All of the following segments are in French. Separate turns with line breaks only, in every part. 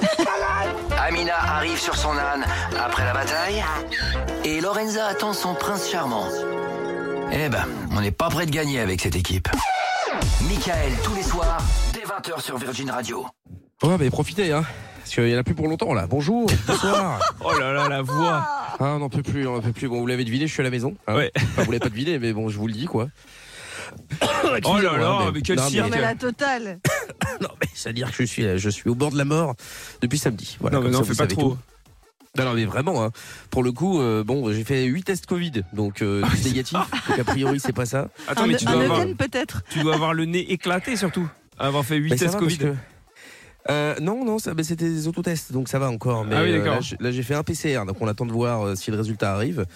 T'es malade
Amina arrive sur son âne après la bataille. Et Lorenza attend son prince charmant. Eh ben, on n'est pas prêt de gagner avec cette équipe. Michael, tous les soirs, dès 20h sur Virgin Radio.
Ouais, mais profitez, hein. Parce qu'il y en a plus pour longtemps, là. Bonjour, bonsoir.
Oh là là, la voix
Ah, on n'en peut plus, on n'en peut plus. Bon, vous l'avez deviné, je suis à la maison. hein.
Ouais.
Enfin, vous l'avez pas deviné, mais bon, je vous le dis, quoi.
Oh là
hein,
là, mais quel
Non,
cirque.
On a la totale.
Non, mais c'est-à-dire que je suis, je suis au bord de la mort depuis samedi. Voilà,
Non, mais
comme
non,
ça,
fais
vous
pas
savez
trop.
tout. Non, non, mais vraiment, hein. pour le coup, euh, bon, j'ai fait 8 tests Covid, donc euh, tous négatifs. Donc, a priori, c'est pas ça.
Attends,
un
mais tu
un
dois, avoir,
Eugen, peut-être.
tu dois avoir le nez éclaté surtout. Avoir fait 8
Mais ça
tests
va,
Covid.
parce que- Euh, non, non, ça- mais c'était des autotests, donc ça va encore. Mais
Ah oui,
euh,
d'accord.
là, je- là, j'ai fait un PCR, donc on attend de voir euh, si le résultat arrive.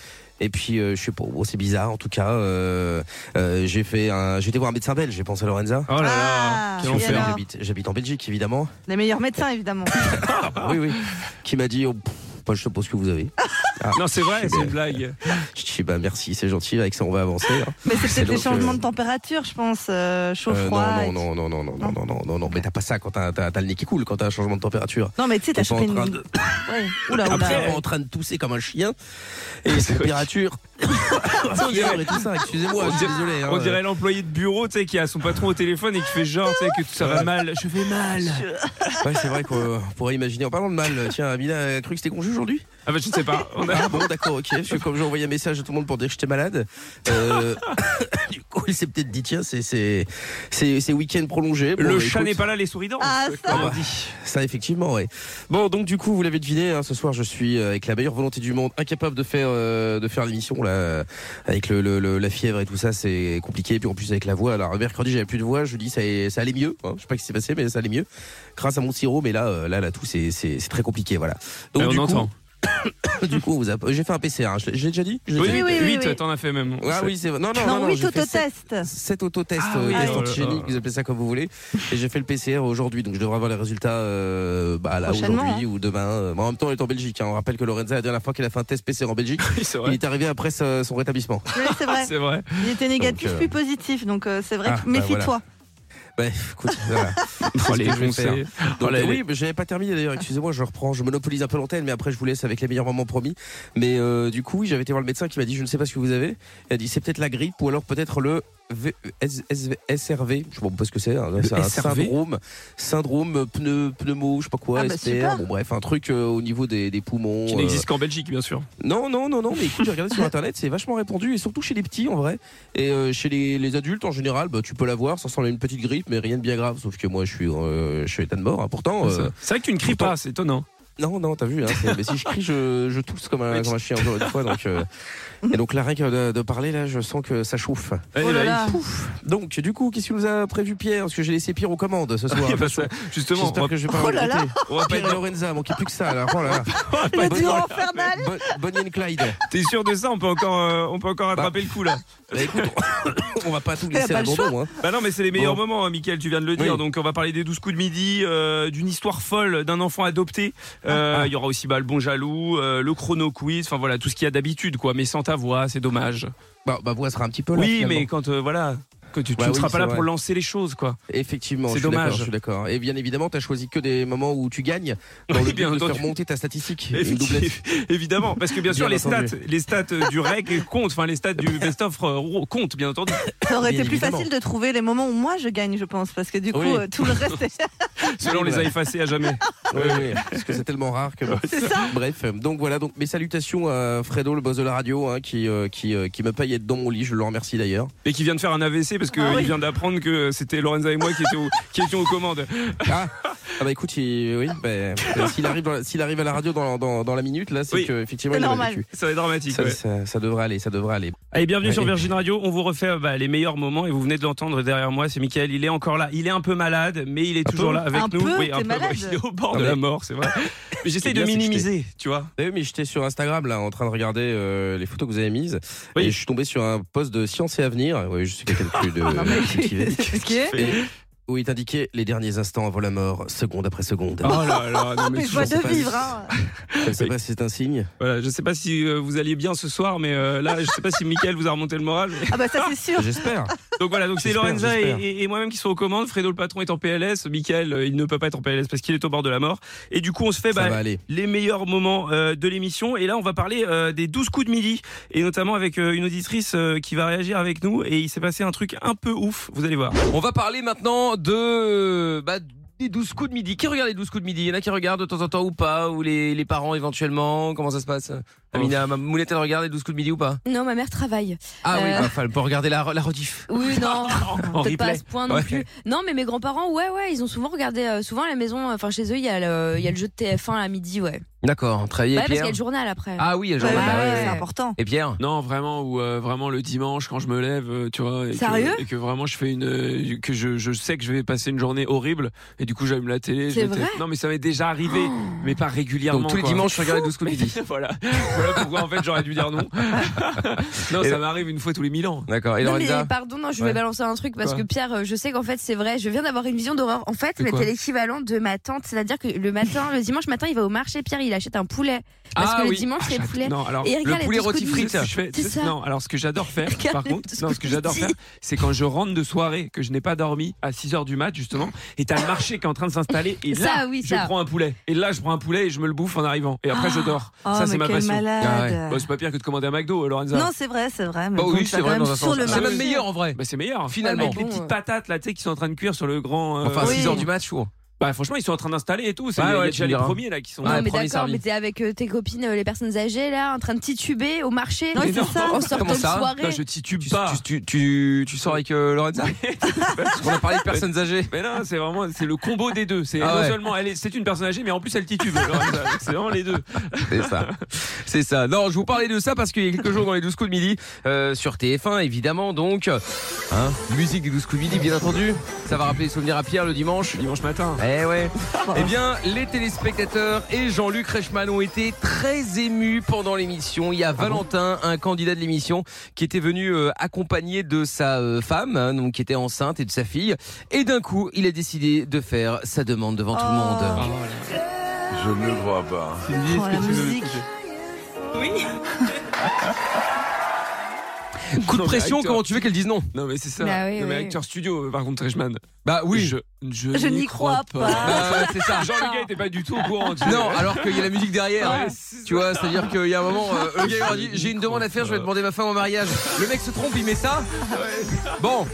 Et puis, euh, je sais pas, bon, c'est bizarre. En tout cas, euh, euh, j'ai fait un, j'ai été voir un médecin belge. J'ai pensé à Lorenza.
Oh là
Ah,
là, quel
et
enfer.
alors
J'habite, j'habite en Belgique, évidemment.
Les meilleurs médecins, évidemment.
Ah, bah.
oui, oui. Qui m'a dit, oh, pff, bah, je suppose que vous avez.
Non, c'est vrai, c'est une blague.
Je dis, bah merci, c'est gentil. Avec ça, on va avancer. hein.
Mais c'est
C'est
peut-être les
donc,
changements
euh,
de température, je pense. euh, chaud,
Euh,
froid. et-
non, non, non, non, non, non, non, non, non, non. Mais t'as pas ça quand t'as, t'as- t'as le nez qui coule, quand t'as un changement de température.
Non, mais tu sais, t'as
T'es pas
chopé
en train
une.
de-
Ouais. Oula, oula.
Après, en train de tousser comme un chien. Et les températures.
On dirait-
et tout ça, excusez-moi,
on
je suis
dirait-
désolé. hein.
On dirait l'employé de bureau, tu sais, qui a son patron au téléphone et qui fait genre, tu sais, que tout ça va mal. Je vais mal.
Ouais, c'est vrai qu'on pourrait imaginer. En parlant de mal, tiens, Amina a cru que c'était congé aujourd'hui
Ah bah, je ne sais pas. On a...
Ah bon, d'accord, ok. Parce que comme j'ai envoyé un message à tout le monde pour dire que j'étais malade, euh, du coup, il s'est peut-être dit tiens, c'est, c'est, c'est, c'est week-end prolongé. Bon,
Le
bah,
chat
écoute,
n'est pas là, les souris dansent.
Ah, ça.
comme on dit.
bah, Ça, effectivement, ouais. Bon, donc, du coup, vous l'avez deviné, hein, ce soir, je suis euh, avec la meilleure volonté du monde, incapable de faire, euh, de faire l'émission, là, euh, avec le, le- le- la fièvre et tout ça, c'est compliqué. Puis en plus, avec la voix, alors, mercredi, j'avais plus de voix, je dis, ça, ça allait mieux. hein. Je sais pas ce qui s'est passé, mais ça allait mieux. Grâce à mon sirop, mais là, euh, là, là, tout, c'est, c'est, c'est très compliqué, voilà. Donc,
Et on
du coup,
entend.
du coup, on vous a- j'ai fait un PCR, hein, je l'ai- j'ai déjà dit? Je l'ai
Oui,
déjà dit
oui, oui,
8,
oui.
t'en as fait même.
Ah oui, c'est vrai. Non, non, non,
Non,
non,
huit
j'ai fait sept-
autotests.
sept autotests
Ah
euh,
oui,
tests
oh là
antigéniques,
là.
vous appelez ça comme vous voulez. Et j'ai fait le PCR aujourd'hui, donc je devrais avoir les résultats euh, bah, là
Prochainement,
aujourd'hui
hein.
ou demain. Euh, mais en même temps, elle est en Belgique. hein. On rappelle que Lorenza, la dernière fois qu'elle a fait un test PCR en Belgique,
Oui, c'est
il
vrai.
est arrivé après sa- son rétablissement.
Ouais, c'est vrai.
C'est vrai.
Il était négatif
euh,
puis positif, donc euh, c'est vrai
Ah,
que
bah
méfie-toi.
Ouais, écoute, voilà.
Oh,
ce
les
que je vais faire.
conseils. Oh
Donc,
là,
euh,
les-
oui, mais j'avais pas terminé d'ailleurs, excusez-moi, je reprends, je monopolise un peu l'antenne, mais après je vous laisse avec les meilleurs moments promis. Mais euh, du coup, oui, j'avais été voir le médecin qui m'a dit, je ne sais pas ce que vous avez. Il a dit, c'est peut-être la grippe ou alors peut-être le V- S- S- SRV, je sais pas ce que c'est, hein, c'est un
SRV?
syndrome, syndrome pneu, pneumo, je sais pas quoi,
Ah bah,
SPR,
super.
bon bref, un truc euh, au niveau des, des poumons.
Qui
euh,
n'existe qu'en Belgique, bien sûr.
non, non, non, non, mais écoute, j'ai regardé sur internet, c'est vachement répandu, et surtout chez les petits en vrai. Et euh, chez les, les adultes en général, bah, tu peux l'avoir, ça ressemble à une petite grippe, mais rien de bien grave, sauf que moi je suis, euh, je suis à état de mort, hein. pourtant. euh,
C'est vrai que tu ne cries
pourtant-
pas, c'est étonnant.
non, non, t'as vu, hein, c'est- mais si je crie, je, je tousse comme un,
Oui.
comme un chien encore une fois. Donc, euh, et donc là, rien que de, de parler, là, je sens que ça chauffe.
Eh,
Oh là là.
Donc, du coup, qu'est-ce que nous a prévu Pierre Parce que j'ai laissé Pierre aux commandes ce soir.
Eh ben, ça- justement, on
J'espère
va,
que je vais pas
Oh là là.
regretter.
on va pas
Pierre et
être...
Lorenza, manquait plus que ça. Là. Oh là là.
Le
Bonne-
duo infernal
Bon- Bonnie and Clyde.
T'es sûr de ça On peut encore, euh, on peut encore rattraper le coup là.
Bah, écoute, on va pas tout laisser
pas
à
le choix.
l'abandon. Hein.
Bah non, mais c'est les meilleurs
Bon.
moments, hein, Mickaël, tu viens de le dire.
Oui.
Donc on va parler des 12 coups de midi, euh, d'une histoire folle d'un enfant adopté.
Ah,
Euh, Il y aura aussi bah, le bon jaloux, euh, le chrono quiz, enfin voilà, tout ce qu'il y a d'habitude, quoi. Mais sans ta voix, c'est dommage.
Bah, bah, voix sera un petit peu là.
oui,
finalement.
mais quand, euh, voilà, quand tu, tu
Bah
ne
oui,
seras pas
c'est
là
vrai.
pour lancer les choses, quoi.
Effectivement,
C'est
je suis d'accord,
dommage.
Je suis d'accord. Et bien évidemment, t'as choisi que des moments où tu gagnes dans
Oui,
le but
bien
de
entendu.
faire monter ta statistique. Une doublette.
Effectivement, Évidemment, parce que bien sûr,
Bien
les stats,
entendu.
les stats euh, du REC comptent, enfin les stats du best-of euh, comptent, bien entendu.
Ça aurait
Bien
été plus
évidemment.
facile de trouver les moments où moi je gagne, je pense, parce que du coup,
Oui.
euh, tout le reste est.
Selon les a effacés à jamais.
Oui, oui, parce que c'est tellement rare que. Bref, euh, donc voilà, donc mes salutations à Fredo, le boss de la radio, hein, qui, euh, qui, euh, qui me paye être dans mon lit, je le remercie d'ailleurs.
Et qui vient de faire un AVC parce qu'il
Ah oui.
vient d'apprendre que c'était Lorenza et moi qui étions, qui étions aux commandes.
Ah, ah bah écoute, il- oui, bah, euh, s'il arrive, dans la- s'il arrive à la radio dans, dans, dans la minute, là, c'est
Oui.
que effectivement
C'est
il aurait
normal.
vécu.
Ça va être dramatique.
Ça,
ouais.
ça- ça devrait aller, ça devrait aller.
Allez, bienvenue sur
Allez.
Virgin Radio. On vous refait euh, bah, les meilleurs moments et vous venez de l'entendre derrière moi. C'est Michael. Il est encore là. Il est un peu malade, mais il est toujours là avec
Un
nous.
peu,
oui, un
t'es
peu.
malade
ouais, Il est au bord
Ah
de
ouais.
la mort, c'est vrai. Mais j'essaye de
bien, c'est que je t'ai-
minimiser, tu vois.
Vous avez vu, mais j'étais sur Instagram là en train de regarder euh, les photos que vous avez mises
Oui.
et je suis tombé sur un post de Science et Avenir. Oui, je suis quelqu'un de plus de
Non, mais-
cultivé.
Qu'est-ce qui est
Et où il t'indiquait les derniers instants avant la mort, seconde après seconde.
Oh là
Ah,
là, non, mais
Ah, Mais
je-
joie
sais
de
pas.
vivre, hein.
Je sais pas si c'est un signe.
voilà, je sais pas si euh, vous alliez bien ce soir, mais euh, là, je sais pas si Michael vous a remonté le moral. mais-
Ah bah ça c'est sûr.
J'espère.
Donc voilà, donc c'est
J'espère,
Lorenza et,
j'espère.
et- et moi-même qui sont aux commandes. Fredo le patron est en PLS. Michael, euh, il ne peut pas être en PLS parce qu'il est au bord de la mort. Et du coup, on se fait
Ça
bah,
va aller.
les meilleurs moments euh, de l'émission. Et là, on va parler euh, des 12 coups de midi, et notamment avec euh, une auditrice euh, qui va réagir avec nous. Et il s'est passé un truc un peu ouf, vous allez voir.
On va parler maintenant de bah, des 12 coups de midi. Qui regarde les 12 coups de midi Il y en a qui regardent de temps en temps ou pas Ou les, les parents éventuellement Comment ça se passe
Oh.
Amina, ma Moulette, elle regarde les 12 coups de midi ou pas
Non, ma mère travaille.
Ah oui,
Euh.
bah, faut- faut regarder la, la rediff.
Oui, non,
En
peut-être pas à
replay.
ce point non
Ouais.
plus. Non, mais mes grands-parents, ouais, ouais, ils ont souvent regardé, euh, souvent à la maison, enfin chez eux, il y, a le- il y a le jeu de TF1 à midi, ouais.
D'accord, très bien.
ouais, parce qu'il y a le journal après.
Ah oui, il y a le
Ouais,
journal.
ouais,
Ah oui, oui.
C'est important.
Et Pierre
Non, vraiment, ou euh, vraiment le dimanche quand je me lève, euh, tu vois. Et
Sérieux
que, et que vraiment je fais une. euh, que je, je sais que je vais passer une journée horrible, et du coup j'allume la télé. je
C'est
me
vrai
tape- Non, mais ça m'est déjà arrivé, mais pas régulièrement.
Donc tous les
quoi.
dimanches, je regarde les 12 coups de midi.
voilà. voilà pourquoi en fait j'aurais dû dire non. non,
Et-
ça m'arrive une fois tous les mille ans.
D'accord, et
non, mais
Lorenza
pardon, non, je
Ouais.
vais balancer un truc parce
Quoi
que Pierre, euh, je sais qu'en fait, c'est vrai, je viens d'avoir une vision d'horreur. En fait,
De
mais
quoi
t'es l'équivalent de ma tante. C'est-à-dire que le matin, le dimanche matin, il va au marché, Pierre, il achète un poulet. Parce
Ah
que le
oui.
dimanche, c'est poulet.
Non, alors.
Et il regarde
le poulet
les
rôti
petits coups de
tu sais
frites.
ce que je fais, tu sais
C'est
ce-
ça.
non, alors ce que j'adore faire,
Regarde
par
le
contre,
petit
non, ce que j'adore
cousi.
faire, c'est quand je rentre de soirée, que je n'ai pas dormi à 6h du mat, justement, et t'as le marché qui est en train de s'installer, et là,
Ça, oui,
je
ça. Ah.
prends un poulet. Et là, je prends un poulet et je me le bouffe en arrivant. Et après, je dors.
Oh,
ça,
mais
c'est ma
quel
passion.
malade.
Bah, c'est pas pire que de commander un McDo, Lorenza.
Non, c'est vrai, c'est vrai. Mais
Bah
bon,
oui,
tu vas
c'est vrai
quand
dans
même
un
sur
sens.
le
C'est même
marché.
meilleur en vrai.
Bah, c'est meilleur.
Finalement.
Avec les
Bon,
petites
euh.
patates, là, tu sais, qui sont en train de cuire sur le grand. euh,
Enfin,
oui.
6h du match, ou
Bah, franchement, ils sont en train d'installer et tout. C'est
Ah
il y a
ouais, tu
déjà
me
les
diras.
premiers, là, qui sont.
Non,
Ouais,
mais
premier
d'accord,
servi.
mais t'es avec euh, tes copines, euh, les personnes âgées, là, en train de tituber au marché.
Non, c'est ça.
En sortant
Comment
de
ça
soirée.
Non, je titube
tu,
pas.
tu, tu, tu, tu sors avec euh, Lorenza Parce qu'on a parlé de personnes âgées.
Mais non, c'est vraiment c'est le combo des deux. C'est
Ah
non
ouais.
seulement elle est- c'est une personne âgée, mais en plus elle titube. Alors, ça- c'est vraiment les deux.
C'est ça. C'est ça. Non, je vous parlais de ça parce qu'il y a quelques jours dans les 12 coups de midi, euh, sur TF1, évidemment, donc. Hein, musique des 12 coups de midi, bien entendu. Ça va rappeler les souvenirs à Pierre le dimanche.
Dimanche matin.
Eh ouais. Eh bien, les téléspectateurs et Jean-Luc Reichmann ont été très émus pendant l'émission.
Ah
Il y a Valentin, un candidat de l'émission, qui était venu euh, accompagné de sa euh, femme, hein, donc qui était enceinte et de sa fille. Et d'un coup, il a décidé de faire sa demande devant
Oh.
tout le
Ah
monde.
Je ne vois pas.
Oh, la musique.
Coup de
Non, mais
pression,
acteur.
comment tu veux qu'elle dise non
Non mais c'est ça.
Bah oui,
non, mais
oui.
acteur studio, euh, par contre, Reichmann.
Bah oui.
Je,
Je n'y crois pas.
Bah, c'est ça.
Genre le gars était pas du tout au courant. tu sais.
Non, alors qu'il y a la musique derrière.
Ouais,
Tu vois, c'est-à-dire qu'il y a un moment, euh, le gars il leur a dit J'ai une demande à faire, je vais demander ma femme en mariage. Le mec se trompe, il met ça. Bon,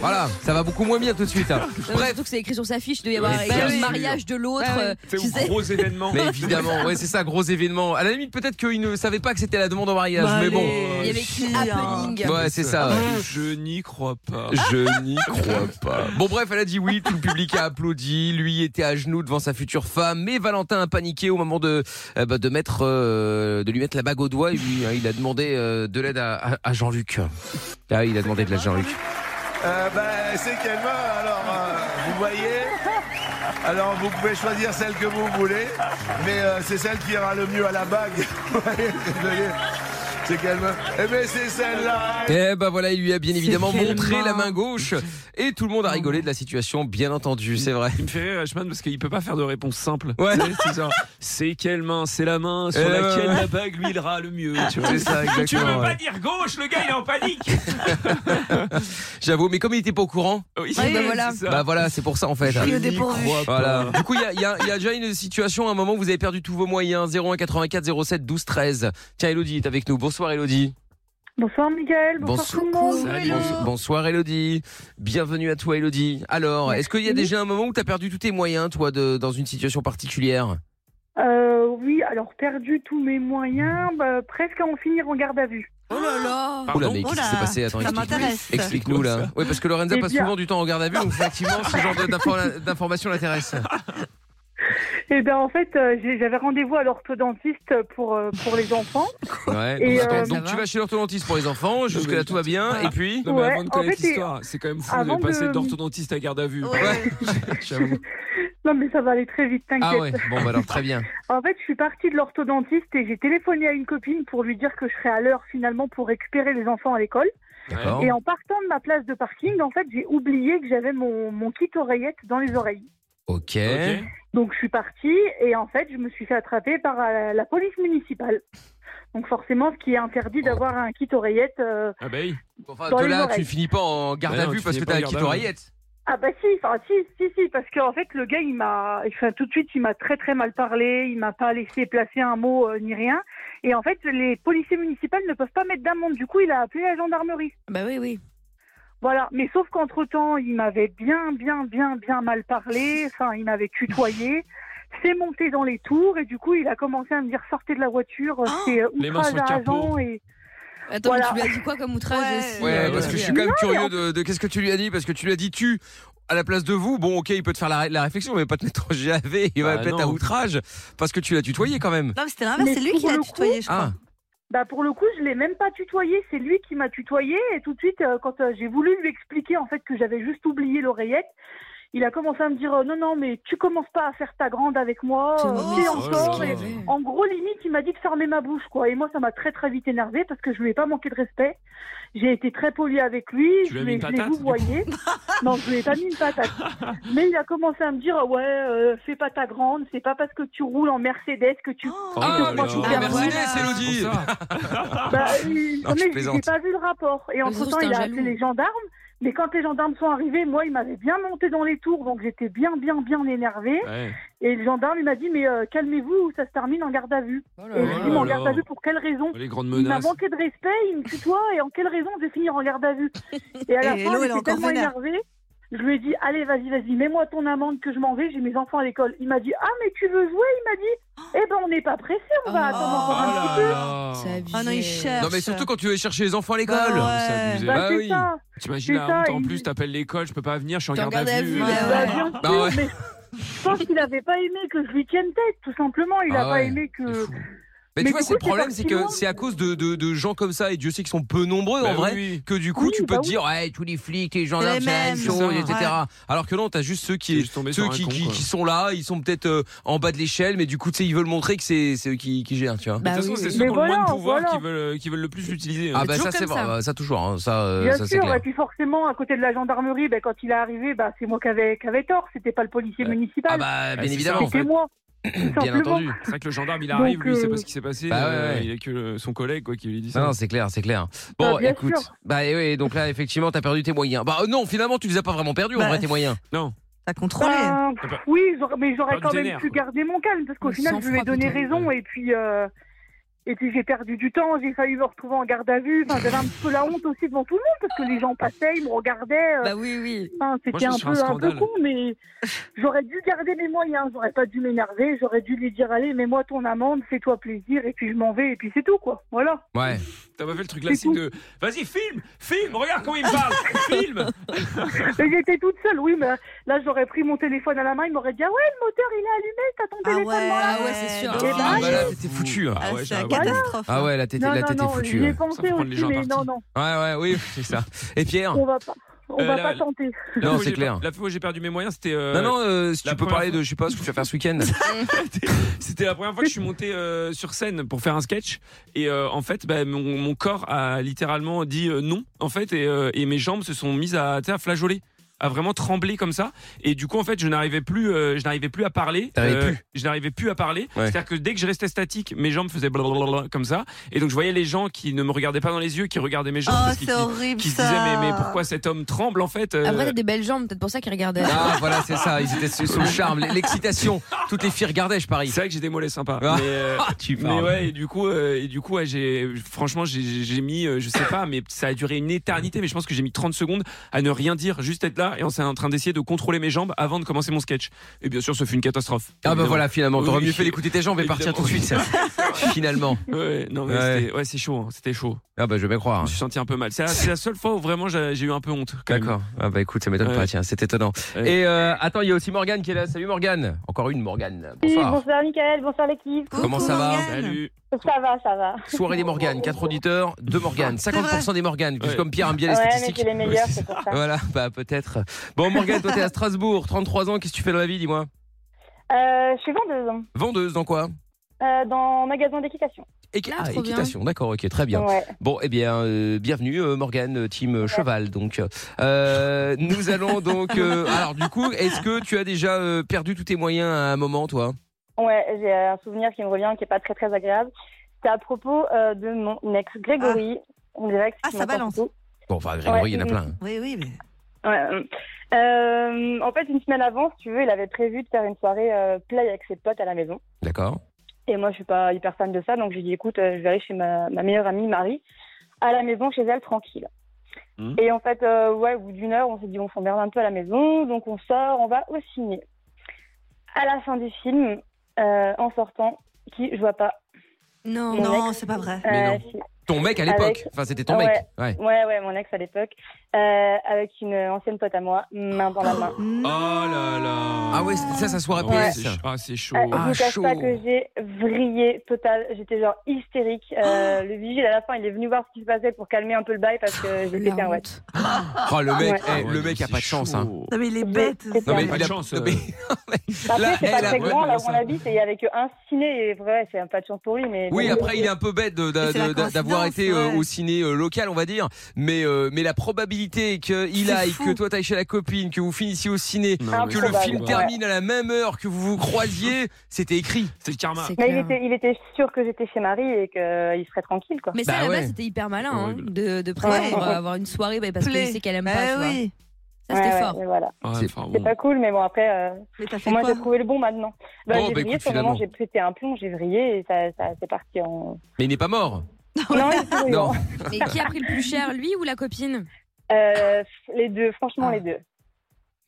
voilà, ça va beaucoup moins bien tout de suite. hein.
Euh,
Bref,
Surtout que c'est écrit sur sa fiche, il doit y avoir
Ouais,
bah
un
bien sûr.
mariage de l'autre.
Ouais, ouais.
euh,
c'est
tu
un
sais.
gros événement.
mais évidemment, ouais, c'est ça, gros événement. À la limite, peut-être qu'il ne savait pas que c'était la demande en mariage,
Bah,
mais bon.
Euh,
allez,
Il y avait écrit
chier, hein.
happening.
Ouais, c'est ça. ouais.
Je n'y crois pas.
Je n'y crois pas. Euh, Bon bref, elle a dit oui, tout le public a applaudi, lui était à genoux devant sa future femme, mais Valentin a paniqué au moment de euh, bah, de mettre euh, de lui mettre la bague au doigt et lui, hein, il a demandé euh, de l'aide à, à- à Jean-Luc. Ah, il a demandé de l'aide à Jean-Luc.
Euh, ben, c'est Kelma, alors euh, vous voyez alors vous pouvez choisir celle que vous voulez, mais euh, c'est celle qui ira le mieux à la bague. Vous voyez ce que je veux dire c'est Kelma. Eh ben c'est celle-là.
Eh ben voilà, il lui a bien évidemment
quelle
montré
main.
la main gauche et tout le monde a rigolé de la situation, bien entendu, c'est vrai.
Il me fait rire Reichmann parce qu'il peut pas faire de réponse simple.
Ouais.
Tu sais, C'est genre, c'est quelle main C'est la main sur
Euh,
laquelle
ouais.
la bague lui ira le mieux. Tu vois.
C'est ça
Tu veux
exactement.
pas
ouais.
dire gauche, le gars il est en panique.
J'avoue, mais comme il était pas au courant,
Oui,
Ouais, bah voilà.
c'est ça.
bah voilà, c'est pour ça en fait.
Pris au
n'y
dépourvu.
crois
Voilà. Du coup, il y a, il y a- il y a déjà une situation, à un moment où vous avez perdu tous vos moyens. 01 84 07 12 13. Tiens, Elodie est avec nous. Bonsoir, Elodie.
Bonsoir Miguel, bonsoir
Bonsoir.
tout le monde.
Salut. Bonsoir, Elodie. Bienvenue à toi, Elodie. Alors, est-ce qu'il y a déjà un moment où tu as perdu tous tes moyens, toi, de- dans une situation particulière
Euh, oui, alors perdu tous mes moyens, bah, presque à en finir en garde à vue.
Oh là là.
Pardon
Oula, mais qu'est-ce
Oh
qui
là,
s'est passé Attends,
ça
explique-nous.
m'intéresse.
Explique-nous là. Oui, parce que Lorenza
Eh
passe
bien-
souvent du temps en garde à vue, donc effectivement, ce genre de- d'infor- d'informations l'intéresse.
Eh ben en fait, euh, j'ai- j'avais rendez-vous à l'orthodontiste pour, euh, pour les enfants.
Ouais,
Et,
donc, attends,
euh,
donc
ça
tu
va
vas chez l'orthodontiste pour les enfants, jusque-là tout va bien, et puis
Non, mais
Ouais,
avant de
en
connaître
fait,
l'histoire, c'est quand même fou
avant
de passer
de-
d'orthodontiste à garde à vue.
Ouais.
J'avoue.
Non mais ça va aller très vite, t'inquiète.
Ah ouais, bon bah alors très bien.
En fait, je suis partie de l'orthodontiste et j'ai téléphoné à une copine pour lui dire que je serais à l'heure finalement pour récupérer les enfants à l'école.
D'accord.
Et en partant de ma place de parking, en fait, j'ai oublié que j'avais mon, mon kit oreillette dans les oreilles.
Ok.
Ok.
Donc je suis partie et en fait, je me suis fait attraper par euh, la police municipale. Donc forcément, ce qui est interdit d'avoir un kit oreillette. euh,
Ah bah oui.
Enfin,
Dans
de
les
là,
oreilles.
tu finis pas en garde
Ouais,
à
non,
vue
tu
parce que
finis
t'as
pas en
un
garde
kit
à vue.
oreillette.
Ah bah si, enfin si, si, si, parce qu'en fait, le gars, il m'a, enfin tout de suite, il m'a très très mal parlé, il m'a pas laissé placer un mot euh, ni rien. Et en fait, les policiers municipaux ne peuvent pas mettre d'amende. Du coup, il a appelé la gendarmerie.
Bah oui, oui.
Voilà, mais sauf qu'entre-temps, il m'avait bien, bien, bien, bien mal parlé, enfin, il m'avait tutoyé, s'est monté dans les tours, et du coup, il a commencé à me dire « sortez de la voiture,
Ah
c'est euh,
Les mains
outrage
sur le
à
capot.
agent et...
Attends,
Voilà.
mais tu lui as dit quoi comme outrage
Ouais.
aussi
Ouais,
Ouais,
parce
ouais.
que je suis quand même curieux de, de- qu'est-ce que tu lui as dit parce que tu lui as dit tu à la place de vous. Bon, ok, il peut te faire la, ré- la réflexion, mais pas te mettre en GAV, il va
Bah,
peut-être
non.
à outrage parce que tu l'as tutoyé quand même.
Non, mais c'était l'inverse,
Mais
c'est lui
pour
qui l'a
le coup-
tutoyé, je crois.
Ah, »
Bah pour le coup, je l'ai même pas tutoyé, c'est lui qui m'a tutoyé, et tout de suite, euh, quand euh, j'ai voulu lui expliquer en fait que j'avais juste oublié l'oreillette, il a commencé à me dire euh, non non mais tu commences pas à faire ta grande avec moi,
C'est
euh,
mignon,
t'es
ça.
encore
Oh là
et- En gros, limite, il m'a dit de fermer ma bouche, quoi. Et moi, ça m'a très, très vite énervé parce que je lui ai pas manqué de respect. J'ai été très polie avec lui.
Tu lui as
je
mis une
l'ai- je l'ai
patate,
vouvoyé. non, je lui ai pas mis une patate. Mais il a commencé à me dire, ouais, euh, fais pas ta grande. C'est pas parce que tu roules en Mercedes que tu.
Oh.
Ah,
que moi,
là
je suis
là.
ah,
bien
Mercedes,
molle.
merci, c'est Elodie.
Pour ça.
Bah, il-
Ah,
Non, je
mais j'ai
plaisante.
pas vu le rapport. Et
Mais surtout,
entre temps,
c'est un
il a
jaloux.
appelé les gendarmes. Mais quand les gendarmes sont arrivés, moi, il m'avait bien monté dans les tours, donc j'étais bien, bien, bien énervée.
Ouais.
Et le gendarme, il m'a dit, mais euh, calmez-vous, ou ça se termine en garde à vue.
Oh
Et je lui ai dit, mais en garde à vue pour quelle raison
Les grandes
Il m'a
menaces.
manqué de respect, il me tutoie, et en quelle raison je vais finir en garde à vue Et à la
Et Hello,
fin,
elle est
j'étais
encore
tellement
vénère.
énervée, je lui ai dit, allez, vas-y, vas-y, mets-moi ton amende que je m'en vais, j'ai mes enfants à l'école. Il m'a dit, ah, mais tu veux jouer Il m'a dit, eh ben, on n'est pas pressé, on va
Oh.
attendre
Oh
encore un
là
petit peu.
là.
C'est abusé.
Ah non, il cherche.
Non mais surtout quand tu vas chercher les enfants à l'école.
Bah ouais.
C'est abusé.
Bah,
Bah
c'est
oui.
ça.
T'imagines
c'est
la
ça,
honte en
il-
plus, t'appelles l'école, je peux pas venir, je suis en
T'es en
garde à
garde à
vue.
vue,
Ah,
ouais.
Bah, bien
Bah
sûr,
ouais.
mais je pense qu'il n'avait pas aimé que je lui tienne tête, tout simplement. Il
Ah
n'a pas
ouais,
aimé
c'est
que.
fou.
Mais,
Mais
tu vois,
du
c'est le
coup, c'est
problème, c'est que
parti loin.
c'est à cause de, de, de gens comme ça, et Dieu sait qu'ils sont peu nombreux
Bah
en vrai,
oui.
que du coup,
Oui,
tu
bah
peux te
oui.
dire, ouais, tous les flics, les gendarmes,
Les
c'est la même
mêmes,
chose,
c'est ça.
etc. Alors que non, t'as juste ceux
T'es
qui,
juste tombé
ceux
sur un
qui,
con,
qui,
quoi.
qui sont là, ils sont peut-être euh, en bas de l'échelle, mais du coup, tu sais, ils veulent montrer que c'est c'est eux qui, qui gèrent, tu vois.
Bah
de toute façon,
oui,
c'est
oui.
ceux qui ont le moins de
voilà,
pouvoir
voilà.
qui, veulent, qui veulent le plus l'utiliser. hein.
Ah bah
toujours
ça c'est
comme
vrai,
ça.
bah, ça toujours, hein. ça, euh,
Bien
ça c'est
sûr,
clair.
et puis forcément, à côté de la gendarmerie, ben, quand il est arrivé, ben, c'est moi qui avais, qui avais tort, c'était pas le policier
Ouais.
municipal,
Ah bah
c'est
bien
ça,
évidemment,
en
c'était
fait.
moi. tout
bien
simplement.
entendu.
C'est vrai que le gendarme il arrive,
Donc,
lui, il sait
euh,
pas ce qui s'est passé.
Bah ouais,
euh,
ouais.
Il a que le- son collègue quoi, qui lui dit
Non,
ça.
non, c'est clair, c'est clair. Bon,
bien
écoute.
sûr.
Bah, et oui, donc là, effectivement, t'as perdu tes moyens. Bah, euh, non, finalement, tu les as pas vraiment perdus, en
Bah,
vrai, tes moyens.
T'as contrôlé.
Ben,
Ah bah,
oui, j'aurais- mais j'aurais
perdu
quand
des
même
nerfs,
pu
quoi.
garder mon calme, parce qu'au
Le
final, je lui ai
sang-froid,
donné
plutôt.
raison, et puis, euh, et puis j'ai perdu du temps, j'ai failli me retrouver en garde à vue, enfin, j'avais un petit peu la honte aussi devant tout le monde, parce que les gens passaient, ils me regardaient, euh,
Bah oui, oui.
enfin, c'était
Moi,
un
je trouve
peu,
ça un
un peu
scandale.
con, mais j'aurais dû garder mes moyens, j'aurais pas dû m'énerver, j'aurais dû lui dire, allez, mets-moi ton amende, fais-toi plaisir, et puis je m'en vais, et puis c'est tout, quoi, voilà.
Ouais.
T'as pas fait le truc classique
tout.
de Vas-y, filme Filme Regarde comment il me parle Filme
Mais j'étais toute seule, oui, mais là j'aurais pris mon téléphone à la main, il m'aurait dit ah ouais le moteur il est allumé, t'as ton
Ah
téléphone
ouais,
dans la
Ah ouais, c'est sûr.
Ah,
Eh
bah,
ben,
Ah, bah, là,
je-
t'étais foutu. hein.
Ah ouais,
c'est la
j'avoue.
catastrophe.
Ah ouais, là, t'étais
Non,
là,
non,
t'étais
non,
foutu.
j'y ai
ouais.
Ça
pensé
prend les
aussi,
gens
mais
partis.
non, non,
Ouais, ouais, oui, c'est ça. Et Pierre
on va pas, on
Euh,
va
là,
pas
là.
tenter.
La
Non,
fois où
c'est
j'ai-
clair.
La fois où j'ai perdu mes moyens, c'était. euh,
Non, non, euh, si
la
tu peux
première
parler
fois-
de, je sais pas, ce que tu vas faire ce week-end.
C'était la première fois que je suis monté euh, sur scène pour faire un sketch et euh, en fait bah, mon, mon corps a littéralement dit euh, non en fait et, euh, et mes jambes se sont mises à, tu sais, à flageoler à vraiment trembler comme ça et du coup en fait je n'arrivais plus euh, je n'arrivais plus à parler Euh,
T'arrivais
je n'arrivais plus à parler
Ouais.
c'est à dire que dès que je restais statique mes jambes faisaient blablabla comme ça et donc je voyais les gens qui ne me regardaient pas dans les yeux qui regardaient mes jambes
Oh,
parce qu'ils-
c'est horrible
qui se disaient
ça.
mais, mais pourquoi cet homme tremble en fait euh, Bah,
Après, t'as des belles jambes, peut-être pour ça qu'il regardait.
Ah, voilà, c'est ça. Ils étaient sous sous le charme, l'excitation. Toutes les filles regardaient, je parie.
c'est vrai que j'ai des mollets sympas
Ah.
mais, euh,
Ah, tu
Mais
parles.
ouais, et du coup, euh, et du coup, ouais, j'ai, franchement, j'ai, j'ai mis, euh, je sais pas, mais ça a duré une éternité, mais je pense que j'ai mis 30 secondes à ne rien dire, juste être là, et on s'est en train d'essayer de contrôler mes jambes avant de commencer mon sketch. Et bien sûr, ce fut une catastrophe.
Ah bah
Évidemment.
voilà, finalement, t'aurais
Oui.
mieux fait d'écouter tes gens, on va partir tout de
Évidemment.
suite. finalement.
Ouais, non, mais
Ouais.
c'était- ouais, c'est chaud, hein, c'était chaud.
Ah bah je vais
Je
croire.
me suis senti un peu mal. C'est la, c'est la seule fois où vraiment j'ai j'ai eu un peu honte. quand même.
D'accord. Ah bah écoute, ça m'étonne
Ouais.
pas, tiens, c'est étonnant.
Ouais.
Et euh, attends, il y a aussi Morgane qui est là. Salut Morgane. Encore une Morgane.
Oui,
Bonsoir.
bonsoir Mickaël, bonsoir l'équipe.
Comment ça va
Salut.
Ça va, ça va.
Soirée des Morganes, 4 auditeurs, 2 Morganes, 50% des Morganes,
Ouais.
comme Pierre aime bien les
ouais, mais
statistiques.
c'est les meilleurs,
Ouais,
c'est pour ça.
Voilà, bah peut-être. Bon Morgane, toi t'es à Strasbourg, 33 ans, qu'est-ce que tu fais dans la vie, dis-moi
Euh, je suis vendeuse hein,
Vendeuse dans quoi
euh, dans un magasin d'équitation.
Et
Ah, trop bien.
équitation, d'accord, ok, très bien.
Ouais.
Bon, eh bien, euh, bienvenue euh, Morgane, team euh, cheval. Donc, Euh, nous allons donc. euh, alors, du coup, est-ce que tu as déjà euh, perdu tous tes moyens à un moment, toi
Ouais, j'ai un souvenir qui me revient qui est pas très très agréable. C'était à propos euh, de mon ex Grégory. On dirait que
Ah,
tu
ça
m'entends
balance.
beaucoup.
Bon, enfin, Grégory,
Ouais,
il y en a
oui.
plein.
Oui, oui, mais.
Ouais, euh, euh, en fait, une semaine avant, si tu veux, il avait prévu de faire une soirée euh, play avec ses potes à la maison.
D'accord.
Et moi, je suis pas hyper fan de ça, donc je lui dis écoute, euh, je vais aller chez ma, ma meilleure amie Marie, à la maison chez elle, tranquille.
Mhm.
Et en fait, euh, ouais, au bout d'une heure, on s'est dit on s'emmerde un peu à la maison, donc on sort, on va au ciné. À la fin du film, euh, en sortant, qui je vois pas.
Non.
Mon
Non, c'est pas vrai.
Mais
euh,
non.
si-
Ton mec à l'époque.
Avec-
Enfin, c'était ton
Ouais.
mec. Ouais.
Ouais, ouais, mon ex à l'époque, euh, avec une ancienne pote à moi, main dans la main.
Oh
Non.
là là.
Ah ouais, c'était ça, ça soirée
Ouais.
Ah,
PS.
c'est ch- Ah, c'est chaud.
Euh,
Ah,
je vous cache
chaud.
pas que j'ai vrillé total. J'étais genre hystérique. Euh, Le vigile, à la fin, il est venu voir ce qui se passait pour calmer un peu le bail parce que j'ai
La
pété un ouais.
honte.
Ah,
Oh, le mec,
Ouais.
eh, le mec a pas de chance. Hein.
Non, mais il est bête.
C'est
Non, mais
clair.
Pas
il
de
a-
chance,
non,
euh.
mais-
Après,
Là,
c'est pas
elle a-
très
ouais,
grand
mais
là où
ça-
on habite et il y avait que un ciné. Et vrai, c'est un pas de chance pour lui. Mais
Oui, après il est un peu bête de-
Mais c'est la
de- de- d'avoir
coïncidence,
été euh,
ouais.
au ciné euh, local, on va dire, mais euh, mais la probabilité qu'il
C'est
aille,
fou.
que toi t'ailles chez la copine, que vous finissiez au ciné,
Non,
Ah,
mais
que le
c'est
Improbable,
film
chaud.
termine à la même heure, que vous vous croisiez, c'était écrit.
C'est le karma.
C'est
Mais il
clair.
était, il était sûr que j'étais chez Marie et qu'il serait tranquille quoi.
Mais ça,
Bah
à la
ouais.
base, c'était hyper malin hein,
Horrible.
de, de prétendre
Ouais.
avoir une soirée bah, parce
Play.
qu'il sait qu'elle aime pas. tu
Bah
vois.
oui.
Ça, c'était
Ouais, ouais,
fort.
mais voilà.
Ah,
C'est-
enfin,
C'est
bon.
pas cool, mais bon après, euh,
Mais t'as fait
moi
quoi
j'ai trouvé le bon maintenant. Bah,
Bon,
j'ai
bah,
vrillé.
écoute,
sur le moment,
finalement.
j'ai pété un plomb, j'ai vrillé et ça, ça c'est parti en.
Mais il n'est pas mort.
Non, il est souriant.
Non.
Mais qui a pris le plus cher, lui ou la copine
Euh, les deux, franchement
Ah.
les deux.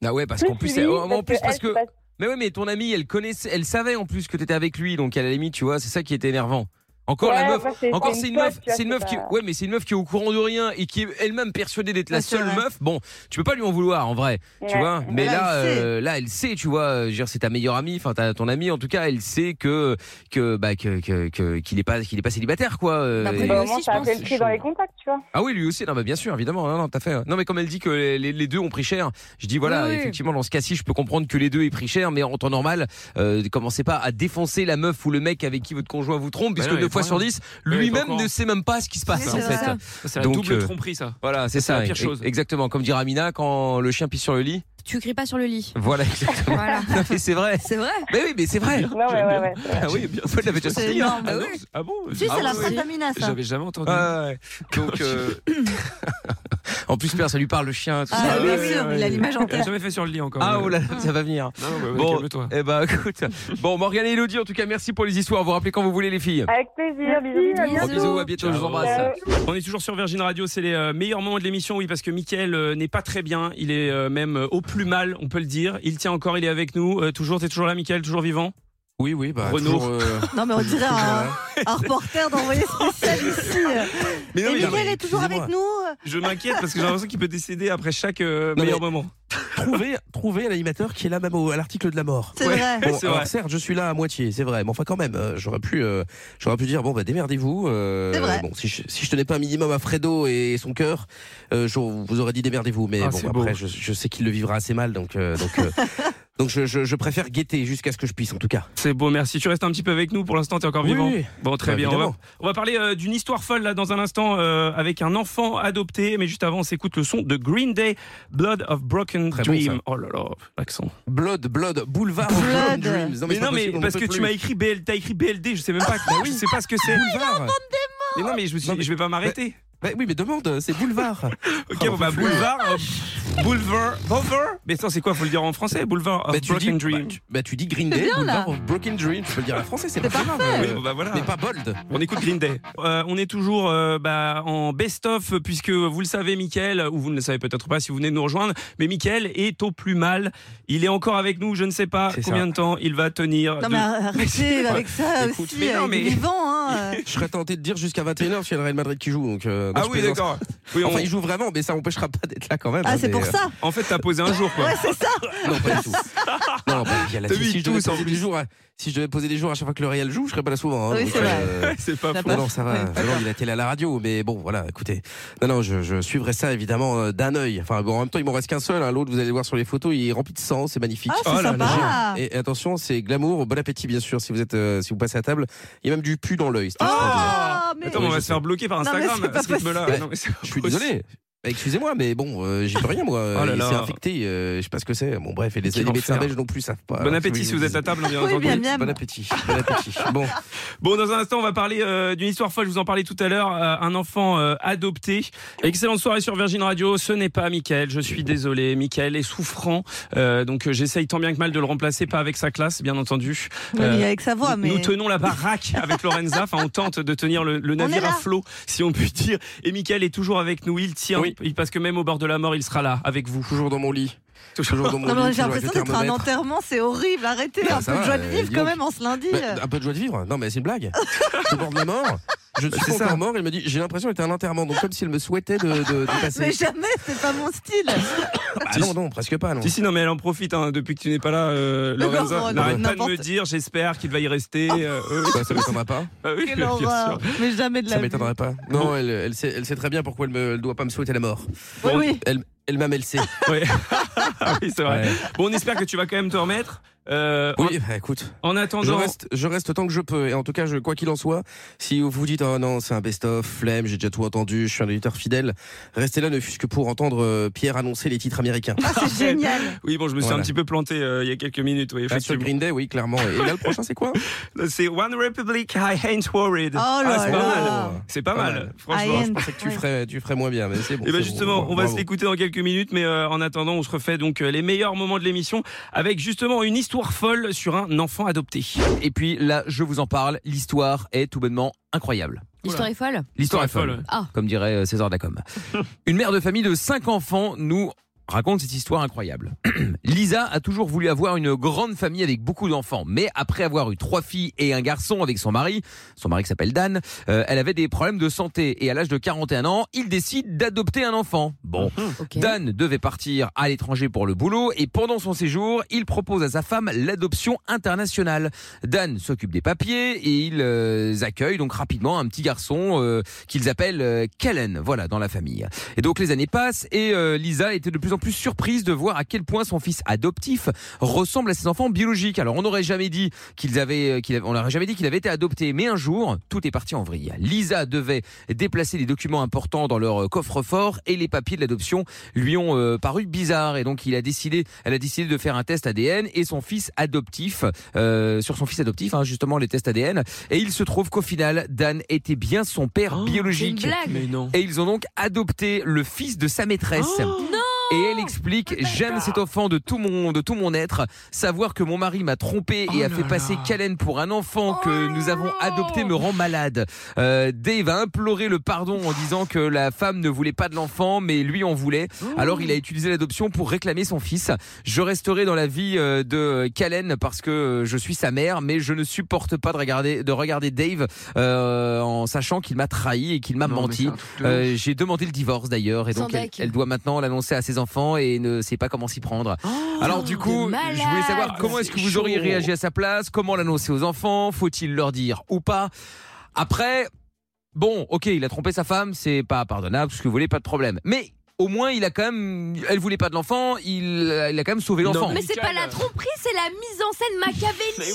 Ah ouais, parce qu'en plus,
lui,
elle- en en plus
elle,
parce
je
que.
sais pas
Mais ouais, mais ton amie, elle connaissait, elle savait en plus que t'étais avec lui, donc à la limite, tu vois, c'est ça qui était énervant. Encore la
Ouais,
meuf.
enfin, c'est-
Encore c'est une
pote,
meuf,
tu vois,
c'est une meuf qui,
pas-
ouais, mais c'est une meuf qui est au courant de rien et qui est elle-même persuadée d'être la
Ouais, c'est
seule
vrai.
meuf. Bon, tu peux pas lui en vouloir en vrai. tu
Ouais.
vois mais
Là,
là
elle sait.
euh, là elle sait tu vois euh, je veux dire, c'est ta meilleure amie enfin ta- ton amie en tout cas elle sait que que bah que que que- qu'il est pas qu'il est pas célibataire quoi euh,
Bah,
et-
Lui
Bah, au
aussi,
moins,
je
ça a
pense,
fait le
c'est
tri
chaud.
dans les contacts, tu vois.
ah oui lui aussi non mais bien sûr évidemment non non t'as fait euh, non mais comme elle dit que les, les- les deux ont pris cher je dis voilà
Oui, oui.
effectivement dans ce cas-ci je peux comprendre que les deux aient pris cher mais en temps normal euh, commencez pas à défoncer la meuf ou le mec avec qui votre conjoint vous trompe
Bah
puisque
non, il
deux
est
fois
pas
sur
là. il
dix
est pas au
lui-même
courant.
ne sait même pas ce qui se passe
Oui,
en
c'est
fait
ça.
Ça, C'est la
Donc,
double
euh,
tromperie, ça.
voilà c'est
C'est
ça
la pire chose.
exactement comme dit Ramina quand le chien pisse sur le lit
Tu cries pas sur le lit.
voilà exactement
Voilà.
Non, mais c'est vrai
C'est vrai.
mais oui mais c'est vrai
Non, mais ouais, ouais.
Ah oui, bien sûr. l'avais déjà hein.
C'est
sorti.
énorme.
Ah,
Bah
non,
oui.
c'est- ah bon
Si,
Ah
c'est la
oui.
Framina, ça.
J'avais jamais entendu.
Ouais, ouais. Donc, euh, en plus, Pierre, ça lui parle le chien. Tout
Ah,
ça.
bien
ouais,
sûr,
ouais,
il a
ouais.
l'image en
J'avais
tête.
jamais fait sur le lit encore.
Ah, oh là, là, ça va venir.
Non, bah,
Bon.
calme-toi.
Eh ben, écoute. Bon, Morgane et Elodie, en tout cas, merci pour les histoires. Vous rappelez quand vous voulez, les filles.
Avec plaisir, bisous. Euh,
Bisous.
Gros bisous, à bientôt, je vous
Ciao.
embrasse.
On est toujours sur Virgin Radio, c'est les euh, meilleurs moments de l'émission, oui, parce que Mickaël euh, n'est pas très bien, il est euh, même euh, au plus mal, on peut le dire. Il tient encore, il est avec nous. Euh, toujours, t'es toujours là, Mickaël, toujours vivant
Oui, oui, bah.
Renaud.
toujours, euh,
Non, mais on dirait un, un reporter d'envoyer spécial ici.
Mais
Et Miguel
mais
est toujours avec nous.
Je m'inquiète parce que j'ai l'impression qu'il peut décéder après chaque euh,
Non,
meilleur
mais-
moment.
Trouvez, trouvez un animateur qui est là même au- à l'article de la mort.
C'est vrai.
Bon,
C'est
alors
vrai.
certes, je suis là à moitié, c'est vrai, mais enfin quand même, euh, j'aurais pu, euh, j'aurais pu dire bon bah démerdez-vous. euh,
C'est vrai.
Bon, si je, si je tenais pas un minimum à Fredo et son cœur, euh, je vous aurais dit démerdez-vous, mais
Ah,
bon
c'est
après
beau.
je, je sais qu'il le vivra assez mal, donc euh, donc euh, donc je, je, je préfère guetter jusqu'à ce que je puisse en tout cas.
C'est beau, merci. Tu restes un petit peu avec nous pour l'instant, t'es encore vivant. Bon, très
Bah,
bien. On va,
évidemment.
on va parler euh, d'une histoire folle là dans un instant euh, avec un enfant adopté, mais juste avant, on s'écoute le son de Green Day, Blood of Broken
Très bon,
Dream.
ça.
oh là là, l'accent.
Blood, blood, boulevard, of Broken
Blood.
Dreams.
Mais
c'est
non,
pas
mais
possible, on
parce
ne
que
peut
tu
plus. Ah
m'as écrit BL, t'as écrit BLD, je sais même pas, je sais pas ce que c'est.
Boulevard.
Mais non, mais je me suis, dit, je vais pas m'arrêter.
Bah oui, mais bah, demande, c'est boulevard.
Ok,
Oh,
bon, bah,
flou.
boulevard. euh, Boulevard. Boulevard Mais ça, c'est quoi Faut le dire en français Boulevard of
Bah, tu dis,
Broken Dreams.
bah, tu, bah, tu dis Green
C'est
Day,
bien,
Boulevard
là.
of Broken Dream, tu peux le dire en français, c'est pas
C'est
grave. euh,
parfait.
Oui, bon, bah, voilà.
Mais pas bold.
On écoute Green Day. Euh, on est toujours euh, bah, en best-of, puisque vous le savez, Mickaël, ou vous ne le savez peut-être pas si vous venez de nous rejoindre, mais Mickaël est au plus mal. Il est encore avec nous, je ne sais pas
C'est
combien de temps il va tenir.
Non,
de-
mais arrêtez avec ça
Écoute,
aussi.
mais non,
avec
mais-
les vents, hein.
Je serais tenté de dire jusqu'à 21h si le Real Madrid qui joue. Donc, euh, non,
Ah
je
oui,
plaisante.
d'accord. Oui, on-
Enfin, il joue vraiment, mais ça empêchera pas d'être là quand même.
Ah,
hein,
c'est
mais,
pour
euh,
ça.
En fait, t'as posé un jour, quoi.
Ouais, c'est ça.
Non, pas du tout. Non, bah, il y a la-
T'as mis
si, je devais
tous en
poser des jours, à- si je devais poser des jours à chaque fois que le Real joue, je serais pas là souvent. hein,
Oui,
donc,
c'est vrai.
euh,
C'est pas
La
faux.
Non,
Ouais.
non, ça va. Valor, il a télé à la radio, mais bon, voilà, écoutez. Non, non, je, je suivrai ça évidemment euh, d'un œil. Enfin, bon, en même temps, il m'en reste qu'un seul. hein. L'autre, vous allez le voir sur les photos, il est rempli de sang, c'est magnifique.
Ah, c'est
Oh là
sympa.
Et attention, c'est glamour, bon appétit, bien sûr, si vous êtes, euh, si vous passez à table. Il y a même du pu dans l'œil. c'est extraordinaire.
Ah, mais-
Attends, mais on
Oui,
va
je
se
sais.
faire bloquer par
Non, mais
Instagram
c'est pas
à ce rythme-là.
possible.
Non, mais c'est pas
Je suis
possible.
désolé. Bah, Excusez-moi, mais bon, euh, j'y peux rien, moi.
Oh là
il
là.
s'est infecté, euh, je sais pas ce que c'est. Bon, bref, et les,
Quel
les médecins
enfer.
belges non plus savent pas.
Bon appétit si vous êtes à table, hein, bien
Oui,
entendu.
bien, bien.
Bon appétit, bon appétit. Bon,
Bon, dans un instant, on va parler euh, d'une histoire folle. Je vous en parlais tout à l'heure. euh, un enfant euh, adopté. Excellente soirée sur Virgin Radio. Ce n'est pas Michael. Je suis désolé. Michael est souffrant. Euh, donc, euh, j'essaye tant bien que mal de le remplacer. Pas avec sa classe, bien entendu.
Oui,
Euh,
mais avec sa voix,
nous-
mais.
Nous tenons la baraque avec Lorenza. Enfin, on tente de tenir le, le
est
navire à
là.
flot, si on peut dire. Et Michael est toujours avec nous. Il tient.
Oui.
Il- Parce que même au bord de la mort, il sera là avec vous.
toujours dans mon lit.
Toujours.
Toujours dans mon
Non,
lit.
mais j'ai
toujours avec le
l'impression d'être à un
thermomètre.
enterrement, c'est horrible. Arrêtez,
Non,
un
ça
peu de
va,
joie de
euh,
vivre
dis
quand
donc.
même en ce lundi. euh.
Bah, un peu de joie de vivre Non, mais c'est une blague. Je borde la mort. Je ne suis
Bah, c'est
pas
ça.
encore mort. Il me dit J'ai l'impression d'être à un enterrement. Donc, comme s'il me souhaitait de, de, de passer.
Mais jamais, c'est pas mon style.
Ah non, non, presque pas. Non.
Si, si, non, mais elle en profite. hein. depuis que tu n'es pas là, euh,
Mais non,
Lorenza,
non,
n'arrête pas de
n'importe-
me dire. J'espère qu'il va y rester. euh, euh,
Bah, ça m'étonnerait pas.
Ah oui,
Quelle
bien
horreur.
sûr.
Mais jamais de la
Ça
vie.
m'étonnerait pas. Non, elle, elle, sait, elle sait très bien pourquoi elle ne doit pas me souhaiter la mort.
Oui, oui.
Elle, elle-même, elle sait.
Ouais. Ah oui, c'est vrai.
Ouais.
Bon, on espère que tu vas quand même te remettre. Euh,
Oui, bah, écoute,
En, en
je
attendant,
reste, je reste tant que je peux. Et en tout cas, je, quoi qu'il en soit, si vous vous dites Oh non, c'est un best-of, flemme, j'ai déjà tout entendu, je suis un auditeur fidèle, restez là ne fût-ce que pour entendre euh, Pierre annoncer les titres américains.
Ah, c'est génial.
oui, bon, je me suis
Voilà.
un petit peu planté euh, il y a quelques minutes. Oui,
Là, sur
effectivement.
Green Day, oui, clairement. Et là, le prochain, c'est quoi
C'est One Republic, I ain't worried.
Oh
Ah,
là
c'est pas mal.
là.
mal.
C'est pas
Pas
mal,
mal.
franchement.
I am-
que tu,
Ouais.
ferais, tu ferais moins bien, mais c'est bon.
Et bien
c'est bon,
Eh ben, justement,
bon,
on va
bravo.
se l'écouter dans quelques minutes, mais euh, en attendant, on se refait donc euh, les meilleurs moments de l'émission avec justement une histoire folle sur un enfant adopté.
Et puis là, je vous en parle, l'histoire est tout bonnement incroyable.
L'histoire est folle.
Histoire
L'histoire est folle,
folle.
Ah.
comme dirait euh, César Dacom. Une mère de famille de cinq enfants nous raconte cette histoire incroyable. Lisa a toujours voulu avoir une grande famille avec beaucoup d'enfants, mais après avoir eu trois filles et un garçon avec son mari, son mari qui s'appelle Dan, euh, elle avait des problèmes de santé et à l'âge de 41 ans, il décide d'adopter un enfant. Bon,
Ok.
Dan devait partir à l'étranger pour le boulot et pendant son séjour, il propose à sa femme l'adoption internationale. Dan s'occupe des papiers et ils euh, accueillent donc rapidement un petit garçon euh, qu'ils appellent euh, Kellen, voilà, dans la famille. Et donc les années passent et euh, Lisa était de plus en plus surprise de voir à quel point son fils adoptif ressemble à ses enfants biologiques. Alors on n'aurait jamais dit qu'ils avaient, qu'il avait- on n'aurait jamais dit qu'il avait été adopté, mais un jour tout est parti en vrille. Lisa devait déplacer les documents importants dans leur euh, coffre-fort et les papiers de l'adoption lui ont euh, paru bizarres et donc il a décidé, elle a décidé de faire un test ADN et son fils adoptif euh, sur son fils adoptif hein, justement les tests ADN et il se trouve qu'au final Dan était bien son père
Oh,
C'est une
biologique.
blague.
non.
Et ils ont donc adopté le fils de sa maîtresse.
Oh
et elle explique J'aime cet enfant de tout mon de tout mon être. Savoir que mon mari m'a trompé et
Oh
a fait
là
passer
là.
Kalen pour un enfant que
Oh
nous avons
non.
adopté me rend malade. Euh, Dave a imploré le pardon en disant que la femme ne voulait pas de l'enfant, mais lui en voulait.
Oh.
Alors il a utilisé l'adoption pour réclamer son fils. Je resterai dans la vie euh, de Kalen parce que euh, je suis sa mère, mais je ne supporte pas de regarder de regarder Dave euh, en sachant qu'il m'a trahi et qu'il m'a menti. Euh, J'ai demandé le divorce d'ailleurs et
Sans
donc elle,
deck.
elle doit maintenant l'annoncer à ses enfants et ne sait pas comment s'y prendre. Alors du
Oh, de
coup,
malade.
je voulais savoir comment est-ce que vous auriez réagi à sa place, comment l'annoncer aux enfants, faut-il leur dire ou pas Après, bon, ok, il a trompé sa femme, c'est pas pardonnable, ce que vous voulez, pas de problème. Mais au moins, il a quand même, elle voulait pas de l'enfant, il, il a quand même sauvé l'enfant.
Mais c'est pas la tromperie, c'est la mise en scène
euh. Mais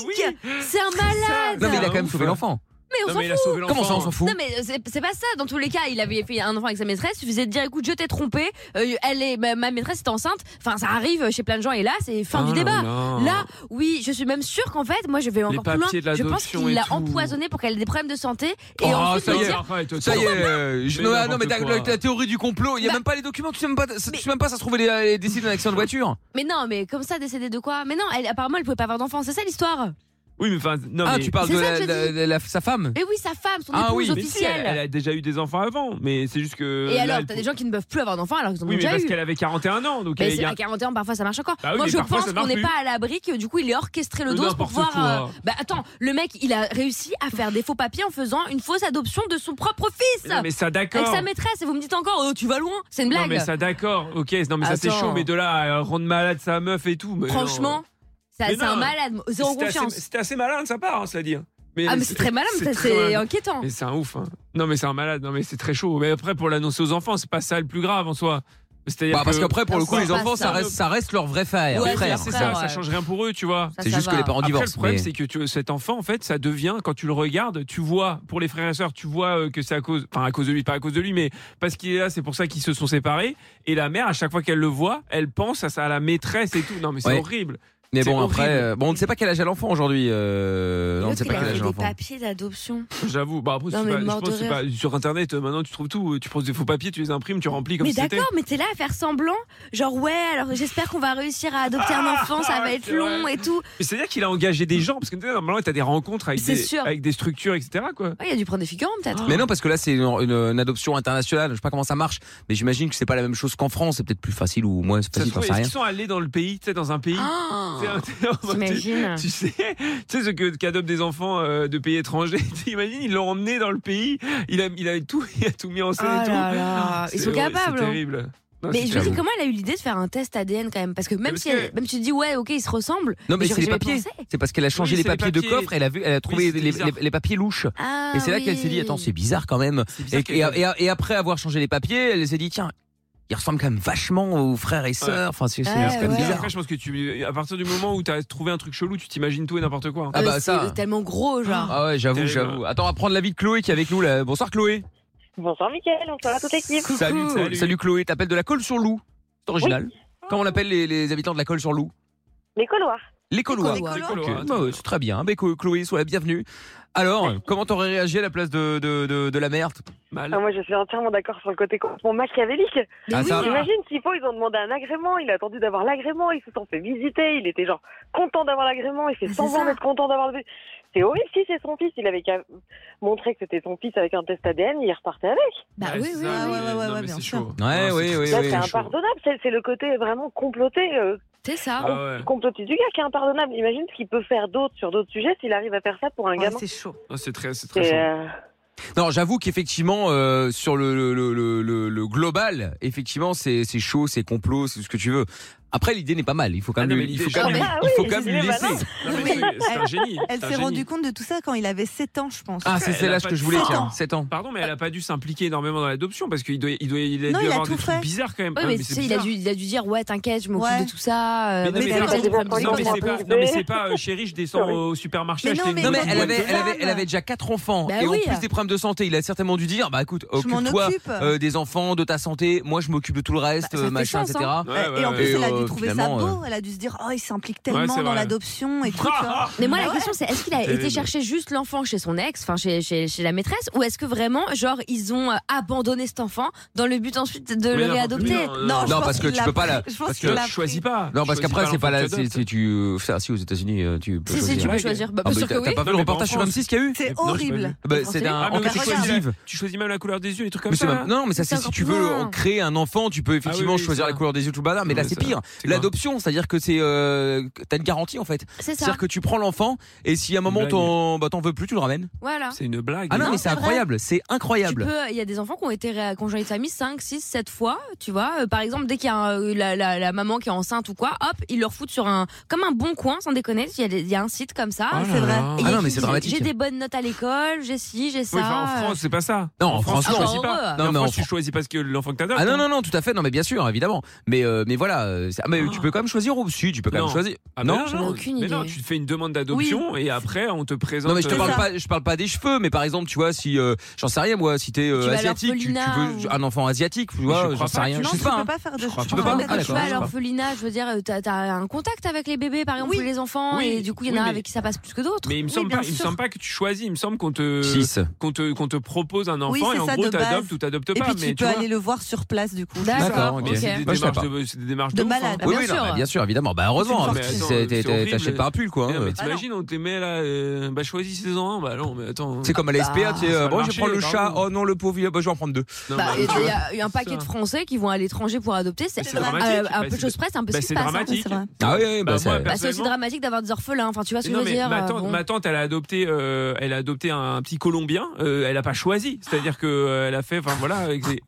machiavélique.
oui.
C'est un
ça.
malade.
Non mais il
Ah,
a quand même
ouf.
sauvé l'enfant.
mais on
Non,
s'en
mais il a
fout.
sauvé l'enfant.
Comment ça, on s'en fout
Non mais c'est c'est pas ça. Dans tous les cas, il avait fait un enfant avec sa maîtresse. Suffisait de dire, écoute, je t'ai trompé. euh, elle est ma, ma maîtresse est enceinte. Enfin, ça arrive chez plein de gens. Et là, c'est fin
Ah
du débat.
là là.
Là, oui, je suis même sûre qu'en fait, moi, je vais encore plus loin.
papiers de
Je pense
l'adoption
qu'il
et
l'a
tout.
empoisonnée pour qu'elle ait des problèmes de santé.
Oh,
Et ensuite,
ça
lui
y est.
dire,
arrête.
Ça y est, euh, je-
Mais
non, ah,
n'importe
non, mais t'as-
quoi.
la, la théorie du complot, il y a
Bah-
même pas les documents, tu sais même pas, ça- tu sais même pas, ça se euh, trouve, elle est- elle est décédée d'un accident de voiture.
mais non, mais comme ça, décédée de quoi Mais non, elle, apparemment, elle pouvait pas avoir d'enfant. C'est ça l'histoire.
Oui, mais enfin, non,
Ah,
mais-
tu parles
C'est
de
ça
la-
que je
la-
dis.
la- la- sa femme.
Mais oui, sa femme, son
Ah oui,
épouse
mais si,
officielle.
elle, elle a déjà eu des enfants avant, mais c'est juste que.
Et
là,
alors,
elle-
t'as des gens qui ne peuvent plus avoir d'enfants alors qu'ils en ont
Oui, mais
déjà
parce
eu.
qu'elle avait 41 ans, donc
Mais
il
c'est
y a-
à 41, parfois ça marche encore.
Bah oui,
Moi,
mais
je
parfois,
pense
ça
qu'on
marche
n'est
plus.
pas à l'abri que du coup, il ait orchestré le dos pour
N'importe
voir.
quoi.
Bah attends, le mec, il a réussi à faire des faux papiers en faisant une fausse adoption de son propre fils
Non, mais ça,
avec
d'accord.
sa maîtresse. Et vous me dites encore, oh, tu vas loin, c'est une
Non,
blague.
mais ça, d'accord. Ok, non, mais ça, c'est
Attends.
chaud, mais de là à euh, rendre malade sa meuf et tout. mais non.
Franchement, ça-
Mais
c'est un
non.
malade, zéro
C'était assez-
confiance.
C'était assez malin de sa part, hein, cela dit. Mais
Ah mais c'est très malin, mais ça,
très
c'est
malin.
inquiétant.
Mais c'est un ouf. hein. Non, mais c'est un malade. Non, mais c'est très chaud. Mais après, pour l'annoncer aux enfants, c'est pas ça le plus grave en soi. C'est-à-dire
Bah, parce
que-
qu'après, pour
Non,
le coup,
c'est
les
pas
enfants, ça
Bah, ça.
reste, ça reste leur vrai frère.
Ouais,
frère.
c'est
c'est
leur
ça,
frère,
ça
ouais.
change rien pour eux, tu vois.
Ça,
C'est
ça
juste que
va.
les parents
Après,
divorcent.
le problème,
mais-
c'est que tu- cet enfant, en fait, ça devient, quand tu le regardes, tu vois, pour les frères et sœurs, tu vois euh, que c'est à cause, enfin, à cause de lui, pas à cause de lui, mais parce qu'il est là, c'est pour ça qu'ils se sont séparés. Et la mère, à chaque fois qu'elle le voit, elle pense à, ça, à la maîtresse et tout. Non, mais c'est
Ouais.
horrible.
Mais
C'est
bon,
horrible.
après, euh, bon, on ne sait pas quel âge a l'enfant aujourd'hui. euh, non, on ne
L'autre,
sait
il
pas
a
quel
fait
âge a
des
l'enfant.
papiers d'adoption.
J'avoue. Bah, après,
Non,
c'est
mais
pas- je
mort
pense
de
que c'est
rire.
pas, sur Internet, euh, maintenant, tu trouves tout. euh, Tu prends des faux papiers, tu les imprimes, tu remplis comme
Mais
si c'était.
d'accord, mais t'es là à faire semblant, genre ouais, alors j'espère qu'on va réussir à adopter un enfant, ça va être
c'est
long
vrai.
et tout.
Mais c'est-à-dire qu'il a engagé des gens, parce que tu sais, normalement, t'as des rencontres avec
C'est
des,
sûr.
avec des structures, etc., quoi.
Ouais, il a dû prendre des figurants peut-être.
Mais non, parce que là, c'est une, une- une adoption internationale. Je sais pas comment ça marche, mais j'imagine que c'est pas la même chose qu'en France. C'est peut-être plus facile ou moins
Ça se
facile, j'en
trouve,
sais
est-ce
rien.
qu'ils sont allés dans le pays, tu sais, dans un pays
Ah,
T'es- t'es en mode, tu,
T'imagines
tu sais, tu sais ce que qu'adoptent des enfants euh, de pays étrangers. T'imagines, ils l'ont emmené dans le pays. Il a, il a tout, il a tout mis en
Oh
scène et tout.
là là, ils
C'est-
sont
ouais,
capables.
C'est
hein.
terrible. Non, c'est
Mais je me dis
terrible.
comment elle a eu l'idée de faire un test ADN quand même parce que même
parce
si elle-
que-
même tu te dis ouais OK ils se ressemblent
Non, mais
j'aurais
c'est les
jamais
papiers.
pensé.
C'est parce qu'elle a changé
Oui,
les
c'est les
papiers de
papiers.
coffre. Elle a vu, elle a trouvé
c'était
les,
bizarre.
les- les papiers louches.
Ah,
et c'est là
oui.
qu'elle s'est dit, attends, c'est bizarre quand même.
C'est bizarre
Et,
qu'elle-
et- et- et après avoir changé les papiers, elle s'est dit, tiens, il ressemble quand même vachement aux frères et sœurs. Enfin, c'est c'est-
Ouais,
c'est quand même
Ah ouais.
bizarre.
Après, je pense que tu, à partir du moment où t'as trouvé un truc chelou, tu t'imagines tout et n'importe quoi. hein.
Ah
Euh,
bah,
c'est
ça.
tellement gros genre.
Ah ouais, j'avoue,
Terrible.
j'avoue. Attends, on va prendre l'avis de Chloé qui est avec nous là. Bonsoir Chloé.
Bonsoir, Mickaël. Bonsoir à toute l'équipe.
Salut,
salut.
salut Chloé. T'appelles de la colle sur loup. C'est original. Comment on appelle les, les habitants de la colle sur loup
Les couloirs.
Les collois.
Les collois.
C'est
alors,
cool,
Ok,
hein,
bah ouais, c'est très bien. Mais Chlo- Chloé, sois la bienvenue. Alors, comment t'aurais réagi à la place de, de, de, de la merde
mal.
Ah, moi, je suis entièrement d'accord sur le côté complètement machiavélique.
Mais
Ah,
oui,
ça-
Imagine s'il faut, ils ont demandé un agrément, il a attendu d'avoir l'agrément, il se sont fait visiter, il était genre content d'avoir l'agrément, il fait
Mais c'est
semblant
ça.
d'être content d'avoir le. C'est horrible si c'est son fils, il avait qu'à montrer que c'était son fils avec un test ADN, il repartait avec.
bah oui oui.
ouais, ouais, ouais, ouais, bien
c'est
sûr.
chaud. Non,
Ouais, Eh oui,
c'est-
oui,
Là,
oui.
c'est impardonnable, c'est c'est le côté vraiment comploté, euh,
C'est ça.
Ah ouais.
comploté du gars qui est impardonnable. Imagine ce qu'il peut faire d'autre sur d'autres sujets s'il arrive à faire ça pour un
Ouais,
gamin.
c'est chaud.
Non, C'est très, c'est très
C'est,
chaud.
euh,
Non, j'avoue qu'effectivement, euh, sur le, le, le, le- le- le global, effectivement, c'est c'est chaud, c'est complot, c'est tout ce que tu veux. Après, l'idée n'est pas mal. Il faut quand même,
Ah non,
lui-
mais
il faut
l'idée-
quand même,
Ah
il
oui,
faut quand même lui
l'idée est
laisser.
malade.
Non, mais c'est- C'est un génie.
Elle
c'est un
s'est
génie.
rendue compte de tout ça quand il avait 7 ans, je pense.
Ah, c'est
Elle
c'est
a
l'âge
pas
que
de
je voulais,
sept
tiens,
ans.
7 ans.
Pardon, mais elle a pas dû s'impliquer énormément dans l'adoption parce qu'il doit, il doit, il a
Non,
dû
il a
avoir
tout
des trucs
fait.
bizarres quand même.
Oui
Non,
mais
mais
tu
c'est
sais, il a
bizarre.
dû il a dû dire ouais t'inquiète je m'occupe
Ouais.
de tout ça. euh,
Mais non,
vas-y,
mais
c'est
t'inquiète,
pas-
je vais prendre
c'est
Non, mais
soin de
pas-
toi.
c'est pas,
Bébé.
non, mais c'est pas euh, chérie, je descends au supermarché
Mais non,
acheter
mais-
une
Non mais
boîte
elle
de
avait,
bonbons.
elle avait, elle
Madame.
avait déjà quatre enfants
Bah
et
oui.
en plus des problèmes de santé. Il a certainement dû dire bah écoute
Je m'en
occupe-toi
occupe.
euh, des enfants, de ta santé. Moi je m'occupe de tout le reste,
Bah, ça
euh,
fait
machin,
sens,
etc.
Ouais, ouais,
hein. et en
ouais.
plus, elle a
Et,
dû
euh,
trouver ça
finalement,
beau. Elle a dû se dire, oh, il s'implique
Ouais,
tellement
c'est
dans
vrai.
l'adoption et tout. tu vois.
Mais moi, la
Ah. Ouais.
question, c'est est-ce qu'il a
Terrible.
été chercher juste l'enfant chez son ex, enfin chez, chez, chez la maîtresse, ou est-ce que vraiment, genre, ils ont euh, abandonné cet enfant dans le but ensuite de
Mais
le
n'importe-
réadopter
mais non,
Non, je
Non,
pense
parce que
qu'il
tu
l'a
peux pas
pris.
la-
Je pense
parce
Tu
qu'il
que
l'a
ne choisis
pris.
pas.
Non parce
Choisis
qu'après
pas
c'est pas la,
l'enfant que
c'est- c'est- tu, ça, si aux États-Unis euh, tu peux
Si, si, tu
choisir.
peux
blague.
choisir. Bah,
Ah,
bien
mais
sûr que
T'as
oui.
t'as pas vu
Non,
le
mais
reportage
en
sur
France-
M6 qu'il y a eu
Non,
C'est
je
horrible.
Bah,
En France,
C'est
c'est-
un
Ah, mais
enquête
on peut
exclusive.
choisir. Tu choisis même la couleur des yeux, les trucs comme
Mais c'est
ça.
même-
là.
non, mais ça,
C'est
c'est si
encore
tu
plus
veux
loin.
créer un enfant, tu peux effectivement
Ah oui,
choisir
ça.
la couleur des yeux, tout le bazar. Mais là,
Ouais,
c'est
ça-
pire.
c'est grave.
L'adoption, c'est-à-dire que c'est, euh, t'as une garantie en fait.
C'est ça.
C'est-à-dire que tu prends l'enfant et si à un moment
blague.
t'en, bah, t'en veux plus, tu le ramènes.
Voilà.
C'est une blague.
Ah non,
Non,
mais c'est
c'est vrai.
incroyable, c'est
Tu
incroyable.
peux, il y a des enfants qui ont été ré- conjoints de famille 5, 6, 7 fois, tu vois. Euh, par exemple, dès qu'il y a un- euh, la, la- la maman qui est enceinte ou quoi, hop, ils leur foutent sur un, comme un bon coin, sans déconner. Il y a, des- il y a un site comme ça.
Oh là
c'est
là.
vrai.
Et
Ah
ils
non, mais c'est
disent,
dramatique.
J'ai des bonnes notes à l'école, j'ai ci, j'ai ça.
Oui, enfin, en
euh,
France, c'est pas ça.
Non, en France,
tu
non.
choisis
Ah,
pas.
heureux.
Non,
Non,
mais
mais
en
en France, tu
Fran-
choisis parce que l'enfant que t'adoptes.
Ah non non non tout à fait non mais bien sûr évidemment mais euh, mais voilà euh, ça. Mais tu peux quand même choisir au-dessus, tu peux quand
Non.
même choisir.
Ah,
non,
mais
j'en ai aucune
mais
idée.
non, tu te fais une demande d'adoption et après on te présente.
Non mais je te
euh,
parle
ça.
pas, je parle pas des cheveux, mais par exemple, tu vois, si euh, j'en sais rien moi, si t'es euh,
Tu vas à
asiatique, tu, tu
l'orphelinat
veux
ou-
un enfant asiatique, tu vois,
je
j'en
crois
sais
pas.
rien,
Non,
je
tu
sais
peux
Euh,
pas. hein.
pas faire de
crois- tu
enfin,
peux pas
en fait,
Ah,
quand tu
je
d'accord,
vas
sais
à
pas.
l'orphelinat, je veux dire, euh, t'as t'as un contact avec les bébés, par exemple,
Oui.
ou les enfants,
Oui.
et du coup, il y en
Oui,
a
mais-
avec qui ça passe plus que d'autres.
Mais il me
Oui,
semble
bien
pas, il me
sûr.
semble pas que tu choisis. Il me semble qu'on te
Six.
qu'on te qu'on te propose un enfant
Oui, c'est
et en
ça,
gros
de
t'adoptes
base.
ou t'adoptes
Et
pas.
puis
mais
tu peux
vois,
aller le voir sur place du coup.
D'accord,
D'accord,
ok.
ok.
c'est des,
Moi, je savais
démarches de, c'est des démarches
De
ouf, hein.
malade.
Bien
oui, oui, non,
sûr.
mais bien sûr, évidemment. Bah heureusement,
une
parce que
force.
c'est- t'es-
C'est
t'es-
horrible.
t'achètes pas un pull, quoi.
Eh,
hein.
mais t'imagines, on te met là, euh, bah choisis-en un. Bah non, mais attends.
C'est comme à la SPA, tu
ça
sais, euh,
va
bon, je vais
marcher,
prendre le chat,
pardon.
oh non, le pauvre, il a- bah, je vais en prendre deux.
Non,
Bah,
mais
et
tu
il y
vois,
a eu un paquet de
ça.
Français qui vont à l'étranger pour adopter. C'est
Mais
c'est
euh,
dramatique.
euh,
Bah,
un peu
c'est-
de choses près, c'est un peu
bah,
ce
c'est
qui se passe. hein.
Ouais,
dramatique.
c'est vrai.
Ah oui, oui, bah,
Bah,
ça-
moi,
Bah, c'est aussi
Personnellement-
dramatique d'avoir des orphelins. Enfin, tu vois ce
Mais
que
non,
je veux
mais
dire.
ma,
euh,
tante,
bon.
ma tante, elle a adopté, euh, elle a adopté un petit Colombien. euh, elle a pas choisi, c'est-à-dire que euh, elle a fait, enfin voilà, avec des-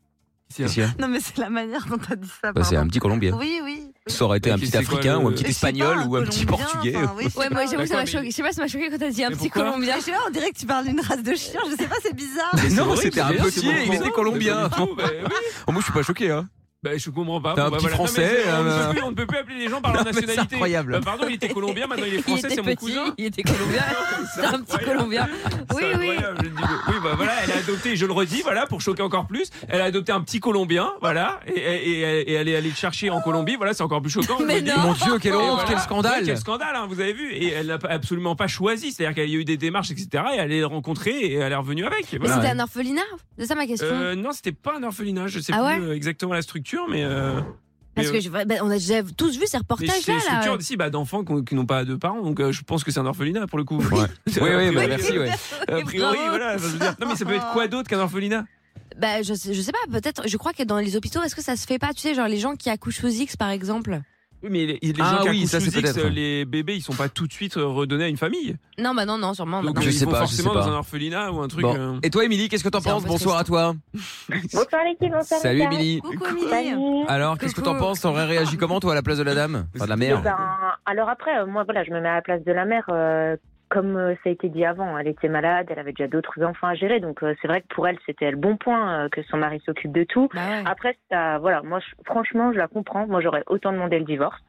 Qu'est-ce qu'il y a
Non, mais c'est la manière dont t'as dit ça.
Bah, C'est un
pardon.
petit Colombien.
Oui, oui.
Ça aurait été
Mais
un
qui-
petit
c'est quoi,
Africain
le-
ou un petit
Mais je sais
Espagnol
pas,
ou un petit
Colombien,
Portugais. euh,
enfin, oui, je sais
Ouais, moi
pas.
j'avoue, ça
D'accord,
m'a
mais-
choqué. Je sais pas, ça m'a choqué quand t'as dit un
Mais
petit
pourquoi
Colombien.
Je suis là, on dirait que tu parles d'une race de chien. Je sais pas, c'est bizarre.
Mais c'est
Non,
horrible,
c'était un
c'est bien,
petit,
c'est bon
il était
sens.
colombien.
Bah, oui, bah,
Oh, moi, je suis pas choqué, hein.
Bah, je comprends pas.
T'as un
Bon, bah,
petit
voilà. Non, mais
Français,
c'est- on, ne
euh,
peut plus, on ne peut plus appeler les gens par leur
Non, mais c'est
nationalité.
incroyable.
Bah, pardon, il était colombien, maintenant il est
Il
français,
était
c'est mon
petit,
cousin.
il était colombien. C'était un petit colombien. Oui,
C'est
oui.
incroyable, je le dis. Oui, bah voilà, elle a adopté, je le redis, voilà, pour choquer encore plus, elle a adopté un petit Colombien, voilà, et, et, et- et elle est allée le chercher en Colombie, voilà, c'est encore plus choquant. je
Mais
le dis.
non.
Mon Dieu, quelle
Et
honte,
voilà.
quel
Ouais,
scandale.
quel scandale, hein, vous avez vu. Et elle n'a pas- absolument pas choisi, c'est-à-dire qu'il y a eu des démarches, etc. Et elle est rencontrée et elle est revenue avec.
Mais
Voilà.
c'était un orphelinat C'est ça ma question.
Euh, non, c'était pas un orphelinat, je sais
Ah ouais
plus euh, exactement la structure, mais. euh,
Parce
mais,
que je- bah, on a déjà tous vu ces
mais c'est une
reportages-là.
structure
là.
d'ici bah, d'enfants qu'on- qui n'ont pas de parents, donc euh, je pense que c'est un orphelinat pour le coup.
Ouais. Oui, oui, bah, merci, ouais.
A priori,
Bravo.
voilà. enfin, je veux dire, non, mais ça peut être quoi d'autre qu'un orphelinat
Bah, je sais, je sais pas, peut-être, je crois que dans les hôpitaux, est-ce que ça se fait pas Tu sais, genre les gens qui accouchent aux X par exemple.
Oui, mais les, les
Ah
gens qui
oui,
accouchent
ça, c'est
sous X,
peut-être.
euh, les bébés, ils sont pas tout de suite euh, redonnés à une famille.
Non, bah non, non, sûrement. bah
Donc
non.
euh,
Je
ils
sais
vont
pas, je
forcément
sais pas.
dans un orphelinat ou un truc.
Bon.
euh,
Et toi, Émilie, qu'est-ce que t'en
C'est un
penses
peu
Bonsoir à toi.
Bonsoir l'équipe, bonsoir
Salut,
Mickaël.
Émilie.
Coucou Emilie
Salut.
Alors, qu'est-ce que t'en
Coucou.
penses T'aurais réagi comment, toi, à la place de la dame Enfin, de la
Eh
mère
ben, alors après, euh, moi, voilà, je me mets à la place de la mère. euh, comme euh, ça a été dit avant, elle était malade, elle avait déjà d'autres enfants à gérer. Donc, euh, c'est vrai que pour elle, c'était le bon point euh, que son mari s'occupe de tout.
Bah ouais.
Après, ça, voilà, moi, je- franchement, je la comprends. Moi, j'aurais autant demandé le divorce.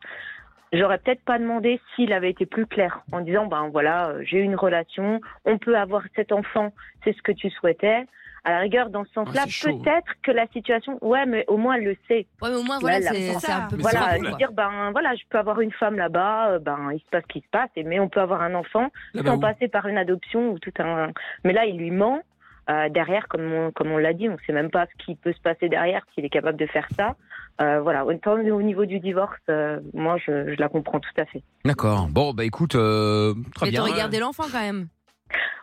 J'aurais peut-être pas demandé s'il avait été plus clair en disant, ben voilà, euh, j'ai eu une relation, on peut avoir cet enfant, c'est ce que tu souhaitais. À la rigueur, dans ce sens-là,
c'est chaud.
peut-être que la situation, ouais, mais au moins elle le sait.
Ouais, mais au moins, voilà,
Voilà,
c'est
c'est
c'est un peu
Mais
plus
c'est
voilà,
simple,
cool,
quoi.
se dire, ben voilà, je peux avoir une femme là-bas, euh, ben il se passe ce qui se passe, et- mais on peut avoir un enfant
là-bas
sans
où
passer par une adoption ou tout un. Mais là, il lui ment. Euh, derrière, comme on, comme on l'a dit, on ne sait même pas ce qui peut se passer derrière, s'il est capable de faire ça. Euh, voilà, autant au niveau du divorce, euh, moi, je, je la comprends tout à fait.
D'accord. Bon, bah écoute, euh, très
Mais
bien.
t'aurais gardé l'enfant quand même.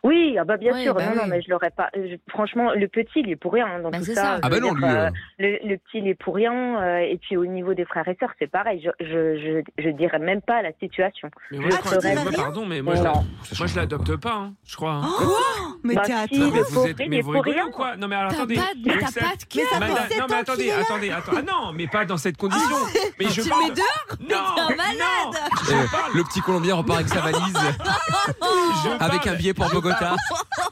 Oui, ah bah bien
Oui,
sûr,
bah
non, non,
oui.
mais je l'aurais pas. je- franchement, le petit, il est pour rien hein, dans
Bah,
tout
c'est
ça.
ça.
Je
Ah bah
veux
non,
dire,
lui.
euh,
euh,
Le, le petit, il est pour rien. euh, et puis au niveau des frères et sœurs, c'est pareil. Je, je, je, je dirais même pas la situation.
Mais moi, je
Ah,
crois
tu
que-
dirais
moi,
rien
pardon, mais moi, je,
Non.
la-
ça
moi,
change
je l'adopte pas, hein, je crois. hein.
Mais
Bah,
t'es à
si,
toi.
Non, mais
le
vous
pauvre,
êtes,
il
mais
est
vous
pour
rigolez
rien.
ou quoi Non, mais alors,
T'as pas
attendez.
de mais t'as
Axel-
pas de
Mais ça
cœur.
Madame-
fait sept
non, mais
ans
attendez,
qu'il est là.
attendez, attendez. Ah non, mais pas dans cette condition. mais je
Tu le
parle.
mets dehors
Non,
T'es un malade
Euh, le petit Colombien repart avec sa valise,
je parle-
avec un billet pour Bogota.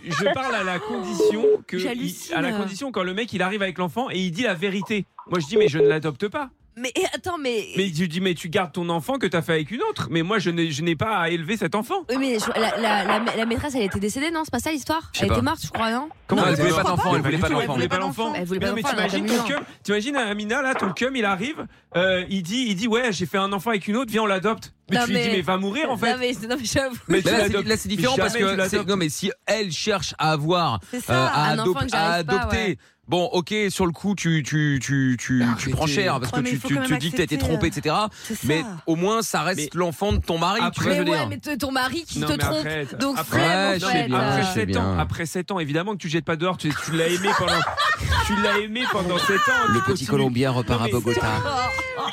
Je parle à la condition que,
J'hallucine.
il- à la condition quand le mec il arrive avec l'enfant et il dit la vérité. Moi je dis mais je ne l'adopte pas.
Mais et attends, mais.
Mais tu dis mais tu gardes ton enfant que t'as fait avec une autre. Mais moi je n'ai je n'ai pas à élever cet enfant.
Oui, mais je- la, la- la- la maîtresse, elle était décédée, non C'est pas ça l'histoire
Je sais
Elle
pas.
était morte, je crois, non
Comment
Non,
elle
mais
voulait
je
pas
crois
d'enfant
pas.
Elle voulait pas d'enfant.
voulait
pas
pas l'enfant.
Elle voulait
Mais
pas
non, mais
d'enfant, elle
t'imagines
a
ton
comme une
cum, t'imagines euh, Amina là, ton cum il arrive, euh, il dit, il dit ouais j'ai fait un enfant avec une autre, viens on l'adopte. Mais
Non,
tu lui dis
mais-
mais va mourir en fait.
Non, mais, non, mais j'avoue.
Mais tu
Mais là, c'est-
l'adoptes.
là, c'est différent
Mais
parce
jamais tu
que c'est-
l'adoptes.
non mais si elle cherche à avoir
C'est
euh,
ça.
à,
Un
adop-
enfant que
à
j'arrive pas,
adopter.
ouais.
Bon, ok, sur le coup, tu tu tu tu, tu
Arrêtez.
prends cher parce que
Ouais, mais
tu,
il faut
tu
quand
te
même
dis que t'as été
accepter,
trompé,
euh,
etc.
C'est ça.
Mais au moins, ça reste l'enfant de ton mari. tu vois,
Après-
je
Mais
veux
ouais,
dire.
mais t- ton mari qui
Non,
te
mais
trompe.
après,
donc,
après-
flemme,
Ouais,
en
Après
je sais bien,
fait. euh,
je sais
7
bien.
ans, après 7 ans, évidemment que tu jettes pas dehors, tu, tu l'as aimé pendant tu l'as aimé pendant 7 ans,
Le
tu
petit
continues-
Colombien repart
Non,
à
mais-
Bogota.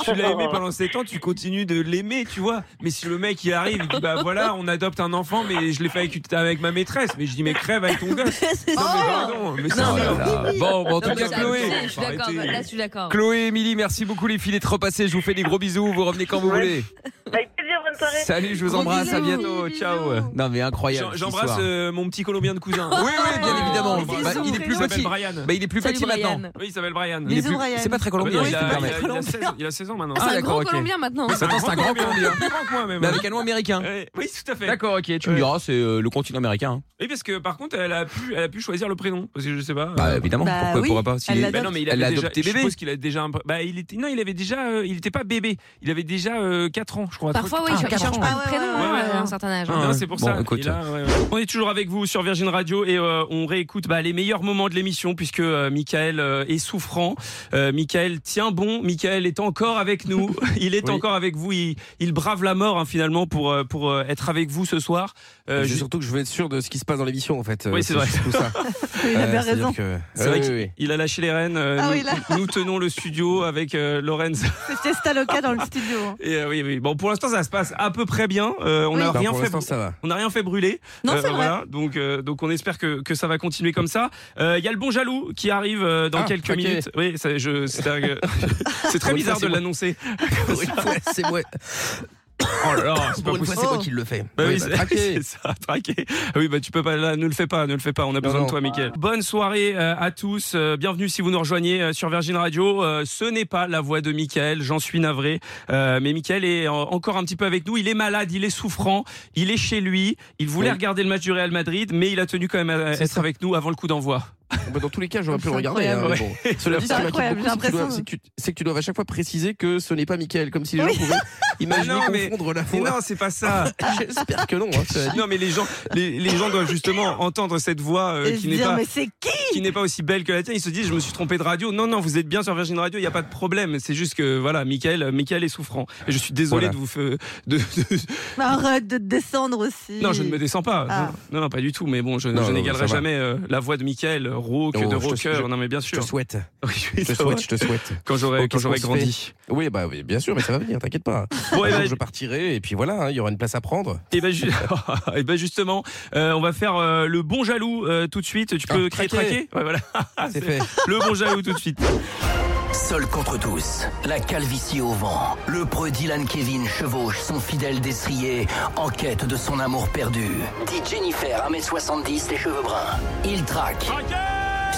tu l'as aimé pendant 7 ans, tu continues de l'aimer, tu vois. Mais si le mec il arrive, il dit bah voilà, on adopte un enfant, mais je l'ai fait avec, avec ma maîtresse. Mais je dis mais crève avec ton gosse. Non
C'est
mais
ça.
pardon, mais c'est
Non, mais-
ça.
Bon, bon, en tout
non, mais
cas,
c'est
Chloé.
abusé, Je suis d'accord,
Arrêtez.
là, je suis d'accord.
Chloé, Émilie, merci beaucoup les filles d'être repassées. Je vous fais des gros bisous. Vous revenez quand vous
Ouais.
voulez.
Avec plaisir,
bonne soirée.
Salut, je vous embrasse, à
bisous.
bientôt, ciao. Non mais incroyable.
J'en-
cette
J'embrasse
histoire.
euh, mon petit colombien de cousin.
Oui, oui, bien évidemment.
Oh,
Bah, il est
il
plus
s'appelle
petit.
Brian.
Bah, il est plus
Salut,
petit
Brian.
maintenant.
Oui, il s'appelle Brian.
Il est
Bisous,
plus-
Brian.
C'est pas très
Ah bah
colombien.
non,
je
il,
te
a,
permets.
il a- il a 16, il a 16 ans maintenant.
Ah,
c'est un
d'accord,
gros
ok.
Colombien maintenant.
Mais
Attends, c'est un grand Colombien.
Plus grand que moi même.
Mais avec un nom américain.
Ouais, Oui, tout à fait.
D'accord, ok. Tu me diras, c'est euh, le continent américain. hein.
Oui, parce que par contre, elle a pu, elle a pu choisir le prénom. Parce que je sais pas. euh,
Bah évidemment.
Bah
Pourquoi
oui,
pourquoi pas s'il
elle
est-
l'a
Bah non, mais il
Elle
avait
l'a
déjà,
adopté
je
bébé.
suppose qu'il a déjà un pr- bah il était non, il avait déjà euh, il était pas bébé, il avait déjà 4 ans, je crois.
Parfois, oui,
Ah,
ils
quatre
changent
ans.
pas
ouais,
de prénom
ouais,
hein,
Ah ouais.
à un certain âge.
Non, c'est pour
Bon,
ça.
écoute.
Et là, ouais, ouais. On est toujours avec vous sur Virgin Radio et euh, on réécoute bah, les meilleurs moments de l'émission puisque euh, Michael euh, est souffrant. Euh, Michael tient bon. Michael est encore avec nous. Il est
Oui.
encore avec vous. Il, il brave la mort hein, finalement pour euh, pour euh, être avec vous ce soir. Euh,
Bah, C'est
je-
surtout que je veux être sûr de ce qui se passe dans l'émission en fait.
Oui,
Euh,
c'est vrai.
surtout ça.
Il a bien
Euh, c'est-à-dire
raison.
que-
C'est vrai
Oui,
qu'il-
oui, oui.
il a lâché les rênes. euh,
Ah
nous,
oui, là.
nous tenons le studio avec euh, Lorenz.
C'est Fiesta Loca dans le studio. hein.
Et, euh, oui, oui. Bon, pour l'instant, ça se passe à peu près bien. Euh, on
Oui.
n'a
Bah,
rien
pour
fait.
l'instant, ça va.
On n'a rien fait brûler.
Non,
Euh,
c'est vrai.
Voilà. Donc, euh, donc on espère que, que ça va continuer comme ça. Euh, Il y a le bon jaloux qui arrive euh, dans
Ah,
quelques
ok.
minutes. Oui, ça, je- c'est dingue. C'est
Pour
très
une
bizarre
fois,
de
c'est moi.
l'annoncer.
Pour une fois, c'est moi.
Oh là là, c'est pas
Pour une fois,
possible.
c'est moi qui le fais.
Bah oui,
Oui, bah,
c'est-
traqué.
c'est ça, traqué. Ah Oui, bah tu peux pas, là, ne le fais pas, ne le fais pas, on a besoin
non.
de toi, Mickaël. Bonne soirée euh, à tous, euh, bienvenue si vous nous rejoignez euh, sur Virgin Radio. Euh, ce n'est pas la voix de Mickaël, j'en suis navré, Euh, mais Mickaël est en- encore un petit peu avec nous, il est malade, il est souffrant, il est chez lui, il voulait
Oui.
regarder le match du Real Madrid, mais il a tenu quand même à
C'est
être
ça.
avec nous avant le coup d'envoi.
Bah, dans tous les cas, j'aurais pu le
C'est
regarder. hein,
incroyable.
mais bon. Cela dit, ce qui m'inquiète
incroyable,
beaucoup, c'est que tu
j'ai
dois-
l'impression.
c'est que, tu- c'est que tu dois à chaque fois préciser que ce n'est pas Michael, comme si les gens pouvaient imaginer
Ah non, mais-
confondre la
Mais
voix.
non, c'est pas ça
J'espère que non. hein, cela dit.
Euh, Non mais les gens, les, les gens doivent justement entendre cette voix euh,
Et se
qui n'est
dire,
pas
mais c'est qui
qui n'est pas aussi belle que la tienne, ils se disent je me suis trompé de radio. Non non, vous êtes bien sur Virgin Radio, il y a pas de problème. C'est juste que voilà, Michael, euh, Michael est souffrant et je suis désolé
Voilà.
de vous fe- de, de-
Arrête de te descendre aussi.
Non, je ne me descends pas.
Ah.
Non non, pas du tout, mais bon, je,
Non,
je
non, ça
n'égalerai
va.
jamais euh, la voix de Michael euh, rauque
Oh,
de
je te-
rocker.
je-
non mais bien
Je te
sûr.
souhaite.
Oui,
Je te
ça va.
souhaite, je te souhaite.
quand j'aurai
Oh,
quand
qu'est-ce
j'aurai
qu'on se
grandi.
Oui, bah oui, bien sûr, mais ça va venir, t'inquiète pas.
Bon,
Un
eh ben,
jour, je partirai et puis voilà, hein, il y aura une place à prendre.
Et ben, ju- eh ben, justement, euh, on va faire euh, le bon jaloux euh, tout de suite. Tu peux
Ah,
créer
traquer.
traquer Ouais, voilà.
C'est fait.
Le bon jaloux tout de suite.
Seul contre tous, la calvitie au vent, le preux Dylan Kevin chevauche son fidèle destrier en quête de son amour perdu. Dit Jennifer, 1m70, les cheveux bruns. Il traque.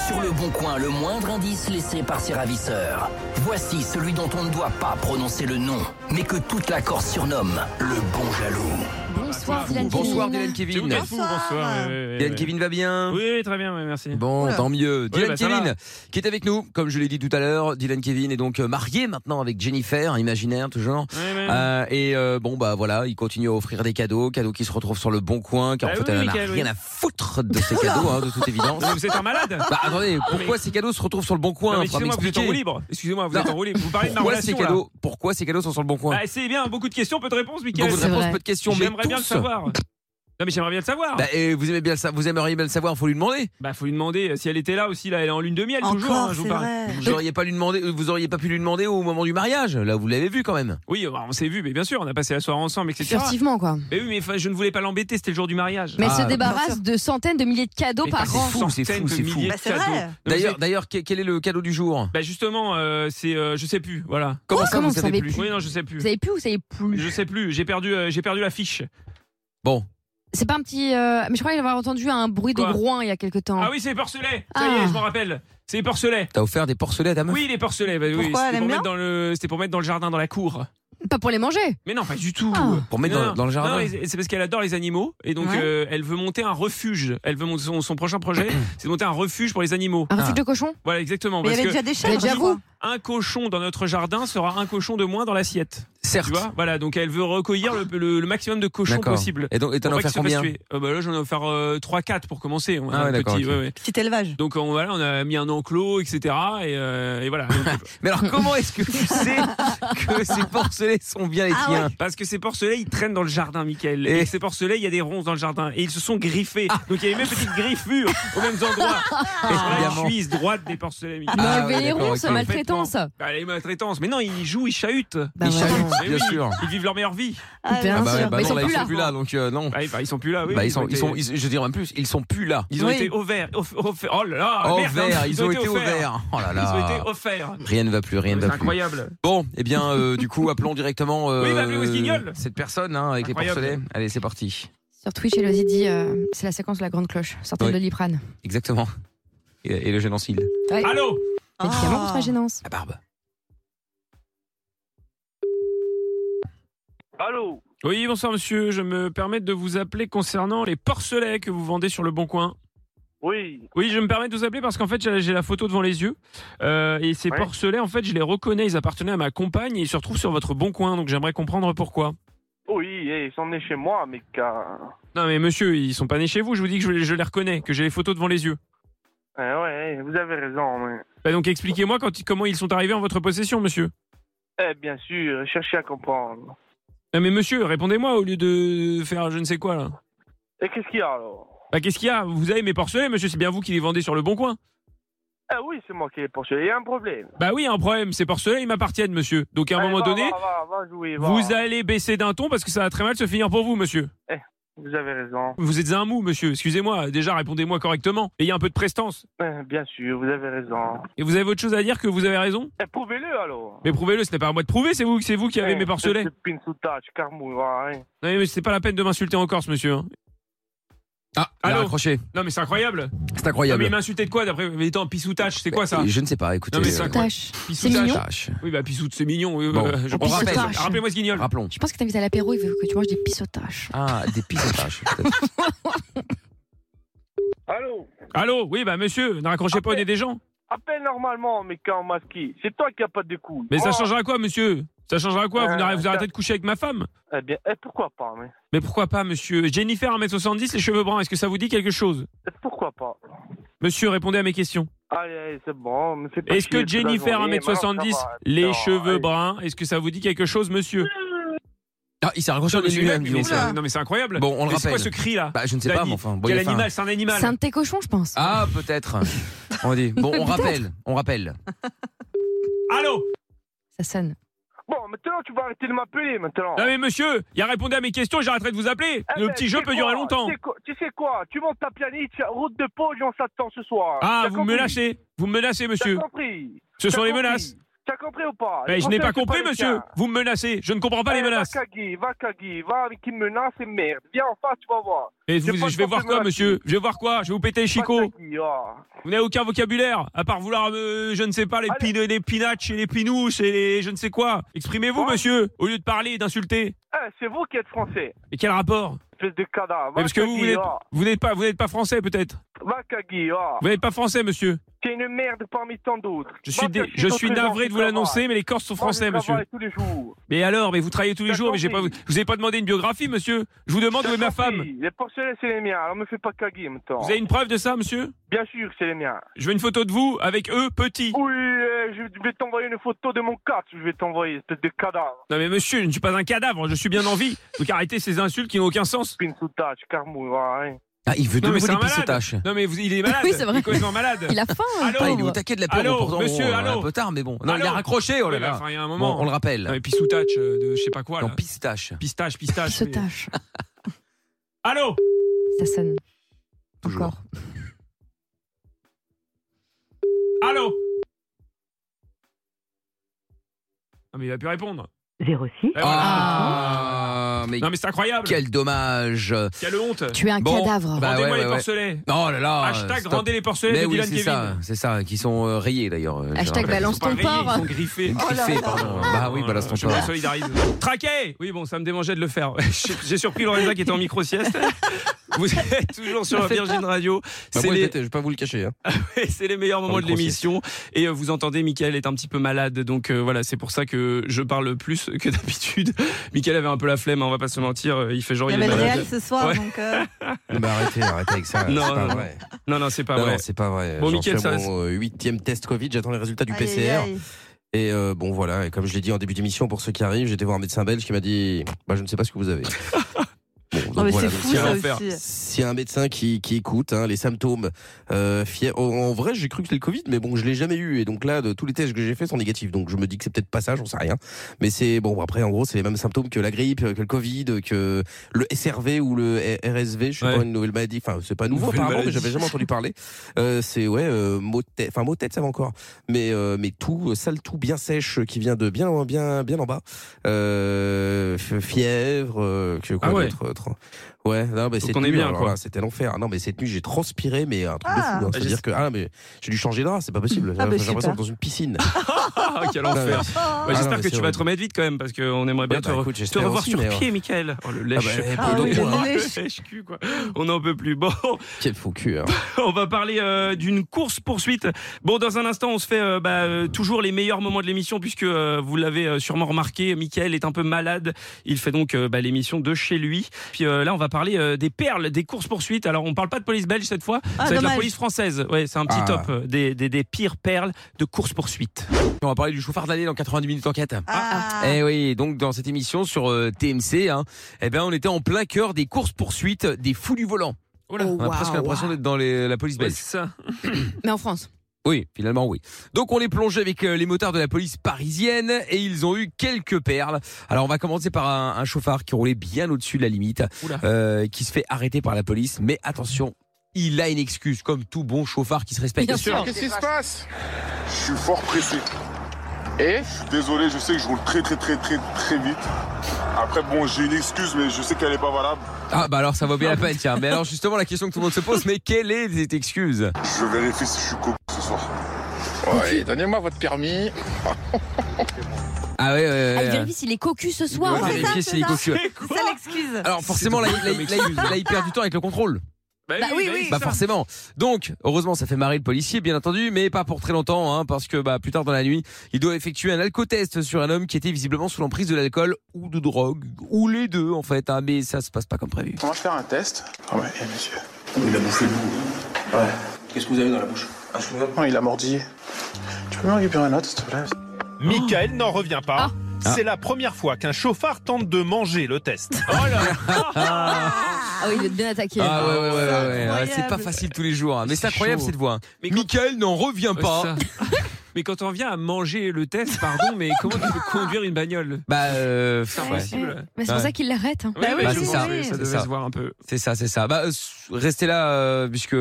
Sur le bon coin, le moindre indice laissé par ses ravisseurs. Voici celui dont on ne doit pas prononcer le nom, mais que toute la Corse surnomme le bon jaloux.
Bonsoir, Dylan
Bonsoir Dylan
C'est vous
Kevin.
qui êtes fou, bonsoir. Ouais, ouais, ouais,
Dylan
ouais.
Kevin va bien.
Oui, très bien, ouais, merci.
Bon,
Oula.
tant mieux. Dylan
bah, ça
Kevin, qui est avec nous, comme je l'ai dit tout à l'heure, Dylan Kevin est donc euh, marié maintenant avec Jennifer, imaginaire toujours.
Ouais, ouais.
Euh, et euh, bon bah voilà, il continue à offrir des cadeaux, cadeaux qui se retrouvent sur le bon coin, car en
Bah
fait
oui,
elle n'a
Mickaël,
rien
oui.
à foutre de ces cadeaux, hein, de toute évidence.
Mais Vous êtes un malade
Bah attendez, pourquoi ces cadeaux se retrouvent sur le bon coin
Non, mais
Faudra
Excusez-moi, vous êtes en
m'expliquer.
roue libre. Excusez-moi, vous
Non.
êtes en roue libre. Vous parlez de ma
Pourquoi ces
relation. là.
cadeaux Pourquoi ces cadeaux sont sur le bon coin
Bah, c'est bien, beaucoup de questions, peu de réponses,
Donc
Mickaël.
vous
C'est
réponse
vrai.
peu de questions, mais
J'aimerais bien le
tous.
savoir. Non, mais j'aimerais bien le savoir.
Bah, et vous aimez bien ça, vous aimeriez bien le savoir, faut lui demander.
Bah, faut lui demander euh, si elle était là aussi. Là, elle est en lune de miel toujours. hein,
Encore,
je vous
c'est
parle.
vrai.
Vous auriez pas lui demander, vous auriez pas pu lui demander au moment du mariage. Là, vous l'avez vu quand même.
Oui, euh, on s'est vu, mais bien sûr, on a passé la soirée ensemble, etc.
Furtivement, quoi.
Mais oui, mais enfin, je ne voulais pas l'embêter. C'était le jour du mariage.
Mais
Ah,
elle se
bien
débarrasse de centaines de milliers de cadeaux
Mais
par
c'est
an.
fou, c'est
centaines
fou,
de
c'est fou.
milliers de
Bah, c'est
cadeaux.
vrai.
Non, mais
D'ailleurs,
c'est-
d'ailleurs, que- quel est le cadeau du jour
bah justement, euh, c'est, euh, je sais plus. Voilà.
Quoi Comment
vous
vous
savez
savez
plus
plus
Oui, non, je sais
Vous
plus.
savez plus ou vous savez plus
Je sais plus. J'ai perdu, euh, j'ai perdu la fiche.
Bon,
C'est pas un petit. euh, Mais je crois que j'avais entendu un bruit de
Quoi
groin il y a quelque temps.
Ah oui, c'est Porcelet. Ça y est,
Ah.
je m'en rappelle. C'est Porcelet.
t'as offert des porcelets à ta meuf
Oui, les porcelets. Bah, oui,
Pourquoi, elle
c'était
aime
pour
bien
mettre dans le, c'était pour mettre dans le jardin, dans la cour.
Pas pour les manger.
Mais non, pas du tout.
Ah.
pour mettre
Non,
dans, dans le
non,
jardin.
mais c'est parce qu'elle adore les animaux et donc
Ouais.
euh, elle veut monter un refuge. Elle veut monter son, son prochain projet, c'est de monter un refuge pour les animaux.
Un
Ah.
refuge de cochon
Voilà, exactement.
Mais il y
parce
avait
que
déjà des chèvres.
Mais
je
j'avoue.
crois.
un cochon dans notre jardin sera un cochon de moins dans l'assiette.
Certes.
Tu vois Voilà, donc elle veut recueillir le, le- le maximum de cochons
D'accord.
possible.
Et donc, et t'en as
Pour pas
offert
qu'ils se fassent
combien
tuer. Euh, bah Là, j'en ai offert 3-4 pour commencer. On a
Ah ouais,
un
d'accord,
petit-
ok.
ouais, ouais.
Petit élevage.
Donc on, voilà, on a mis un enclos, etc. Et, euh, et voilà. Donc,
Mais alors, comment est-ce que tu sais que ces porcelets sont bien les
Ah
tiens
Parce que ces porcelets, ils traînent dans le jardin, Michael.
Et- Ah.
Et, ces porcelets, il y a des ronces dans le jardin. Et ils se sont griffés. Donc il y a les mêmes petites griffures aux mêmes endroits. Et sur la
Évidemment.
Ah.
cuisse droite des porcelets, Michael.
Mais
Ah
enlever
ouais,
les
d'accord,
ronces,
ok.
Faites
maltraitance.
Bah, les maltraitances. Mais non, ils jouent, ils chahutent.
Ils
Bah ouais,
chahutent,
non.
Mais
bien
oui,
sûr.
Ils vivent leur meilleure vie.
Ah,
Bien
Ah
non,
bah
sûr.
ouais, bah
Mais ils
non,
sont
là,
plus
ils sont
là.
plus là, donc euh, non.
Bah, ils- bah, ils sont plus là, oui.
Bah, ils sont, ils
été-
sont, ils- je dirais même plus, ils sont plus là.
ils ont
Oui.
été offerts. off- offerts. Oh là là
Au
merde, hein,
vert, ils ont été au
offerts.
vert. Oh là
Ils ont
là.
été offerts. Ah,
Rien ne va plus, rien ne
C'est
va plus.
incroyable.
Bon, eh bien, euh, du coup, appelons directement euh,
Oui, bah, appelez Whisky-Gueule.
cette personne hein, avec
Incroyable.
les porcelets. Allez, c'est parti.
Sur Twitch, Elodie dit euh, c'est la séquence de la grande cloche, sortant
Oui.
de l'Iprane.
Exactement. Et, et le génocide.
Ouais.
Allô
Médicament
Ah.
contre la gênance.
La barbe.
Allô
Oui, bonsoir monsieur. Je me permets de vous appeler concernant les porcelets que vous vendez sur le Bon Coin.
Oui.
Oui, je me permets de vous appeler parce qu'en fait, j'ai j'ai la photo devant les yeux. Euh, et ces
Ouais.
porcelets, en fait, je les reconnais. Ils appartenaient à ma compagne et ils se retrouvent sur votre Bon Coin. Donc j'aimerais comprendre pourquoi.
Oui, eh, ils sont nés chez moi, mec. hein.
Non mais monsieur, ils sont pas nés chez vous, je vous dis que je, je les reconnais, que j'ai les photos devant les yeux.
Eh ouais, vous avez raison. Mais...
Bah donc expliquez-moi quand, comment ils sont arrivés en votre possession, monsieur.
Eh bien sûr, cherchez à comprendre.
Non mais monsieur, répondez-moi au lieu de faire je ne sais quoi là.
Et qu'est-ce qu'il y a alors
Bah qu'est-ce qu'il y a Vous avez mes porcelets, monsieur, c'est bien vous qui les vendez sur le bon coin.
Eh oui, c'est moi qui ai poursuivi. Il y a un problème.
Bah oui, un problème, ces porcelets, ils m'appartiennent, monsieur. Donc à un
Allez,
moment
va,
donné,
va, va, va jouer, va.
vous allez baisser d'un ton parce que ça va très mal se finir pour vous, monsieur.
Eh, Vous avez raison.
Vous êtes un mou, monsieur, excusez-moi, déjà répondez-moi correctement. Ayez un peu de prestance.
Eh, bien sûr, vous avez raison.
Et vous avez autre chose à dire que vous avez raison
Eh, prouvez-le alors.
Mais prouvez-le, ce n'est pas à moi de prouver, c'est vous, c'est vous qui avez
Eh,
mes porcelets.
C'est pin sous tâche, carmouille, va, hein.
Non mais c'est pas la peine de m'insulter en Corse, monsieur. hein.
Ah, elle a
Allô
raccroché.
Non mais c'est incroyable.
C'est
Non, mais il
incroyable.
m'insultait de quoi d'après Mais étant pissoutache, c'est quoi ça
Je ne sais pas, écoutez.
Non, mais c'est
euh,
incroyable.
Tâche. C'est
Pissoutache.
mignon.
tâche.
Oui bah pissoute, c'est mignon. oui,
Bon.
euh, je
On
comprends.
rappelle.
Rappelle- Rappelez-moi ce guignol.
Rappelons.
Je pense que t'invites à l'apéro, il veut que tu manges des pissotaches.
Ah, des pissotages. peut-être.
Allô
Allô, oui bah monsieur, ne raccrochez pas au nez des gens.
Appelle normalement, mec, en masqué. C'est toi qui as pas de couilles.
Mais ça
Oh.
changera quoi, monsieur Ça changera quoi Vous
Euh,
n'arrêtez- Vous
ça-
arrêtez de coucher avec ma femme
Eh bien, eh, pourquoi pas, mais
Mais pourquoi pas, monsieur Jennifer 1m70, les cheveux bruns, est-ce que ça vous dit quelque chose
Eh, Pourquoi pas
Monsieur, répondez à mes questions.
Allez, allez, c'est bon. me fais pas
Est-ce
chier
que
toute la
Jennifer
journée,
1m70,
maintenant, ça va,
les
putain,
cheveux
allez.
bruns, est-ce que ça vous dit quelque chose, monsieur
Ah, il s'est raccroché
Non,
au
mais
nez
c'est-
lui-même,
mais
dis donc.
c'est- Non mais c'est incroyable.
Bon, on le
Mais C'est quoi
rappelle.
ce cri là
Bah, je ne sais
Quel
pas, mais enfin, bon, il
Quel
a fait un-
animal C'est un animal.
C'est un de tes cochons, je pense.
Ah, peut-être. On dit. Bon, on rappelle. On rappelle.
Allô
Ça sonne.
Bon, maintenant, tu vas arrêter de m'appeler, maintenant.
Non mais monsieur, il a répondu à mes questions, j'arrêterai de vous appeler.
Eh
Le
ben,
petit
tu
jeu
sais
peut
quoi
durer longtemps.
Tu sais quoi, tu sais quoi Tu montes ta pianiste, route de Pau, on s'attend ce soir.
Ah,
T'as
vous
compris
me menacez, vous me menacez monsieur.
T'as compris
Ce
T'as
sont les
compris
menaces.
T'as compris ou pas
Mais
Les
je n'ai
Français,
pas
c'est
compris
les
monsieur,
tiens.
vous me menacez, je ne comprends pas les
Eh,
menaces.
Va cagui, va cagui, va avec qui me menace et merde. Viens en face, tu vas voir.
Et
j'ai
Eh, vous-
pas
je vais
de
voir
problème
quoi
là-dessus.
monsieur Je vais voir quoi Je vais vous péter les
Va
chicots.
cagui, oh.
Vous n'avez aucun vocabulaire, à part vouloir, euh, je ne sais pas, les,
Allez.
pin- les pinatches et les pinouches et les je ne sais quoi. Exprimez-vous
Quoi
monsieur, au lieu de parler et d'insulter.
Eh, c'est vous qui êtes français,
Et quel rapport
espèce de cadavre.
Mais Parce que vous, vous n'êtes-
oh.
vous n'êtes pas, vous n'êtes pas français peut-être.
Va cagui, oh.
Vous n'êtes pas français monsieur.
T'es une merde parmi tant d'autres.
Je suis,
Va
dé-
cagui,
je
ton
suis
trésor,
navré
tu
de vous l'annoncer, mais les Corses sont
travailles.
français,
Moi, je
monsieur.
travaille tous les jours.
Mais alors, mais vous travaillez tous les
T'as
jours, mais j'ai pas, vous
compris.
vous avez pas demandé une biographie, monsieur. Je vous demande où est ma
T'as
femme.
compris. Les porcelets, c'est les miens, alors me fais pas caguer maintenant.
Vous avez une preuve de ça, monsieur
Bien sûr, que c'est les miens.
Je veux une photo de vous avec eux, petit.
Oui, euh, je vais t'envoyer une photo de mon cat, je vais t'envoyer, espèce de cadavre.
Non mais monsieur, je ne suis pas un cadavre, je suis bien en vie. Donc arrêtez ces insultes qui n'ont aucun sens.
Pin sous tâche, carmouille, va, hein.
Ah, il veut de
Non, mais
nouveau
c'est
des
un malade.
pissotaches.
Non mais vous, il est malade.
Oui, c'est vrai.
Il est complètement malade.
Il a faim, hein,
Allô,
Ah, il
le
est au
pauvre.
taquet de la pire,
Allô,
pourtant,
monsieur,
on est
allô
un peu tard, mais bon. Non, il a
Allô
raccroché, oh là
Oui, bah,
là.
enfin, il y a un moment.
Bon, on le rappelle.
Non, mais pissoutache, euh, de je sais pas quoi.
Non,
là.
pistache.
Pistache, pistache. mais-
Pissotache.
Allô
Ça sonne.
Toujours.
Encore.
Allô Non mais il va plus répondre.
06.
Eh, voilà.
Ah, mais
Non mais c'est incroyable.
quel dommage.
Quelle honte.
Tu es un
Bon,
cadavre.
bah
Rendez-moi
ouais,
les
ouais, ouais.
porcelets.
Oh là là.
Hashtag
stop.
rendez les porcelets
Mais
de
oui,
Dylan
c'est
Kevin.
ça, c'est ça, qui sont euh, rayés d'ailleurs. euh,
Hashtag
je rappelle.
balance
Ils sont
ton
pas rayés,
porc.
Ils sont griffés.
Oh là
Griffés,
là.
pardon. Bah oui, balance ton
Je me
porc.
solidarise. Traqué Oui, bon, ça me démangeait de le faire. J'ai- J'ai surpris Lorenza qui était en micro-sieste. Vous êtes toujours sur Virgin Radio.
Bah,
C'est
moi,
les, Ah
j'étais, je vais pas vous le cacher. hein.
c'est les meilleurs moments de l'émission. Et euh, vous entendez, Michael est un petit peu malade. Donc euh, voilà, c'est pour ça que je parle plus que d'habitude. Michael avait un peu la flemme, hein, on va pas se mentir. euh, Il fait genre,
Il y
il est
avait le
malade.
Real ce soir,
Ouais.
donc. euh,
Non, mais Bah, arrêtez, arrêtez avec ça.
Non,
c'est pas
non,
vrai.
Non, non, c'est pas
Non,
vrai.
non, c'est pas vrai.
Bon,
J'en
Mickaël,
fais
ça-
mon, euh, huitième test Covid. J'attends les résultats du
aïe, aïe,
PCR.
aïe.
Et euh, bon, voilà. Et comme je l'ai dit en début d'émission, pour ceux qui arrivent, j'étais voir un médecin belge qui m'a dit, bah, je ne sais pas ce que vous avez. Bon,
Non, mais
voilà,
c'est
donc
fou
s'il y a
ça
un-
aussi.
S'il y a un médecin qui, qui écoute hein, les symptômes, euh, fièvre- en- en vrai j'ai cru que c'était le Covid, mais bon je l'ai jamais eu et donc là de tous les tests que j'ai faits sont négatifs, donc je me dis que c'est peut-être pas ça, j'en sais rien. Mais c'est bon après en gros c'est les mêmes symptômes que la grippe, euh, que le Covid, que le SRV ou le R- RSV, je sais
Ouais.
pas une nouvelle maladie, enfin c'est pas nouveau
Nouvelle
apparemment, mais
maladie.
j'avais jamais entendu parler. Euh, c'est ouais euh, maux de tête, enfin maux de tête ça va encore, mais euh, mais tout euh, sale tout bien sèche euh, qui vient de bien bien bien en bas, Euh, f- fièvre, euh, que quoi
Ah ouais.
d'autre, euh, tra- Ouais, non, mais
Donc
cette
on est
nuit,
bien,
alors
quoi.
là, c'était l'enfer. Non, mais cette nuit, j'ai transpiré, mais un truc
Ah.
de fou. hein.
Ah,
C'est-à-dire que, ah, mais j'ai dû changer de drap, c'est pas possible.
Ah, bah,
j'ai l'impression
super.
d'être dans une piscine.
Ah, quel
Ah, ouais.
enfer.
Ah,
Bah,
Ah, non,
J'espère
mais
que
c'est
tu vas te
horrible.
remettre vite quand même parce qu'on aimerait bien
Ouais,
te,
bah,
re-
écoute,
te
j'espère
revoir
aussi,
sur
mais,
pied, Michael. Oh, le
Ah,
lèche.
bah,
Ah
pour
oui,
le coup, hein.
le lèche.
lèche-cul, quoi. On n'en peut plus. Bon,
Quel faux cul, hein.
on va parler euh, d'une course poursuite. Bon, dans un instant, on se fait euh, bah, euh, toujours les meilleurs moments de l'émission puisque euh, vous l'avez euh, sûrement remarqué, Michael est un peu malade. Il fait donc euh, bah, l'émission de chez lui. Puis euh, là, on va parler euh, des perles, des courses poursuites. Alors, on parle pas de police belge cette fois. ça
Ah,
va être la
dommage.
police française. Ouais, c'est un petit
Ah.
top euh, des, des, des pires perles de course poursuite.
On va parler du chauffard de l'année dans 90 minutes enquête.
Ah.
Eh oui, donc dans cette émission sur euh, TMC, hein, eh ben on était en plein cœur des courses poursuites des fous du volant.
Oh,
On a presque
waouh.
l'impression d'être dans les- la police
Ouais,
belge.
c'est ça.
Mais en France.
Oui, finalement oui. Donc on est plongé avec euh, les motards de la police parisienne et ils ont eu quelques perles. Alors on va commencer par un, un chauffard qui roulait bien au-dessus de la limite,
Oula.
euh, qui se fait arrêter par la police. Mais attention, il a une excuse, comme tout bon chauffard qui se respecte.
Bien sûr.
Qu'est-ce qui se passe
Je suis fort pressé.
Et
Je suis désolé, je sais que je roule très très très très très vite. Après bon, j'ai une excuse, mais je sais qu'elle est pas valable.
Ah bah alors ça vaut bien la peine, tiens. Mais alors justement la question que tout le monde se pose, mais quelle est cette excuse
Je vérifie si je suis coco ce soir.
Ouais, donnez-moi votre permis.
Ah ouais, ouais, ouais,
Ah, il
ouais.
vérifie s'il est cocu ce soir.
Ouais,
Vérifier
c'est ça,
s'il est
ça.
cocu.
C'est ça l'excuse.
Alors forcément là, il- là, il- là, il- là, il perd du temps avec le contrôle.
Bah oui, oui.
Bah forcément. Donc heureusement ça fait marrer le policier bien entendu, mais pas pour très longtemps hein, parce que bah plus tard dans la nuit il doit effectuer un alcotest sur un homme qui était visiblement sous l'emprise de l'alcool ou de drogue ou les deux en fait. hein, mais ça se passe pas comme prévu.
On va faire un test. Ah ouais, eh, monsieur.
Il a bouffé le Ouais. Qu'est-ce que vous avez dans la bouche
Non, il a mordi. Tu peux me récupérer un autre, s'il te plaît
Michael n'en revient pas. C'est la première fois qu'un chauffard tente de manger le test.
Ah oui, il doit être bien attaqué.
Ah ouais ouais ouais, ouais, ouais, ouais,
incroyable.
c'est pas facile tous les jours, hein, mais c'est
C'est
incroyable
chaud.
cette voix.
Mais quand-
Michael n'en revient pas.
Ça. Mais quand on vient à manger le test, pardon, mais comment tu peux conduire une bagnole
Bah euh,
C'est
ouais.
impossible.
Mais c'est pour
Ouais.
ça qu'il l'arrête. hein.
Oui, mais
bah,
je
c'est
pense
ça,
que Ça
c'est
devait
ça.
se voir un peu.
C'est ça, c'est ça. Bah, euh, s- restez là, euh, puisque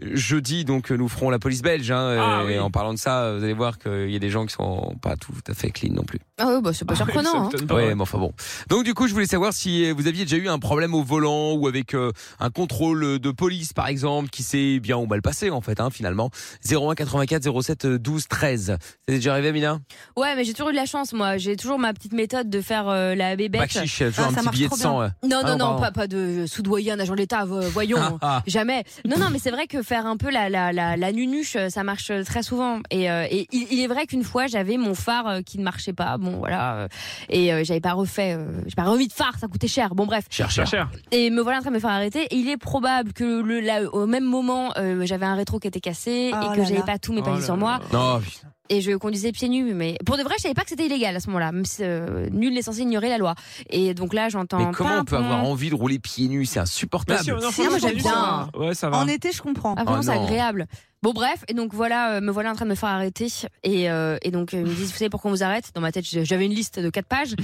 jeudi, donc, nous ferons la police belge. Hein,
Ah,
et
oui.
en parlant de ça, vous allez voir qu'il y a des gens qui sont pas tout à fait clean non plus.
Ah ouais, bah c'est pas surprenant. hein.
Ça m'étonne pas.
Ouais, mais enfin bon. Donc, du coup, je voulais savoir si euh, vous aviez déjà eu un problème au volant ou avec euh, un contrôle de police, par exemple, qui s'est bien ou mal passé, en fait, hein, finalement. 01 84 07 12 13. euh, C'est déjà arrivé, Mina
Ouais, mais j'ai toujours eu de la chance, moi. J'ai toujours ma petite méthode de faire euh, la bébête.
Bac chiche, toujours
Ah,
un
ça
petit
marche
billet de
trop
100. ouais.
Non,
Ah non,
non, non,
pardon.
pas, pas de soudoyer un agent de l'État, vo- voyons. hein.
Ah,
Jamais. Non, non, mais c'est vrai que faire un peu la, la, la, la nunuche, euh, ça marche euh, très souvent. Et, euh, et il, il est vrai qu'une fois, j'avais mon phare euh, qui ne marchait pas. Bon, voilà. euh, Et euh, j'avais pas refait, euh, j'ai pas remis de phare, ça coûtait cher. Bon, bref.
cher,
Pas
cher.
cher.
Et me voilà en train de me faire arrêter. Et il est probable que le, là, au même moment, euh, j'avais un rétro qui était cassé
Oh
et
là
que j'avais
là.
pas tous mes
Oh
papiers
là
sur
là
moi.
là.
Non, putain.
Et je conduisais pieds nus. Mais pour de vrai, je savais pas que c'était illégal à ce moment-là. Même si, euh, nul n'est censé ignorer la loi. Et donc là, j'entends.
mais comment on peut
pimpon.
avoir envie de rouler pieds nus C'est
Bien
insupportable.
sûr, non,
Si,
franchement,
moi, j'aime
aujourd'hui, ça
bien.
va. Ouais, ça va.
En été, je comprends.
Ah, vraiment,
Oh
c'est
non.
agréable. Bon, bref, et donc voilà, euh, me voilà en train de me faire arrêter. Et, euh, et donc, euh, ils me disent, vous savez pourquoi on vous arrête Dans ma tête, j'ai- j'avais une liste de quatre pages.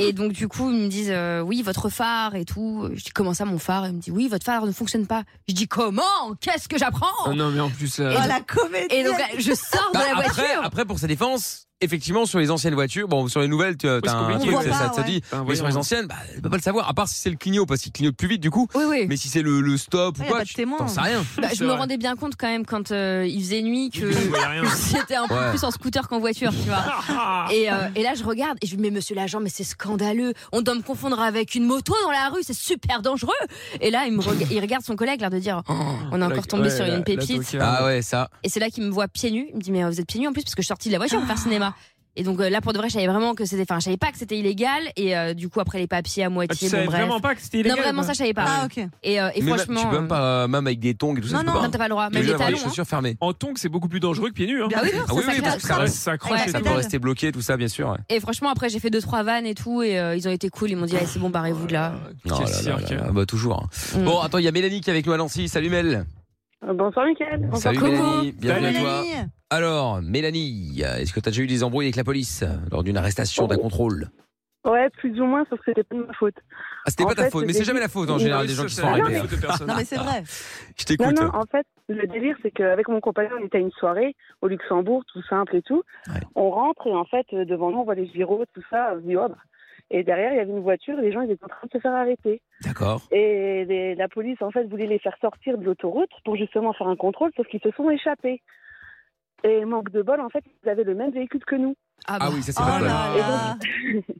et donc, du coup, ils me disent, euh, oui, votre phare et tout. Je dis, comment ça, mon phare Ils me disent, oui, votre phare ne fonctionne pas. Je dis, comment Qu'est-ce que
Ah
j'apprends
non, mais en plus. euh,
Oh la comédie.
Et donc, là, je sors de
Bah,
Ah, la
après,
voiture.
après, pour sa défense, effectivement, sur les anciennes voitures, bon, sur les nouvelles, tu euh, as
c'est compliqué,
ouais.
ça te
Ouais.
dit.
Enfin,
Mais sur les
voyons.
anciennes, bah, tu peux pas le savoir. À part si c'est le clignot, parce qu'il clignote plus vite, du coup.
Oui, oui.
Mais si c'est le, le stop ou
Ouais, y a
quoi,
pas de
tu-
témoin.
t'en sais rien.
Bah, je
c'est
me
vrai.
rendais bien compte quand même quand euh, il faisait nuit que
Je voyais rien.
c'était un peu
Ouais.
plus en scooter qu'en voiture, tu vois. Et, euh, et là, je regarde et je me dis, mais monsieur l'agent, mais c'est scandaleux. On doit me confondre avec une moto dans la rue, c'est super dangereux. Et là, il, me rega- il regarde son collègue, l'air de dire, Oh, on est encore tombé
Ouais,
sur
la-
une
la
pépite.
tocale.
Ah ouais, ça.
et c'est là qu'il me voit pieds nus. Il me dit, mais euh, vous êtes pieds nus en plus parce que je suis sortie de la voiture pour faire cinéma. Et donc euh, là, pour de vrai, je savais vraiment que c'était. Enfin, je savais pas que c'était illégal. Et euh, du coup, après les papiers à
tu
moitié.
savais
bon, bref.
vraiment pas que c'était illégal,
Non, vraiment,
quoi.
ça, je savais pas.
Ah,
ok.
Et, euh, et
Mais ma-
franchement.
tu peux même
euh,
pas, même avec des tongs et tout ça.
Non,
tu peux
non, non, t'as pas le droit.
Tu
Mais
peux
les
avoir
talons.
les
hein.
chaussures fermées.
En tongs, c'est beaucoup plus dangereux que pieds nus. Hein.
Ah oui, non, ça,
Ah oui,
ça
oui,
claque,
parce que ça reste-
ça
ça
crache,
crache,
ça
ça peut
pédale.
rester bloqué, tout ça, bien sûr. ouais.
hein. Et franchement, après, j'ai fait deux, trois vannes et tout. Et euh, ils ont été cool. Ils m'ont dit, allez, c'est bon, barrez-vous de là.
Oh là là là là, bah, toujours.
Mm.
Bon, attends, il y a Mélanie qui est avec nous à Nancy. Salut Mel.
Bonsoir, Mickaël.
Salut Mélanie, bienvenue à
Salut,
toi.
Mélanie.
Alors, Mélanie, est-ce que t'as déjà eu des embrouilles avec la police lors d'une arrestation, d'un contrôle
Ouais, plus ou moins, sauf que c'était pas de ma faute.
Ah, c'était
En
pas ta
fait,
faute,
le
mais c'est
début-
jamais la faute en général des gens qui se font
Ah non,
arrêter.
Non, mais c'est
Je
vrai.
Non,
t'écoute.
non, en fait, le délire, c'est qu'avec mon compagnon, on était à une soirée au Luxembourg, tout simple et tout. On rentre et en fait, euh, devant nous, on voit les gyros, tout ça. On se dit, oh, bah. Et derrière, il y avait une voiture et les gens, ils étaient en train de se faire arrêter.
D'accord.
Et les- la police, en fait, voulait les faire sortir de l'autoroute pour justement faire un contrôle, sauf qu'ils se sont échappés. Et manque de bol, en fait, ils avaient le même véhicule que nous.
Ah oui, ça c'est pas mal.
Et donc,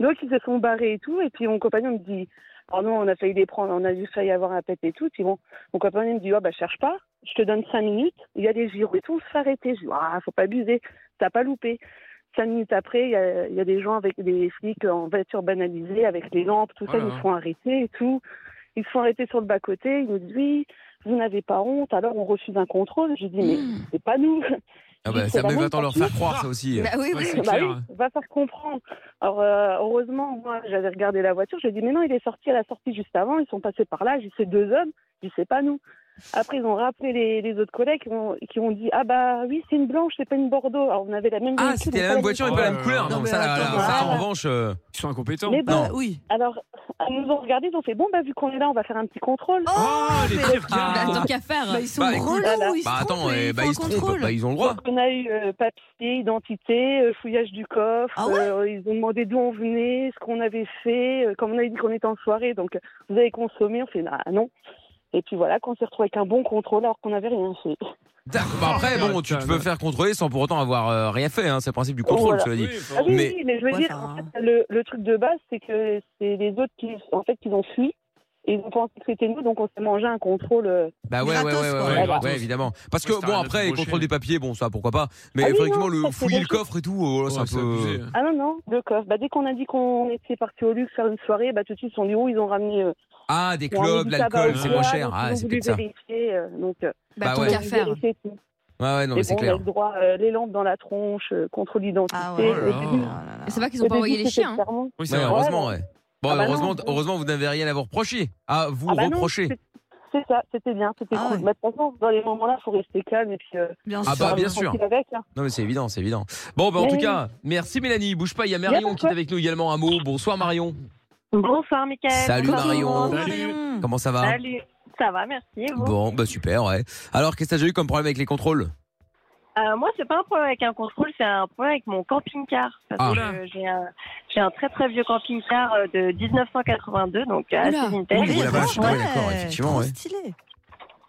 donc, ils se sont barrés et tout. Et puis mon compagnon me dit, oh non, on a failli les prendre, on a juste failli avoir un pet et tout. Puis bon, mon compagnon me dit, oh bah cherche pas, je te donne cinq minutes, il y a des gyros et tout, on se fait arrêter. Je dis, ah faut pas abuser, t'as pas loupé. Cinq minutes après, il y, a- il y a des gens avec des flics en voiture banalisée, avec les lampes, tout ça,
Oh là
ils
là.
se font arrêter et tout. Ils se font arrêter sur le bas-côté, ils nous disent, oui, vous n'avez pas honte, alors on refuse un contrôle. Je dis, mais
Hmm.
c'est pas nous. Je
Ah bah,
dis,
ça
C'est
me
vraiment
va tant
une
leur faire
partie.
croire ça aussi.
Bah oui, oui.
Bah oui, va faire comprendre. Alors, euh, heureusement, moi, j'avais regardé la voiture, j'ai dit, mais non, il est sorti à la sortie juste avant, ils sont passés par là, j'ai dit, c'est deux hommes, j'ai dit, c'est pas nous. Après, ils ont rappelé les, les autres collègues qui ont, qui ont dit, ah bah oui, c'est une blanche, c'est pas une Bordeaux. Alors, on avait la même
Ah,
véhicule,
c'était
mais
la
pas
même voiture et pas la même
Oh là
couleur.
là.
Donc
Non,
ça,
mais
là,
attends,
là, ça,
voilà.
en revanche. euh,
Ils sont incompétents.
Mais bah,
Non.
Oui.
alors, ils nous ont regardé, ils ont fait, bon, bah, vu qu'on est là, on va faire un petit contrôle.
Oh, les
mais-
pires gars.
Bah, tant qu'à faire.
Bah, ils sont
Bah, écoute,
relous, ils se
Bah attends,
trompent et
eh,
ils
bah
font
ils
un
se trompent,
contrôle.
bah ils ont le droit.
Donc, on a eu euh, papier, identité, euh, fouillage du coffre.
Ah ouais
euh, ils ont demandé d'où on venait, ce qu'on avait fait. euh, comme on avait dit qu'on était en soirée, donc euh, vous avez consommé, on fait ah, non. Et puis voilà, qu'on s'est retrouvé avec un bon contrôle alors qu'on n'avait rien fait.
D'accord. Bah, après, bon, tu te peux faire contrôler sans pour autant avoir euh, rien fait. Hein, c'est le principe du contrôle,
Voilà.
tu l'as dit.
Ah oui,
Mais-
oui, mais je veux
Ouais,
dire,
enfin, hein.
en fait, le, le truc de base, c'est que c'est les autres qui, en fait, qui ont fui. Et ils ont pensé que c'était nous, donc on s'est mangé un contrôle. euh,
Bah ouais, ouais, ouais,
Gratos,
ouais,
quoi.
ouais,
Ouais,
ouais,
gratos.
évidemment. Parce que
Ouais, c'est
bon,
un
après,
autre
contrôle
brochet.
des papiers, bon, ça pourquoi pas. Mais
Ah oui,
effectivement,
non, ça,
le
c'est
fouiller le
bien
coffre et tout, oh, là,
Ouais,
ça
c'est abusé.
peut.
Ah non, non, le coffre. Bah, dès qu'on a dit qu'on était parti au luxe faire une soirée, bah, tout de suite, ils sont dit, oh, ils ont ramené. euh,
Ah, des
ils ont ramené
clubs,
du
de
tabac
l'alcool,
au
c'est moins
soir,
cher.
donc ils
Ah,
ont
c'est
voulu
peut-être ça.
vérifier, euh, donc, euh,
Bah,
Bah
tant
ouais.
qu'à faire.
vérifier et tout.
Ouais, ouais, non,
Et
mais c'est
bon, on
clair.
a le droit, euh, les lampes dans la tronche, euh, contrôle d'identité.
Ah ouais.
Au
Oh là
début-
là là là.
C'est pas qu'ils
au
ont pas envoyé
début,
les
c'était
chiens. hein.
clairement-
Ouais, heureusement,
Ouais, ouais.
ouais. Bon,
Ah bah non.
heureusement, heureusement, vous n'avez rien à vous reprocher. À vous
Ah bah non,
reprocher.
c'est- C'est ça, c'était bien, c'était
Ah
cool.
ouais.
Mais de toute façon, dans les moments-là, faut rester calme et puis. euh,
Bien
Ah
sûr.
bah,
faut
bien
rester
sûr.
tranquille Avec, hein.
Non, mais c'est évident, c'est évident. Bon, bah, en
Mais
tout
oui.
cas, merci Mélanie. Bouge pas, il y a
a pas
Marion
de
qui est avec nous également. Un mot. Bonsoir Marion.
Bonsoir, Mickaël.
Salut
Bonsoir,
Marion.
Laurent.
Marion.
Comment ça va
Salut. Ça va, merci. et vous
Bon, bah super, ouais. Alors, qu'est-ce que t'as déjà eu comme problème avec les contrôles
Euh, moi, c'est pas un problème avec un contrôle, c'est un problème avec mon camping-car. Parce
Ah.
que j'ai un, j'ai un très très vieux camping-car euh, de 1982, donc euh,
Oula.
assez vintage.
Oui, la vache,
Ouais.
ouais, d'accord, effectivement,
Trop
ouais.
stylé.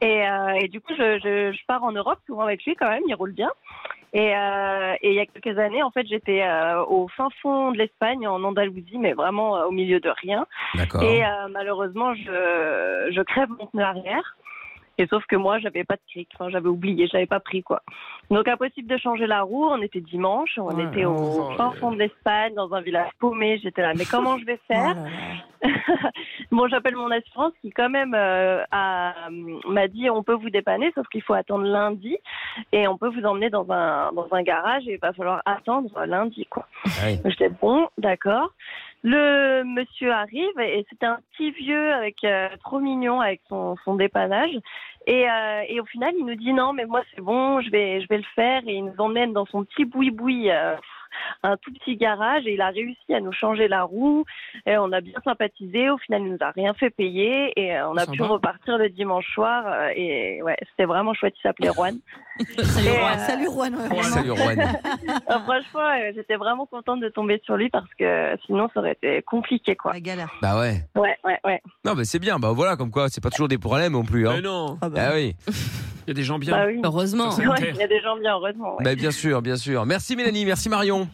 Et, euh, et du coup, je, je, je pars en Europe souvent avec lui quand même, il roule bien. Et, euh, et il y a quelques années, en fait, j'étais euh, au fin fond de l'Espagne, en Andalousie, mais vraiment euh, au milieu de rien.
D'accord.
Et euh, malheureusement, je, je crève mon pneu arrière. Et sauf que moi, j'avais pas de cric. Enfin, j'avais oublié, j'avais pas pris quoi. Donc impossible de changer la roue. On était dimanche, on
Ouais,
était au
enfin,
fin fond de l'Espagne, dans un village paumé. J'étais
Ah,
là, mais comment je vais faire Bon, j'appelle mon assurance qui quand même euh, a- m'a dit on peut vous dépanner, sauf qu'il faut attendre lundi et on peut vous emmener dans un dans un garage et il va falloir attendre lundi quoi.
Ouais.
Donc, J'étais bon, bah, d'accord. Le monsieur arrive et c'était un petit vieux avec euh, trop mignon avec son, son dépannage et, euh, et au final il nous dit non mais moi c'est bon je vais je vais le faire et il nous emmène dans son petit boui boui un tout petit garage et il a réussi à nous changer la roue et on a bien sympathisé au final il nous a rien fait payer et euh, on a pu
Sympa.
repartir le dimanche soir euh, et ouais c'était vraiment chouette il s'appelait Juan
Salut
Et,
Juan.
euh,
Salut Juan. ouais, vraiment.
Salut Juan.
Euh, franchement euh, j'étais vraiment contente de tomber sur lui parce que sinon ça aurait été compliqué quoi
La galère.
bah ouais.
ouais ouais ouais
Non, mais c'est bien. Bah voilà, comme quoi, c'est pas toujours des problèmes non plus.
Mais
Hein.
non,
Ah bah.
Ah oui.
il y a des gens bien.
bah oui
Heureusement.
Ouais, il y a des gens bien heureusement ouais.
Bah bien sûr, bien sûr. Merci Mélanie, merci Marion.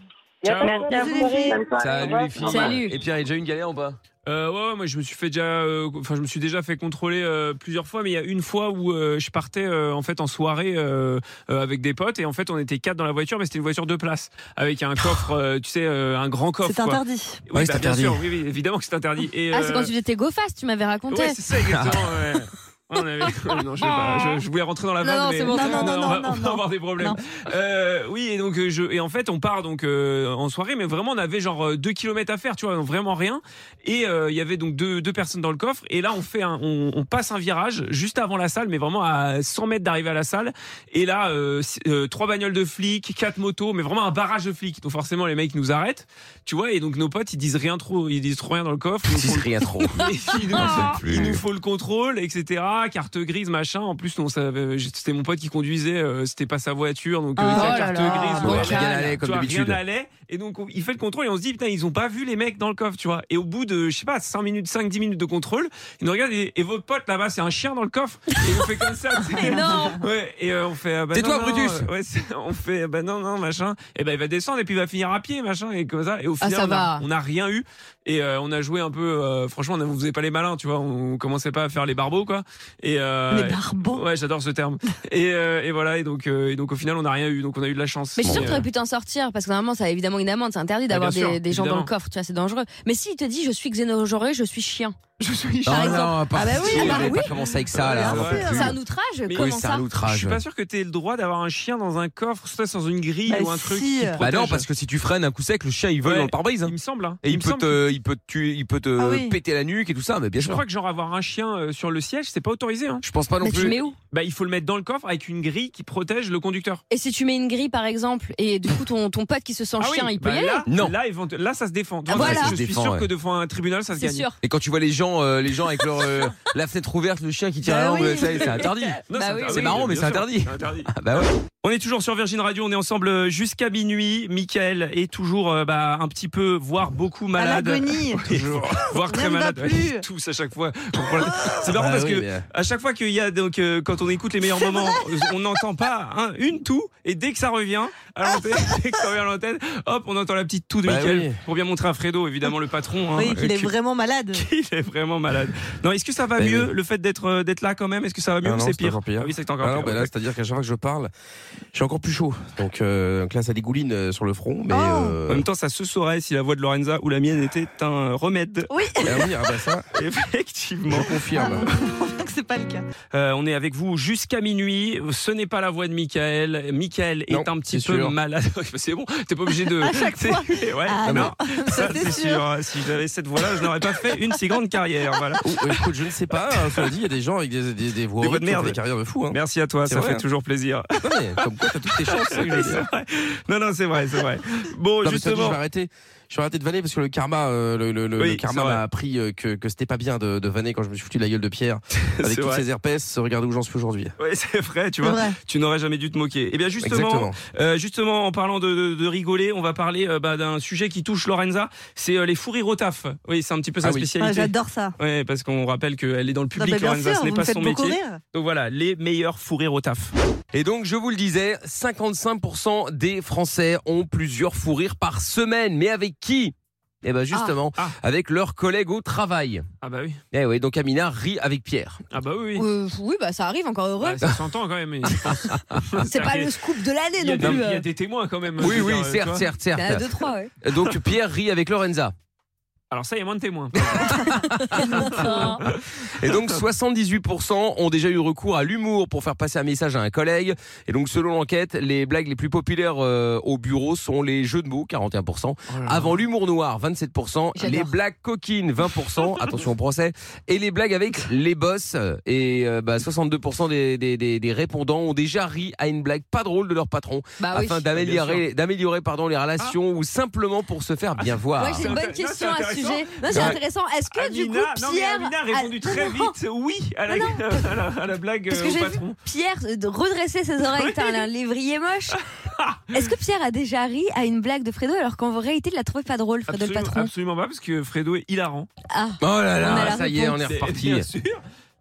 Ciao.
Merci à vous. Bonne soirée.
Salut
Au
les
revoir.
filles. Et Pierre, il y a déjà eu une galère ou pas
Euh, ouais, ouais, moi je me suis fait déjà, euh, enfin je me suis déjà fait contrôler euh, plusieurs fois, mais il y a une fois où euh, je partais euh, en fait en soirée euh, euh, avec des potes et en fait on était quatre dans la voiture, mais c'était une voiture de place avec un coffre, euh, tu sais, euh, un grand coffre.
C'est
quoi.
interdit.
Oui,
Ouais,
bah,
c'est
bien
interdit.
sûr, oui, oui, évidemment que c'est interdit. Et,
Ah, c'est quand
euh,
tu étais go fast, tu m'avais raconté.
Ouais, c'est ça exactement. ouais. Ouais, on avait- ouais, non, je, sais pas, je- je voulais rentrer dans la
Non,
vanne,
non,
mais
c'est bon, c'est
bon.
on
Non,
va-
non,
on va
non,
avoir des problèmes.
non.
Euh, oui, et donc euh, je, et en fait, on part donc euh, en soirée, mais vraiment, on avait genre 2 km à faire, tu vois, donc vraiment rien. Et euh, il y avait donc deux, deux personnes dans le coffre, et là, on fait un, on, on passe un virage juste avant la salle, mais vraiment à 100 mètres d'arriver à la salle. Et là, euh, c- euh, trois bagnoles de flics, quatre motos, mais vraiment un barrage de flics. Donc forcément, les mecs nous arrêtent, tu vois, et donc nos potes, ils disent rien trop, ils disent trop rien dans le coffre. Ils nous font-
rien trop.
mais il nous, il nous faut le contrôle, etc. Carte grise, machin. En plus, nous, on savait- c'était mon pote qui conduisait, euh, c'était pas sa voiture, donc euh,
Ah.
Oh
la
là
carte
là,
grise.
bon
ouais,
calme.
tu vois,
Rien n'allait, comme
rien
d'habitude.
n'allait. Et donc, on- il fait le contrôle et on se dit, putain, ils ont pas vu les mecs dans le coffre, tu vois. Et au bout de, je sais pas, 5 minutes, 5-10 minutes de contrôle, ils nous regardent et, et votre pote là-bas, c'est un chien dans le coffre. Et on fait comme ça. tu sais.
Non.
Ouais, et euh, on fait. ah, bah,
Tais-toi,
non, non,
Brutus.
euh, ouais, c'est- on fait, ah, bah non, non, machin. Et ben il va descendre et puis il va finir à pied, machin, et comme ça. Et au
Ah,
final,
ça
on a-
va.
on n'a rien eu. Et euh, on a joué un peu. euh, franchement, on ne faisait pas les malins, tu vois. On commençait pas à faire les barbeaux, quoi. Et euh,
Les barbons.
ouais, j'adore ce terme. et, euh, et voilà. Et donc, euh, et donc, au final, on n'a rien eu. Donc, on a eu de la chance.
Mais je suis sûr
Et,
que
euh,
t'aurais pu t'en sortir parce que normalement, ça évidemment une amende, c'est interdit d'avoir
Ah, bien sûr,
des, des gens dans
évidemment.
le coffre, tu vois, c'est dangereux. Mais s'il te dit je suis xénogenré, je suis chien,
je suis.
Par exemple.
non, pas
Ah bah oui,
si,
bah
mais
oui.
pas commencer avec ça là.
Ah,
on en peut
ouais.
plus.
c'est un outrage
Mais-
Comment
Oui, c'est un
ça
Je suis
outrage.
pas sûr que t'aies le droit d'avoir un chien dans un coffre, soit sans une grille
Bah
ou un truc. qui
si.
te
Bah
Bah
protège.
non, parce que si tu freines un coup sec, le chien il vole
Ouais.
dans le pare-brise. hein.
il me semble. hein.
Et il,
me
peut
semble
te, il peut te tuer, il peut te
Ah oui.
péter la nuque et tout ça, mais bien
Je
sûr.
crois que genre avoir un chien euh, sur le siège, c'est pas autorisé. Hein.
Je pense pas non
Mais tu
plus.
mets où
Bah, il faut le mettre dans le coffre avec une grille qui protège le conducteur.
Et si tu mets une grille par exemple, et du coup ton, ton pote qui se sent
Ah oui,
chien, il peut
bah
y aller
là,
Non.
Là, évent- là, ça se défend.
Ah, voilà.
Je
Ça
se
suis
défend,
sûr
ouais.
que devant un tribunal, ça se
C'est
gagne.
sûr.
Et quand tu vois les gens, euh, les gens avec leur euh, la fenêtre ouverte, le chien qui tire
Bah
à l'angle,
oui.
ça y est, c'est interdit.
Non,
Bah
c'est
oui.
interdit,
C'est marrant, mais
bien
c'est
sûr.
interdit.
C'est interdit.
Ah bah ouais.
On est toujours sur Virgin Radio, on est ensemble euh, jusqu'à minuit. Michael est toujours euh, bah, un petit peu, voire beaucoup
À
malade.
l'agonie.
Toujours. voire très
Rien ne va
malade. Ouais,
plus.
Tous à chaque fois. C'est marrant
Bah
parce
oui,
que
mais-
à chaque fois qu'il y a donc euh, quand on écoute les meilleurs moments, euh, on n'entend pas hein, une toux et dès que ça revient à l'antenne, dès que ça revient à l'antenne, hop, on entend la petite toux de
Bah
Michael
oui.
pour bien montrer à Fredo, évidemment le patron. hein,
Oui, qu'il
euh,
est
qui-
vraiment malade.
il est vraiment malade. Non, est-ce que ça va
Ben
mieux le fait d'être euh, d'être là quand même Est-ce que ça va mieux
Ah
ou
non,
c'est
c'est
pire
encore pire.
Ah oui, c'est encore
Ah non,
pire.
bah là, c'est-à-dire qu'à chaque fois que je parle, je suis encore plus chaud. Donc, euh, donc là, ça dégouline euh, sur le front, mais.
Oh.
euh,
En même temps, ça se saurait si la voix de Lorenza ou la mienne était un remède.
Oui,
ah oui, ah bah ça, je
Effectivement.
confirme.
on voit que c'est pas le cas.
Euh, on est avec vous jusqu'à minuit. Ce n'est pas la voix de Michael. Michael
Non,
est un petit
c'est
peu
sûr.
malade. c'est bon, t'es pas obligé de.
À chaque
c'est-
fois.
Ouais,
Ah
non, ça
c'est
c'est sûr. Si j'avais cette voix-là, je n'aurais pas fait une si grande carrière. Voilà.
Oh, écoute, je ne sais pas, hein, cela dit, il y a des gens avec des, des, des voix
Des voix
horribles
de
qui ont
merde.
Des carrières de fou. Hein.
Merci à toi,
C'est
ça
vrai,
fait
hein.
toujours plaisir.
Non, mais comme quoi, t'as toutes tes chances. c'est ce que je veux dire.
Non, non, c'est vrai, c'est vrai. Bon,
Non, mais ça dit, je
justement.
vais arrêter. Je vais arrêter de vanner parce que le karma, euh, le, le- le-
Oui,
le karma
c'est vrai.
m'a appris euh, que, que c'était pas bien de, de vanner quand je me suis foutu la gueule de Pierre
C'est
avec toutes
vrai.
ses herpès. Regardez où j'en suis aujourd'hui.
Ouais, c'est vrai, tu
C'est
vois.
vrai.
Tu n'aurais jamais dû te moquer. Eh bien, justement,
Exactement.
Euh, justement, en parlant de, de- de rigoler, on va parler euh, bah, d'un sujet qui touche Lorenza, c'est euh, les fous rires au taf. Oui, c'est un petit peu sa
Ah oui.
Ah,
spécialité.
J'adore ça.
ouais, parce qu'on rappelle qu'elle est dans le
Non,
public,
mais bien
Lorenza,
sûr,
ce n'est
vous
pas
me
son
faites beaucoup
métier.
rire.
Donc voilà, les meilleurs fous rires au taf.
Et donc, je vous le disais, 55% des Français ont plusieurs fous rires par semaine. Mais avec qui Eh ben justement,
Ah.
avec leurs collègues au travail.
Ah bah oui,
Eh oui, donc Amina rit avec Pierre.
ah bah oui. oui.
Euh, Oui, bah ça arrive, encore heureux.
Ouais, ça s'entend quand même. mais je pense-
c'est pas le scoop de l'année
Il y, a
non
des,
plus.
il y a
euh.
des témoins quand même.
Oui,
Je veux
oui,
dire, euh, tu
certes,
vois.
certes,
Il y en a
certes.
deux, trois, ouais.
Donc Pierre rit avec Lorenza.
Alors ça, il y a moins de témoins.
Et donc 78% ont déjà eu recours à l'humour pour faire passer un message à un collègue. Et donc selon l'enquête, les blagues les plus populaires euh, au bureau sont les jeux de mots, 41%. Avant l'humour noir, 27%.
Oh J'adore.
Les blagues coquines, 20%. attention au procès. Et les blagues avec les boss. Et euh, bah, 62% des, des, des- des répondants ont déjà ri à une blague pas drôle de leur patron
Bah oui.
afin d'améliorer d'améliorer pardon les relations ou simplement pour se faire bien voir.
Moi, Ah. j'ai une
Ah.
bonne question
Non, c'est
à ce sujet. Non, c'est
Ouais.
intéressant. Est-ce que Ah, du coup,
Amina, non, mais
Pierre.
Amina a
a-
répondu très
Non, non,
vite oui à la,
Non,
à la- à la blague
Parce
euh,
que
au
j'ai vu
patron.
Pierre euh, de redresser ses oreilles, t'as un lévrier moche. Est-ce que Pierre a déjà ri à une blague de Fredo alors qu'en réalité, il la trouvait pas drôle, Fredo le
Absolument,
patron
absolument pas, parce que Fredo est hilarant.
Ah,
Oh là
On a
là,
la
ça y est, on est
C'est-
reparti.
Bien sûr.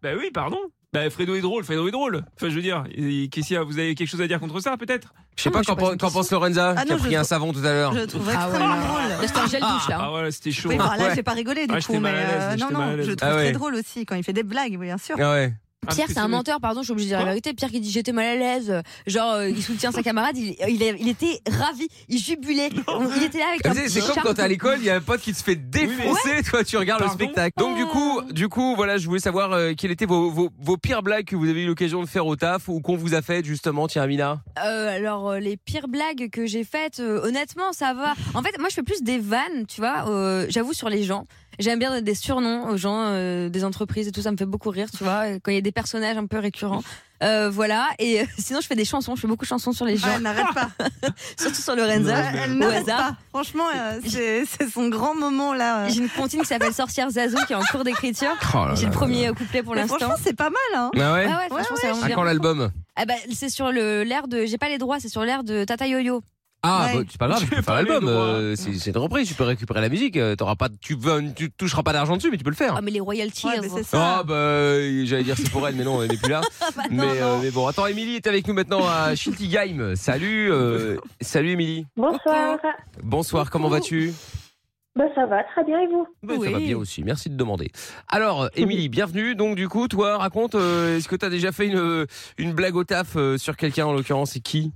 Bah oui, pardon. Bah, Fredo est drôle, Fredo est drôle. Enfin, je veux dire, et- qu'est-ce qu'il y a Vous avez quelque chose à dire contre ça, peut-être
Je sais pas qu'en pen- qu'en pense Lorenza,
Ah
qui a
non, je
pris un
trouve-
savon tout à l'heure.
je trouve
Ah
extrêmement drôle.
C'était un gel douche, là. hein.
Ah ouais, c'était chaud.
Oui, bah, là,
Ouais.
j'ai pas rigolé du
Ah, j'étais
coup, mais
mal à l'aise,
euh, non,
j'étais mal à
non,
l'aise.
je trouve
Ah ouais.
très drôle aussi quand il fait des blagues, bien sûr.
Ah ouais.
Pierre, c'est un menteur, pardon, je suis obligée de dire la vérité. Pierre qui dit j'étais mal à l'aise, euh, genre euh, il soutient sa camarade, il, il a- il était ravi, il jubilait, on- il était là avec
Vous
un
savez,
petit
C'est comme
charme.
quand t'es à l'école, il y a un pote qui se fait défoncer, toi tu regardes le spectacle. Donc du coup, du coup, voilà, je voulais savoir euh, quelles étaient vos, vos, vos pires blagues que vous avez eu l'occasion de faire au taf ou qu'on vous a faites justement, tiens Amina.
Euh, alors euh, les pires blagues que j'ai faites, euh, honnêtement, ça va. En fait, moi, je fais plus des vannes, tu vois. euh, J'avoue sur les gens. J'aime bien donner des surnoms aux gens, euh, des entreprises et tout. Ça me fait beaucoup rire, tu vois. euh, Quand il y a des personnages un peu récurrents. Euh, voilà. Et euh, sinon, je fais des chansons. Je fais beaucoup de chansons sur les gens.
elle n'arrête pas.
Surtout sur Lorenza.
Elle- elle
au
n'arrête
hasard.
Franchement, euh, c'est c'est son grand moment là.
J'ai une comptine qui s'appelle Sorcière Zazo qui est en cours d'écriture.
Oh là
J'ai le
là
premier
là.
euh, couplet pour
Mais
l'instant.
franchement, c'est pas mal. Hein.
Ah ouais.
franchement, c'est vraiment
À
bien.
quand l'album
Ah bah, c'est sur le l'air de. J'ai pas les droits, c'est sur l'air de Tata Yo-Yo.
Ah,
Ouais.
bah, c'est pas grave, tu peux faire l'album. euh, c'est c'est une reprise, tu peux récupérer la musique. euh, t'auras pas, tu, veux- tu toucheras pas d'argent dessus, mais tu peux le faire.
Ah, mais les royalties. gros.
Ah bah euh, j'allais dire c'est pour elle mais non elle n'est plus là. mais, euh, mais bon attends Émilie est avec nous maintenant à Schiltigheim. Salut euh, salut Émilie.
Bonsoir.
Bonsoir comment vas-tu
Bah, ça va, très bien, et vous
Bah, Ça va bien aussi merci de demander. Alors Émilie bienvenue donc du coup toi raconte euh, est-ce que t'as déjà fait une euh, une blague au taf euh, sur quelqu'un en l'occurrence et qui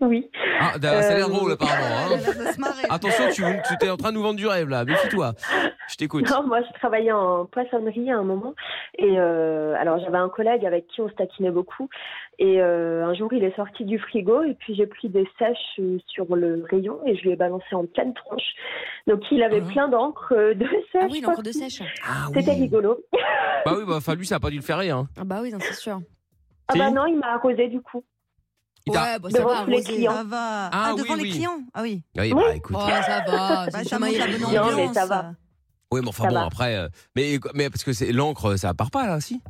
Oui.
Ah, d'a- ça a l'air
Euh,
drôle apparemment. hein. Attention tu tu t'es en train de nous vendre du rêve là méfie-toi. Je t'écoute.
Non, moi, je travaillais en poissonnerie à un moment. Et euh, alors, j'avais un collègue avec qui on se taquinait beaucoup. Et euh, un jour, il est sorti du frigo. Et puis, j'ai pris des sèches euh, sur le rayon et je lui ai balancé en pleine tronche. Donc, il avait plein d'encre euh, de sèche.
Ah.
Ah.
oui, l'encre de sèche.
C'était rigolo.
Bah oui bah enfin lui ça a pas dû le faire hein. rien.
Ah bah oui, non, c'est sûr.
Ah,
Si.
bah non, il m'a arrosé du coup.
Il t'a-
Ouais, bah, ça
Devant
va,
tous les
arroser.
clients.
Ça
va.
Ah, oui,
devant les
oui.
clients Ah oui.
Oui, bah, écoute.
Oh, ça va.
Bah,
ça monte la bonne
Non, mais
ambiance.
ça va.
Oui, mais enfin
Ça
bon,
va.
après. euh, mais, mais parce que c'est l'encre, ça part pas là, si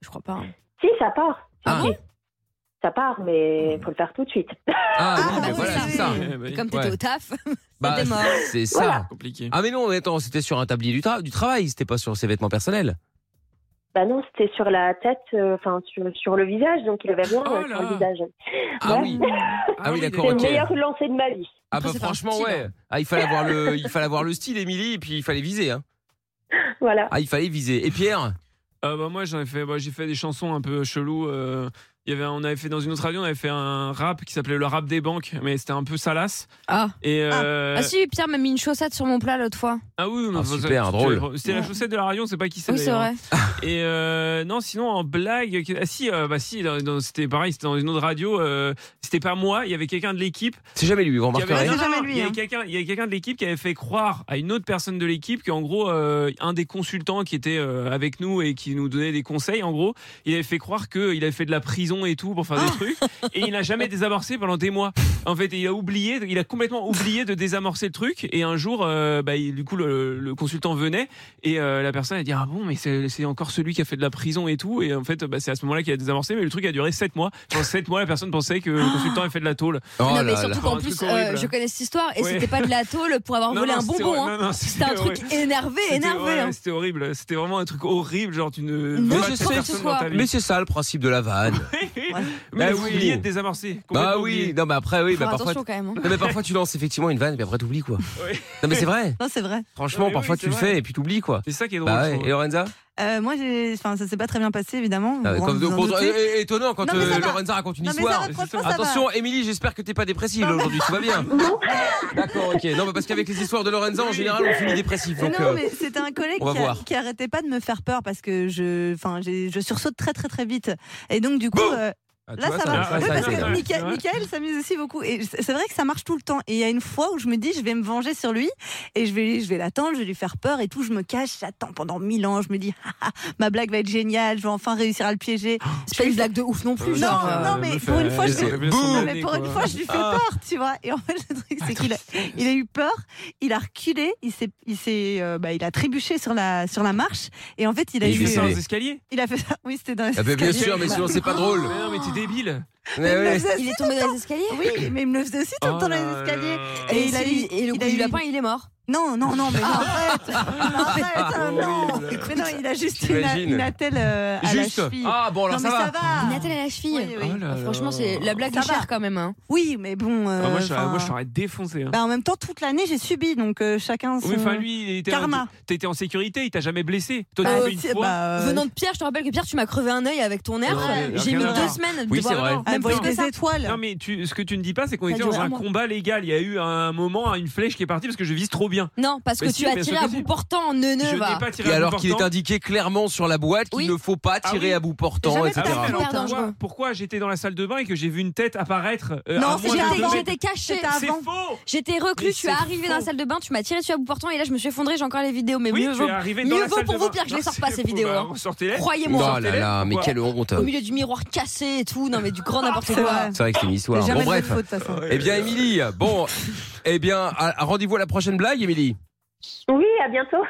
Je crois pas. hein.
Si, ça part.
Ah,
Ça part, mais faut le faire tout de suite.
Ah, oui,
bah
mais
oui,
voilà,
ça,
c'est ça.
oui. Et Comme t'étais
Ouais.
au taf,
Bah,
c'était mort.
c'est ça.
Voilà.
Compliqué.
Ah, mais non, mais attends, c'était sur un tablier du, tra- du travail, c'était pas sur ses vêtements personnels.
Bah non, c'était sur la tête, euh, enfin sur, sur le visage, donc il avait rien euh, sur le visage.
Oh Ah
Ouais.
oui. Ah oui, d'accord,
C'est le
ok.
meilleur lancer de ma vie.
Ah, bah franchement, ouais. Ah, il fallait avoir le, il fallait avoir le style, Émilie, et puis il fallait viser. Hein.
Voilà.
Ah, il fallait viser. Et Pierre
Euh, bah, moi, j'en ai fait, bah, j'ai fait des chansons un peu cheloues. euh, il y avait, un- on avait fait dans une autre radio, on avait fait un rap qui s'appelait le rap des banques, mais c'était un peu salace.
Ah.
Et euh,
Ah si, Pierre m'a mis une chaussette sur mon plat l'autre fois.
Ah oui, mais
Ah,
enfin,
super,
ça-
drôle.
C'était la chaussette de la radio, c'est pas qui c'est.
Oui, c'est
d'ailleurs. hein.
vrai.
Et euh, non, sinon en blague, que- ah si, euh, bah si, dans- dans- c'était pareil, c'était dans une autre radio. euh, c'était pas moi, il y avait quelqu'un de l'équipe.
C'est jamais lui, vous
qui avait-
remarquerez.
non, non, non, Il y avait quelqu'un, il y avait quelqu'un de l'équipe qui avait fait croire à une autre personne de l'équipe qu'en gros, euh, un des consultants qui était euh, avec nous et qui nous donnait des conseils, en gros, il avait fait croire qu'il avait fait de la prison et tout pour faire
Ah.
des trucs, et il n'a jamais désamorcé pendant des mois. En fait, il a oublié, il a complètement oublié de désamorcer le truc. Et un jour, euh, bah, il- du coup, le, le consultant venait et euh, la personne a dit ah bon, mais c'est c'est encore celui qui a fait de la prison et tout. Et en fait, bah, c'est à ce moment-là qu'il a désamorcé. Mais le truc a duré 7 mois. Pendant 7 mois, la personne pensait que le consultant avait fait de la tôle. Oh,
non mais surtout qu'en plus,
Un truc
euh,
horrible.
je connais cette histoire et
Ouais.
c'était pas de la tôle pour avoir
Non,
volé
non,
un
c'était
bonbon.
hor-
hein.
non, non,
C'était un truc
ouais.
énervé,
C'était-
énervé.
ouais,
hein.
C'était horrible. C'était vraiment un truc horrible. Genre, tu ne.
Mais
voilà,
c'est
cette
ça,
personne
ce
dans ta
soir.
vie.
Mais c'est ça le principe de la vanne.
Mais
Bah
oui.
oui.
oublié de désamorcer.
Bah oui, non, mais après, oui,
Faut
bah
faire
parfois.
attention quand même. hein.
Non, mais parfois tu lances effectivement une vanne, mais après t'oublies quoi. Non, mais c'est vrai.
Non, c'est vrai.
Franchement,
Ouais,
parfois
oui,
tu le
c'est vrai.
fais et puis t'oublies quoi.
C'est ça qui est drôle.
Bah
je
ouais.
trouve.
Et Lorenza
Euh, moi, j'ai- enfin, ça s'est pas très bien passé, évidemment.
Ah,
Vous
comme
vous
donc,
en
contre-
doutez.
é- é- étonnant quand
Non, mais
euh,
ça va.
Lorenza raconte une
Non, mais ça
histoire.
va, franchement, ça va.
Attention, Émilie, j'espère que t'es pas dépressive là, aujourd'hui. Tout va bien. D'accord, ok. Non, mais parce qu'avec les histoires de Lorenza, en général, on finit dépressif.
Mais
Donc,
non,
euh,
mais c'était un collègue
on va
qui, a-
voir.
qui arrêtait pas de me faire peur parce que je, enfin, j'ai- je sursaute très très très vite. Et donc du coup, euh,
Ah, tu
là
vois,
ça
ça
va.
va, ça
Oui,
va,
parce
ça va.
que Michael,
C'est vrai.
Michael s'amuse aussi beaucoup. Et c'est c'est vrai que ça marche tout le temps. Et il y a une fois où je me dis, je vais me venger sur lui et je vais, je vais l'attendre, je vais lui faire peur et tout. Je me cache, j'attends pendant mille ans. Je me dis, Ah, ah, ma blague va être géniale, je vais enfin réussir à le piéger.
Ah,
C'est pas une blague de ouf non plus.
Non,
genre, euh,
non, mais pour une fois, je
c'est-
lui-
Boum.
Non, mais pour une fois, je lui fais
Ah.
peur, tu vois. Et en fait, le truc, c'est qu'il a, il a eu peur, il a reculé, il s'est, il s'est, euh, bah, il a trébuché sur la, sur la marche. Et en fait, il a
Et il
eu.
fait ça
Dans
euh,
les escaliers
Il a fait ça. Oui, c'était dans les
Ah, mais bien
escaliers.
sûr, mais sinon, c'est pas drôle.
Mais non, mais t'es débile.
Mais
Il me
ouais.
faisait
Il
aussi
est tombé dans les escaliers
tout- Oui, mais il me le faisait aussi tout le
Oh
temps dans les
là
escaliers.
là.
Et,
il a eu-
et le coup
il a
du
eu-
lapin, il est mort. Ah.
Non, non, non, mais non, arrête Arrête hein, Non Mais non, il a juste une,
T'imagines
une attelle euh, à
Juste
la cheville.
Ah, bon, alors
Non,
ça
mais
va.
ça va
Une attelle à la cheville.
Oui, oui.
Ah, Franchement, c'est la blague
Ça
est chère
va.
quand même. hein.
Oui, mais bon... euh,
Oh Ah, moi, je,
enfin,
moi, je serais défoncé. hein.
bah, en même temps, toute l'année, j'ai subi, donc euh, chacun son...
oui, enfin, lui, il était
Karma.
t'as été en sécurité, il t'a jamais blessé. Toi,
Bah,
t'as
euh,
fait une
c'est-
fois.
bah, euh,
Venant de Pierre, je te rappelle que Pierre, tu m'as crevé un œil avec ton air.
Non, mais
J'ai
rien
mis
à
deux
voir.
semaines. de
Oui,
voir
c'est vrai.
avant.
elle
Même
voyait
plus que
des
ça.
Ah, étoiles.
Non mais tu, ce que tu ne dis pas c'est qu'on
Ça
était
dure
dans
un
un
mois.
combat légal. Il y a eu un moment, hein, une flèche qui est partie parce que je vise trop bien.
Non, parce
Mais
que
si,
tu as
mais
tiré
ce
à
que
bout
si.
portant. Ne,
je
ne
n'ai
va.
pas tiré
Et
à bout
alors qu'il est
portant.
indiqué clairement sur la boîte qu'il
Oui.
ne faut pas
Ah
tirer
oui.
à bout portant,
Jamais
etc.
personne
mais alors,
hyper dangereux.
pourquoi, pourquoi j'étais dans la salle de bain et que j'ai vu une tête apparaître euh,
Non,
à
c'est
moins de
j'étais-
deux
J'étais
mètres
j'étais cachée.
C'était avant.
C'est faux.
J'étais reclus,
Mais
tu es
c'est
arrivé dans la
faux.
salle de bain, tu m'as tiré dessus à bout portant et là je me suis effondré, j'ai encore les vidéos. Mais
Oui,
mieux
tu
vaut,
es arrivé dans
mieux
la
vaut
salle
pour
de
vous,
bain.
Pierre, que je
Non,
les sors
c'est
pas ces
faux.
vidéos.
Bah,
hein.
ressortez-les.
Croyez-moi.
Oh là là, mais
Pourquoi
quelle honte
Au milieu du miroir cassé et tout, non mais du grand n'importe
C'est
quoi.
vrai.
C'est vrai que c'est une histoire.
C'est jamais
Bon
de votre
bref,
faute, de toute façon.
eh bien Émilie, bon, eh bien à- à rendez-vous à la prochaine blague Émilie.
Oui, à bientôt.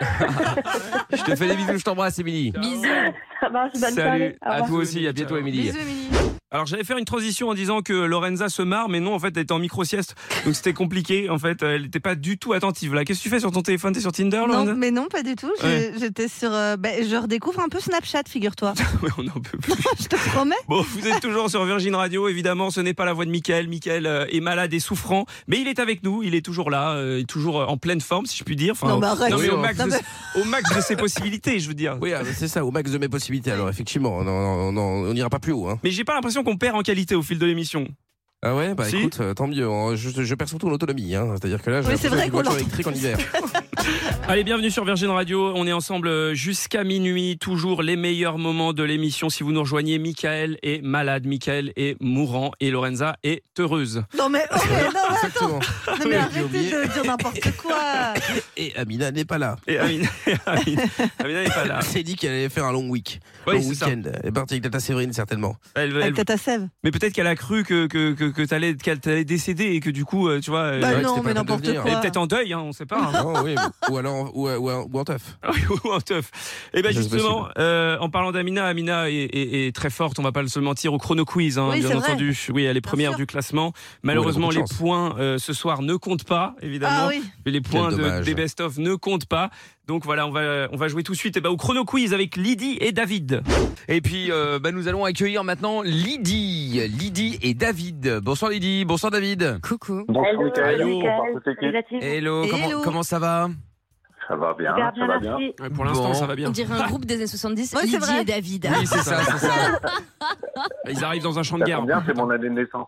Je te fais des bisous, je t'embrasse Émilie.
Bisous.
Ça marche, bonne
Salut,
soirée. Au
À
revoir.
toi aussi, à bientôt Émilie.
Bisous, Émilie.
Alors j'allais faire une transition en disant que Lorenza se marre, mais non, en fait, elle était en micro-sieste. Donc c'était compliqué, en fait. Elle n'était pas du tout attentive là. Qu'est-ce que tu fais sur ton téléphone T'es sur Tinder, Lorenza
Non, mais non, pas du tout. Je-
Ouais.
J'étais sur. euh, bah, je redécouvre un peu Snapchat, figure-toi.
Ouais, on en peut plus.
je te promets.
Bon, vous êtes toujours sur Virgin Radio, évidemment, ce n'est pas la voix de Michael. Michael euh, est malade et souffrant, mais il est avec nous, il est toujours là, euh, toujours euh, en pleine forme, si je puis dire. Enfin,
Non, mais
au-
arrête.
mais au,
Non,
max de,
mais-
au max de ses possibilités, je veux dire.
Oui, ah, c'est ça, au max de mes possibilités. Alors, effectivement, non, non, non, on n'ira pas plus haut. Hein.
Mais j'ai pas l'impression qu'on perd en qualité au fil de l'émission.
Ah ouais, bah
Si.
écoute, euh, tant mieux. hein. Je, je perds surtout l'autonomie. Hein. C'est-à-dire que là,
Oui,
j'ai
c'est
l'impression
vrai
d'une
qu'on
voiture électrique
l'entend
en hiver.
Allez, bienvenue sur Virgin Radio. On est ensemble euh, jusqu'à minuit. Toujours les meilleurs moments de l'émission. Si vous nous rejoignez, Michael est malade, Michael est mourant et Lorenza est heureuse.
Non, mais, oh, mais, non, mais attends.
Exactement.
Non, mais
j'ai
arrêtez
oublié.
de dire n'importe quoi.
Et Amina n'est pas là.
Et Amina, Amina- Amina n'est pas là.
Elle s'est dit qu'elle allait faire un long week.
Oui,
long
c'est ça.
week-end. Elle est partie avec Tata Séverine, certainement.
Elle- elle-
Avec Tata Sève.
Mais peut-être qu'elle a cru que, que, que, que t'allais qu'elle t'allait décéder et que du coup, euh, tu vois, elle-
Bah
vrai que
non,
c'était
mais
pas la peine de
n'importe
venir.
quoi.
elle est peut-être en deuil, hein, on sait pas. hein.
Non, oui, ou alors ou, ou, ou en teuf.
Ah oui, ou en teuf. Et bien
Je sais pas
justement, euh, en parlant d'Amina, Amina est, est- est très forte, on va pas se le mentir, au chrono quiz, hein,
Oui,
bien
c'est vrai.
entendu. Oui, elle est première
sûr.
du classement. Malheureusement,
beaucoup de
les
chance.
points euh, ce soir ne comptent pas, évidemment.
Ah oui.
Mais les points de-
dommage.
des best-of ne comptent pas. Donc voilà, on va, on va jouer tout de suite eh ben, au chrono quiz avec Lydie et David.
Et puis euh, bah, nous allons accueillir maintenant Lydie, Lydie et David. Bonsoir Lydie, bonsoir David.
Coucou.
Bonsoir,
Hello,
Mickaël.
Mickaël.
Bonsoir, toute l'équipe.
Salut, David.
Hello,
Hello.
Comment, comment ça va
Ça va bien,
Super
ça va bien.
merci.
Ouais, pour l'instant,
Bon.
ça va
On
bien.
dirait un groupe des années 70,
Ouais, c'est
Lydie
vrai.
et David.
Oui, c'est ça, c'est ça.
Ils arrivent dans un champ de
Ça
guerre.
tombe bien, c'est mon année de naissance.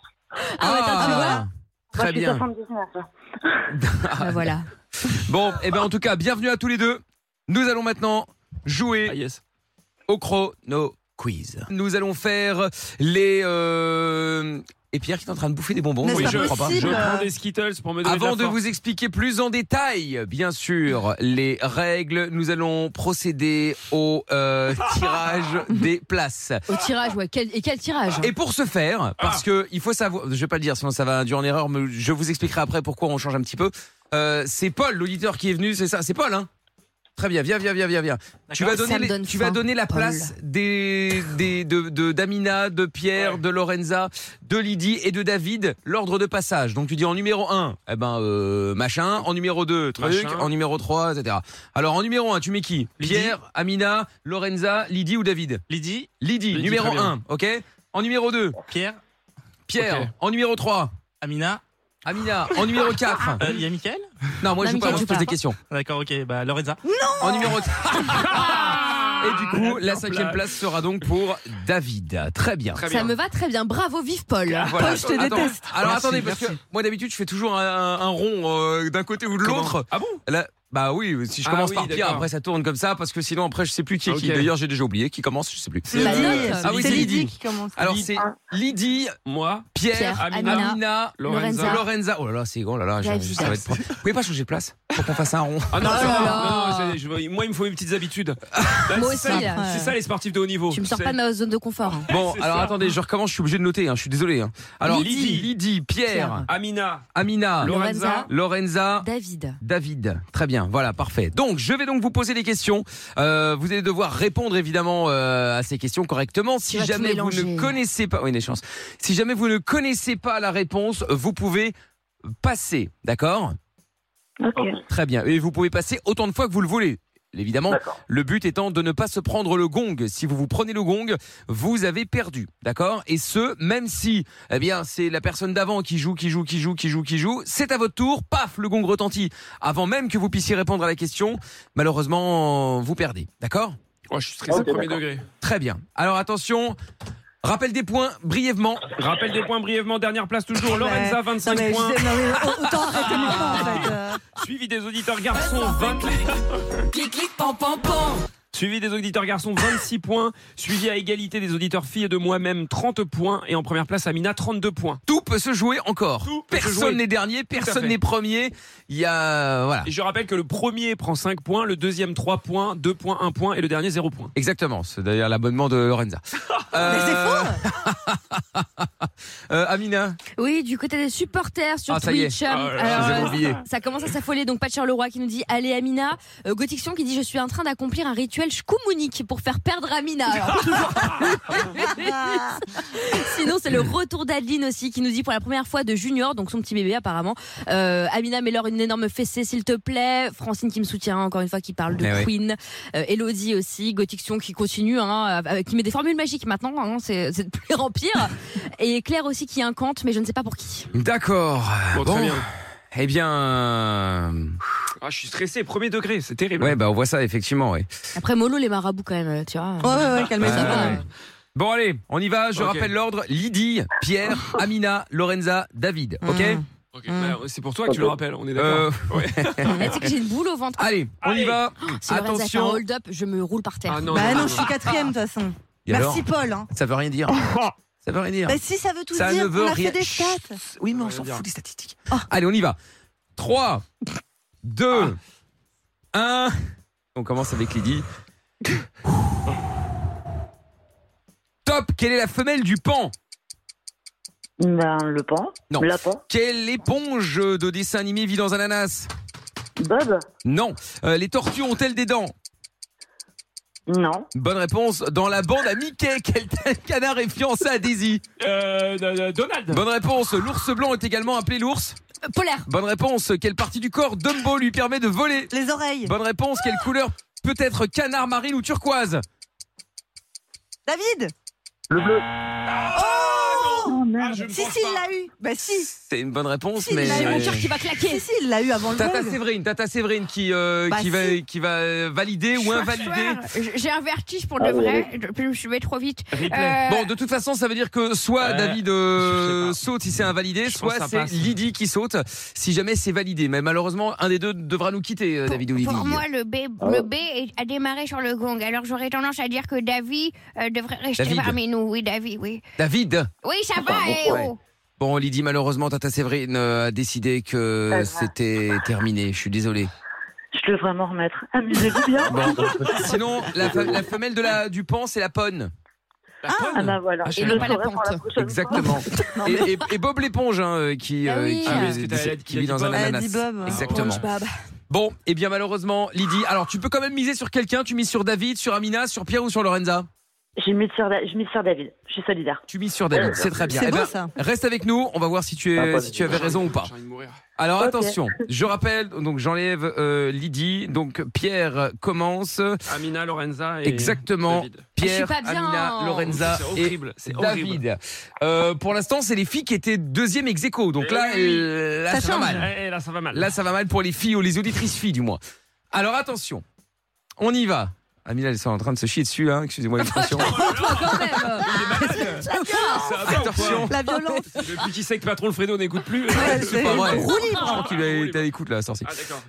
Ah ouais, attends, tu vois
Moi, je
Très
suis
bien.
79.
Bah voilà.
Ah, Bon, et ben en tout cas, bienvenue à tous les deux. Nous allons maintenant
Ah,
jouer
yes.
au chrono quiz. Nous allons faire les. euh, Et Pierre qui est en train de bouffer des bonbons.
Mais
oui,
c'est
je
je,
pas
comprends
possible.
je prends des Skittles pour me donner
Avant de
la force.
vous expliquer plus en détail, bien sûr, les règles, nous allons procéder au euh, tirage des places.
Au tirage, ouais. Quel- et quel tirage
Et pour ce faire, parce que il faut savoir, je vais pas le dire, sinon ça va induire en erreur, mais je vous expliquerai après pourquoi on change un petit peu. Euh, c'est Paul, l'auditeur qui est venu, c'est ça, c'est Paul, hein Très bien, viens, viens, viens, viens, viens. Tu vas
Ça
donner,
me
les-
donne
tu
faim,
vas donner la
Paul.
place des, des, de, de- d'Amina, de Pierre, de Lorenza, de Lydie et de David, l'ordre de passage. Donc tu dis en numéro 1, eh ben, euh, machin, en numéro 2, truc,
Machin.
en numéro 3, etc. Alors en numéro 1, tu mets qui
Lydie.
Pierre, Amina, Lorenza, Lydie ou David
Lydie,
Lydie,
Lydie,
numéro
très bien.
1, ok En numéro 2,
Pierre,
Pierre.
Ok.
En numéro 3,
Amina,
Amina. En numéro 4,
il y a Mickaël
non, moi je
Non,
joue pas,
Mickaël,
moi, je
tu
pose des
pars.
questions.
D'accord, ok, bah Lorenza.
En numéro 3. Et du coup, la cinquième place sera donc pour David. Très bien.
très
Ça
bien.
me va très bien. Bravo, vive Paul.
Voilà.
Paul, je te
Attends.
déteste.
Alors
Merci,
attendez, parce
merci.
que moi d'habitude je fais toujours un, un rond euh, d'un côté ou de l'autre.
Ah bon
Là, bah oui, si je
Ah
commence
oui,
par Pierre,
d'accord.
après ça tourne comme ça, parce que sinon après je sais plus qui est qui.
Ok.
D'ailleurs j'ai déjà oublié qui commence, je sais plus.
Bah,
Lydie.
non,
Ah oui,
c'est
c'est
Lydie
Lydie.
qui commence.
Alors c'est Lydie,
Moi,
Pierre,
Pierre,
Amina,
Amina,
Amina,
Lorenza.
Lorenza. Oh là là, c'est grand, là là, j'ai-
David.
ça va être. pro- Vous pouvez pas changer de place pour qu'on fasse un rond.
Ah non,
Oh
ça
là
va.
là.
Non, non, c'est- je- moi, il me faut mes petites habitudes. Bah,
Moi
c'est ça-
aussi, là.
C'est ça, les sportifs de haut niveau.
Tu me sors
C'est-
pas de ma zone de confort. hein.
Bon,
C'est
alors
ça.
attendez, je recommence, je suis obligé de noter, hein, je suis désolé. hein. Alors
Lydie.
Lydie, Lydie, Pierre,
Pierre.
Amina,
Amina,
Lorenza.
Lorenza,
David.
David, très bien, voilà, parfait. Donc, je vais donc vous poser des questions. Euh, vous allez devoir répondre évidemment euh, à ces questions correctement. Si
Tu vas tout
jamais vous ne
mélanger.
connaissez pas, oui, des chances. Si jamais vous ne connaissez pas la réponse, vous pouvez passer, d'accord Très bien. Et vous pouvez passer autant de fois que vous le voulez. Évidemment,
D'accord.
le but étant de ne pas se prendre le gong. Si vous vous prenez le gong, vous avez perdu, d'accord Et ce, même si, eh bien, c'est la personne d'avant qui joue, qui joue, qui joue, qui joue, qui joue, c'est à votre tour, paf, le gong retentit. Avant même que vous puissiez répondre à la question, malheureusement, vous perdez, d'accord Oh, je suis
stressé Ok, premier d'accord. degré.
Très bien. Alors attention, rappel des points brièvement. Ah
Rappel des points brièvement, dernière place toujours. Lorenza,
Ouais.
25
Non, mais je
points.
sais, non, mais au- autant arrêter maintenant, en fait, euh.
Suivi des auditeurs garçons, 20. Suivi des auditeurs garçons, 26 points. Suivi à égalité des auditeurs filles et de moi-même, 30 points. Et en première place, Amina, 32 points.
Tout peut se jouer encore.
peut se jouer.
Personne n'est dernier,
Tout à
personne
fait.
n'est premier. Il y a voilà.
Et je rappelle que le premier prend 5 points, le deuxième 3 points, 2 points, 1 point et le dernier 0 points.
Exactement, c'est d'ailleurs l'abonnement de Lorenza. Euh, euh, Amina,
Oui, du côté des supporters sur
Ah, ça y est.
Twitch.
Ah,
euh,
je les avais
euh,
oubliés.
ça commence à s'affoler. Donc, Patcher Leroy qui nous dit Allez, Amina. Euh, Gothiction qui dit Je suis en train d'accomplir un rituel shkoumounik pour faire perdre Amina. Alors, toujours. Sinon, c'est le retour d'Adeline aussi qui nous dit pour la première fois de Junior, donc son petit bébé apparemment. Euh, Amina, mets-leur une énorme fessée s'il te plaît. Francine qui me soutient encore une fois, qui parle de
Eh oui.
Queen. Euh, Elodie aussi. Gothiction qui continue, hein, avec- qui met des formules magiques maintenant. hein, c'est c'est de pire en pire. Et Claire aussi qui incante, mais je ne sais pas pour qui.
d'accord.
Bon, très bien.
Eh bien, euh,
Ah, je suis stressé, premier degré, c'est terrible.
ouais, bah on voit ça effectivement, ouais.
Après, Molo les marabouts quand même, euh, tu vois.
Ouais, ouais. Bon allez, on y va. Je
Ok.
rappelle l'ordre. Lydie, Pierre, Amina, Lorenza, David.
Hmm.
Ok.
Ok, bah, c'est pour toi que tu le rappelles, on est
Euh,
d'accord. Ouais.
Eh, Tu sais que j'ai une boule au ventre.
Allez, on y va.
Si Lorenza fait un
Attention.
hold-up, je me roule par terre.
non, Bah non, non, non, je suis non.
Quatrième, de toute façon.
Et
Merci,
alors
Paul. hein.
Ça veut rien dire. Ça veut rien dire.
Bah si, ça veut tout
Ça
dire.
ne veut
on a
rien-
fait des stats.
Oui, mais on s'en fout des statistiques. Allez, on y va. 3, 2, 1. On commence avec Lydie. Top Quelle est la femelle du pan
Ben, le pan.
Non.
La pan.
Quelle éponge de dessin animé vit dans un ananas
Bob.
Non. Euh, les tortues ont-elles des dents
Non.
Bonne réponse. Dans la bande à Mickey, quel canard est fiancé à Daisy
Donald.
Bonne réponse. L'ours blanc est également appelé l'ours
Euh,
Polaire.
Bonne réponse. Quelle partie du corps Dumbo lui permet de voler
Les oreilles.
Bonne réponse. Quelle couleur peut être canard marine ou turquoise
David
Le bleu.
Oh
je
Si, si, il l'a eu. Bah si.
C'est une bonne réponse,
Si,
mais.
il l'a eu. va claquer. Si, si, il l'a eu avant le
Tata
gong.
Séverine, Tata Séverine qui, euh,
Bah,
qui, va,
si.
qui va euh, valider ou invalider.
J'ai un vertige pour
Ah,
de
oui,
vrai. Je je vais trop vite. Euh,
Bon, de toute façon, ça veut dire que soit David euh, saute si c'est invalidé,
pense
soit
que ça
c'est
passe.
Lydie qui saute si jamais c'est validé. Mais malheureusement, un des deux devra nous quitter, euh, David ou Lydie.
Pour moi, le B,
Ah.
le B est- a démarré sur le gong. Alors j'aurais tendance à dire que David euh, devrait rester
David.
parmi nous. Oui, David, oui.
David
Oui, ça va, eh
Ouais.
oh.
Bon, Lydie, malheureusement, Tata Séverine euh, a décidé
Pas
que
grave.
c'était terminé. Je suis désolé.
Je devrais m'en remettre. Amusez-vous bien.
Bon. Sinon, la, fe- la femelle de la, du pan, c'est la ponne.
Ah, bah voilà.
je
Et
savais
le
pas la
saurait pour la prochaine
Exactement. Et, et- et Bob l'éponge, hein, euh, qui,
Ah
euh,
oui.
qui-
Ah oui,
qui,
parce que t'as- elle a dit-
qui
il a
vit
dit
dans
Bob.
un
Elle a
ananas.
dit Bob.
Exactement.
Éponge Bob.
Bon, et bien malheureusement, Lydie, alors tu peux quand même miser sur quelqu'un. Tu mises sur David, sur Amina, sur Pierre ou sur Lorenza
J'ai mis sur, Da- je mise sur David. Je suis solidaire.
Tu mises sur David, c'est très bien. Eh ben, Reste avec nous, on va voir si tu, es, si tu avais raison ou pas. Alors
Ok.
attention, je rappelle, donc j'enlève euh, Lydie, donc Pierre commence.
Amina, Lorenza et
Exactement.
David.
Pierre,
Je suis pas bien.
Amina, Lorenza
C'est
et
horrible, c'est horrible.
David. Euh, pour l'instant, c'est les filles qui étaient deuxième ex aequo. Donc
Eh
là,
oui.
euh, là, ça, va mal.
Eh, eh, là, ça va mal.
Là, ça va mal pour les filles ou les auditrices filles, du moins. Alors attention, on y va. Amina, elles sont en train de se chier dessus, hein, excusez-moi l'expression. Attention.
La violence.
Depuis qu'il sait que patron le Fredo n'écoute plus.
C'est pas vrai.
Roue
Je
libre.
crois qu'il est à l'écoute là, la sortie.
Ah, d'accord.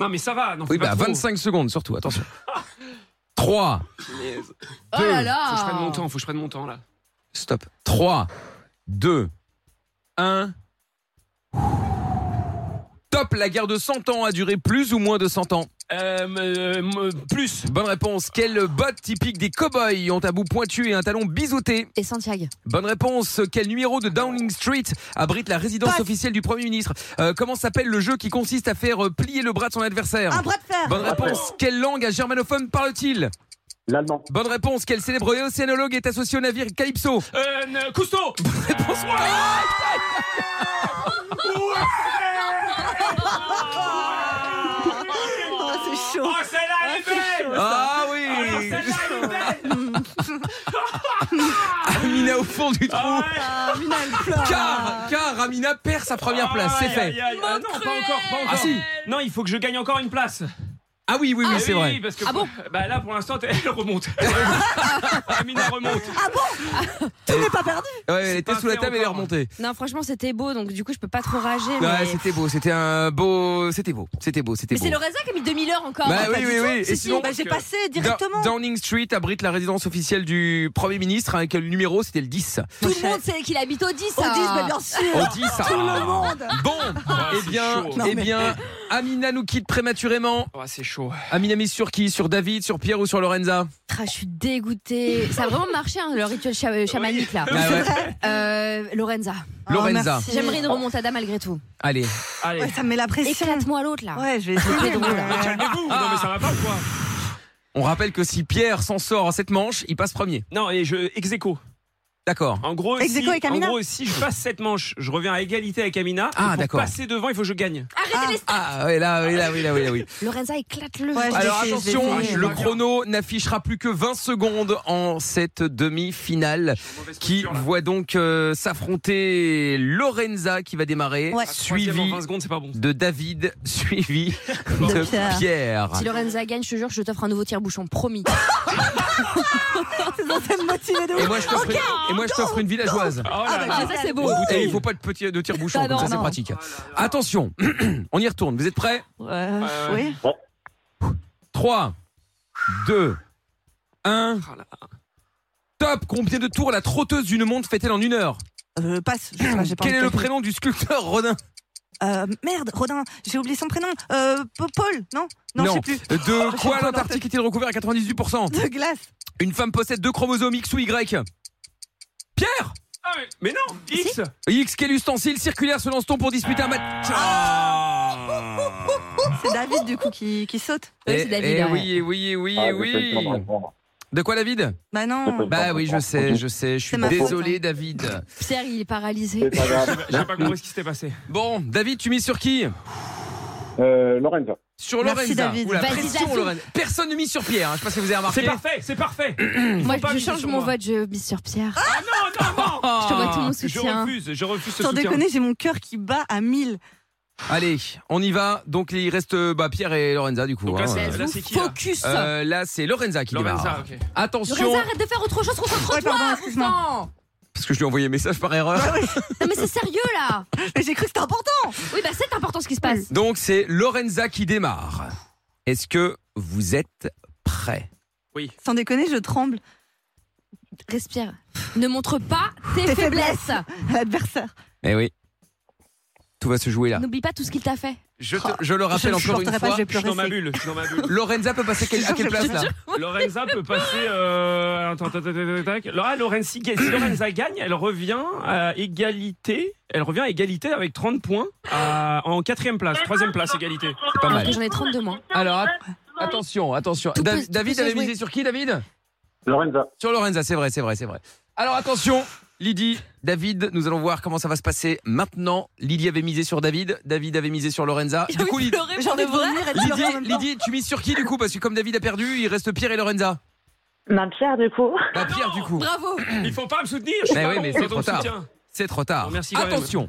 Non, mais ça va. Non,
Oui,
fais pas
bah
trop.
25 secondes surtout, attention. 3,
Deux.
là là.
Faut que je prenne mon temps, faut que je prenne mon temps là.
stop. 3, 2, 1. Top, la guerre de 100 ans a duré plus ou moins de 100 ans
Plus.
Bonne réponse. Quelle botte typique des cow-boys ont un bout pointu et un talon biseauté
Et Santiago.
Bonne réponse. Quel numéro de Downing Street abrite la résidence officielle du Premier ministre Euh, Comment s'appelle le jeu qui consiste à faire euh, plier le bras de son adversaire
Un bras de fer.
Bonne réponse. Quelle langue un germanophone parle-t-il
L'allemand.
Bonne réponse. Quel célèbre océanologue est associé au navire Calypso
Euh, Cousteau
Réponse ouais.
Oh, c'est chaud.
Oh, celle-là, elle est belle
Ah oui Amina au fond du trou.
Ah
Amina, elle pleure.
Car, car Amina perd sa première place. C'est fait.
Ah Aïe, aïe, aïe. Ah, non, pas encore, pas encore.
Ah si.
Non, il faut que je gagne encore une place.
Ah oui, oui, oui,
Ah
c'est vrai.
parce que
Ah bon
bah là pour l'instant t'es- elle remonte. Amina remonte.
Ah bon Tu n'es pas perdu
Ouais, elle était
pas
sous la
fait
table et elle est
encore.
remontée.
Non, franchement, c'était beau, donc du coup, je peux pas trop rager.
Ouais,
mais
c'était beau, c'était un beau, c'était beau, c'était beau, c'était
mais
beau.
c'est Lorenza qui a mis 2000 heures encore.
Bah
hein, pas
oui,
du
oui,
tout.
oui. Et
Si, si,
sinon,
Bah, j'ai passé
Da-
directement.
Downing Street abrite la résidence officielle du Premier ministre avec le numéro, c'était le 10.
Tout le monde sait qu'il habite au 10.
Au
hein. Ah,
10, bah, bien sûr.
Au 10.
Tout le monde.
Bon, eh bien,
Ah, chaud.
Non,
eh
mais-
bien, Amina nous quitte prématurément.
Ah, c'est chaud.
Amina mise sur qui Sur David, sur Pierre ou sur Lorenza
Ah, je suis dégoûtée. Ça a vraiment marché, hein, le rituel cha- chamanique là.
Ah ouais.
Euh, Lorenza.
Lorenza.
Oh, merci.
J'aimerais une remontada malgré tout.
Allez.
Allez.
Ouais, ça me met la pression.
Éclate-moi l'autre là.
Ouais, je vais essayer.
drôle.
mais-
Euh, Calmez-vous. Non mais ça va pas ou quoi
On rappelle que si Pierre s'en sort à cette manche, il passe premier.
Non et je ex aequo.
D'accord.
En gros,
Ex
si,
aequo avec
en
Amina
gros, si je passe cette manche, je reviens à égalité avec Amina.
Ah,
et pour
d'accord.
passer devant, il faut que je gagne.
Ah, ouais, là, oui, là, oui, là, oui, là, oui.
Lorenza, éclate-le.
Ouais, je
Alors
l'ai fait, je l'ai
attention,
fait.
le chrono n'affichera plus que 20 secondes en cette demi-finale
Mauvaise
qui
posture, là.
voit donc euh, s'affronter Lorenza qui va démarrer,
Ouais.
Ah, troisième en
suivi
20 secondes, c'est pas bon.
de David, suivi
De
de
Pierre.
Pierre.
Si Lorenza gagne, je te jure, je t'offre un nouveau tire-bouchon, promis.
Ça, ça me motive de
Et
ouf.
moi je t'offre une, et moi, je t'offre une villageoise.
Oh là là.
Ah, ça, c'est beau.
Et il faut pas de petit de tire-bouchon,
Bah
Ah,
comme
non,
ça c'est
non.
pratique. Attention, on y retourne. Vous êtes prêts
Ouais, oui.
3, 2, 1.
Oh
Ah là.
Top Combien de tours la trotteuse d'une montre fait-elle en une heure
Euh, passe. Je sais pas, j'ai pas
Quel est
envie
le
de calculer.
prénom du sculpteur Rodin
Euh, Merde, Rodin, j'ai oublié son prénom. Euh, P- Paul, non Non, je sais plus.
Euh, De
J'ai
quoi
pas
l'Antarctique est-il recouvert à 98%
De glace.
Une femme possède deux chromosomes X ou Y Pierre
Ah, mais, mais non, X. Ah.
X, quel ustensile circulaire se lance-t-on pour disputer un match Ah.
C'est David, du coup, qui, qui saute.
Oui,
Eh,
c'est David,
eh
ouais.
oui, eh oui, eh oui, eh
Ah, j'ai failli
oui.
prendre un point.
De quoi, David
Bah
J'ai failli
non.
Bah
prendre
oui,
un
je
point.
sais, je sais. Je suis
C'est ma faute, hein.
désolé, David.
Pierre, il est paralysé.
C'est pas grave.
J'ai pas compris ce qui s'était passé.
Bah, Bon, David, tu mises sur qui
Euh, Lorenza.
Sur Lorenza.
Merci, David.
Ouh, la
Vas-y,
pression,
David.
Lorenza. Personne ne mise sur Pierre. hein. Je sais pas si vous avez remarqué.
C'est parfait, c'est parfait.
Moi,
pas
je
miser
change
sur
mon
moi.
vote, je mise sur Pierre.
Ah non, non, non.
je te vois tout mon
Je
soutien.
refuse, je refuse ce
Sans
soutien.
déconner, j'ai mon cœur qui bat à 1000.
Allez, on y va. Donc il reste euh, bah, Pierre et Lorenza du coup.
Donc là,
hein.
c'est-
Bah, Vous
là, c'est qui là
Focus.
Euh, là, c'est Lorenza qui
Lorenza,
démarre.
ok.
Attention,
Lorenza, arrête de faire autre chose,
Ouais,
concentre-toi,
pardon,
bon
excuse-moi.
sang.
parce que je lui ai envoyé un message par erreur.
Ah Non, mais c'est sérieux là.
Mais j'ai cru que c'était important.
Oui, bah c'est important ce qui se passe.
Donc c'est Lorenza qui démarre. Est-ce que vous êtes prêts
Sans déconner, je tremble.
Respire. Ne montre pas tes
Tes
faiblesses.
à L'adversaire.
Eh oui. Tout va se jouer là.
N'oublie pas tout ce qu'il t'a fait.
Je, te- je le rappelle
Ah. je
encore une
supporterai pas,
fois.
je vais
Je suis
pleurer.
dans ma bulle, je suis dans ma bulle.
Lorenza peut passer quelle- à quelle place là
Lorenza peut passer. Euh... Attends, attends, attends, attends, attends. Ah, Lorenzi gagne. Si Lorenza gagne, elle revient à égalité. Elle revient à égalité avec 30 points à- en quatrième place, troisième place égalité.
C'est pas
Alors que
mal.
j'en ai 32 moins.
Alors att- attention, attention.
Tout
Da-
peut- tout
David
peut se
avait
jouer.
misé sur qui David
Lorenza.
Sur Lorenza, c'est vrai, c'est vrai, c'est vrai. Alors attention, Lydie, David, nous allons voir comment ça va se passer maintenant. Lydie avait misé sur David, David avait misé sur Lorenza. Du coup, Lydie,
J'ai envie de vomir et de pleurer en même
Lydie,
temps.
Lydie, tu mises sur qui du coup Parce que comme David a perdu, il reste Pierre et Lorenza.
Ma Pierre, du coup.
Bah Pierre du coup.
Bravo.
Il faut pas me soutenir. Je suis
Mais
pas
Ben oui,
bon
mais
dans
c'est
ton
trop tard.
soutien.
C'est trop tard.
Bon, merci, quand même.
attention.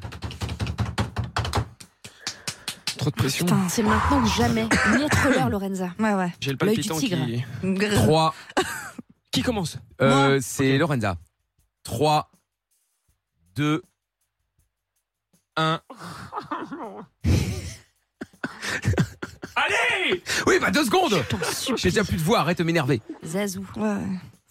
Trop de pression.
Putain, c'est maintenant ou jamais. Montre-leur, Lorenza.
Ouais, ouais.
J'ai le
L'œil du
palpitant
tigre.
qui.
Grrr.
3,
Qui commence
euh, c'est Lorenza. 3, 2, 1.
Allez
Oui, bah deux secondes J'ai déjà plus de voix, arrête de m'énerver.
Zazou.
Ouais.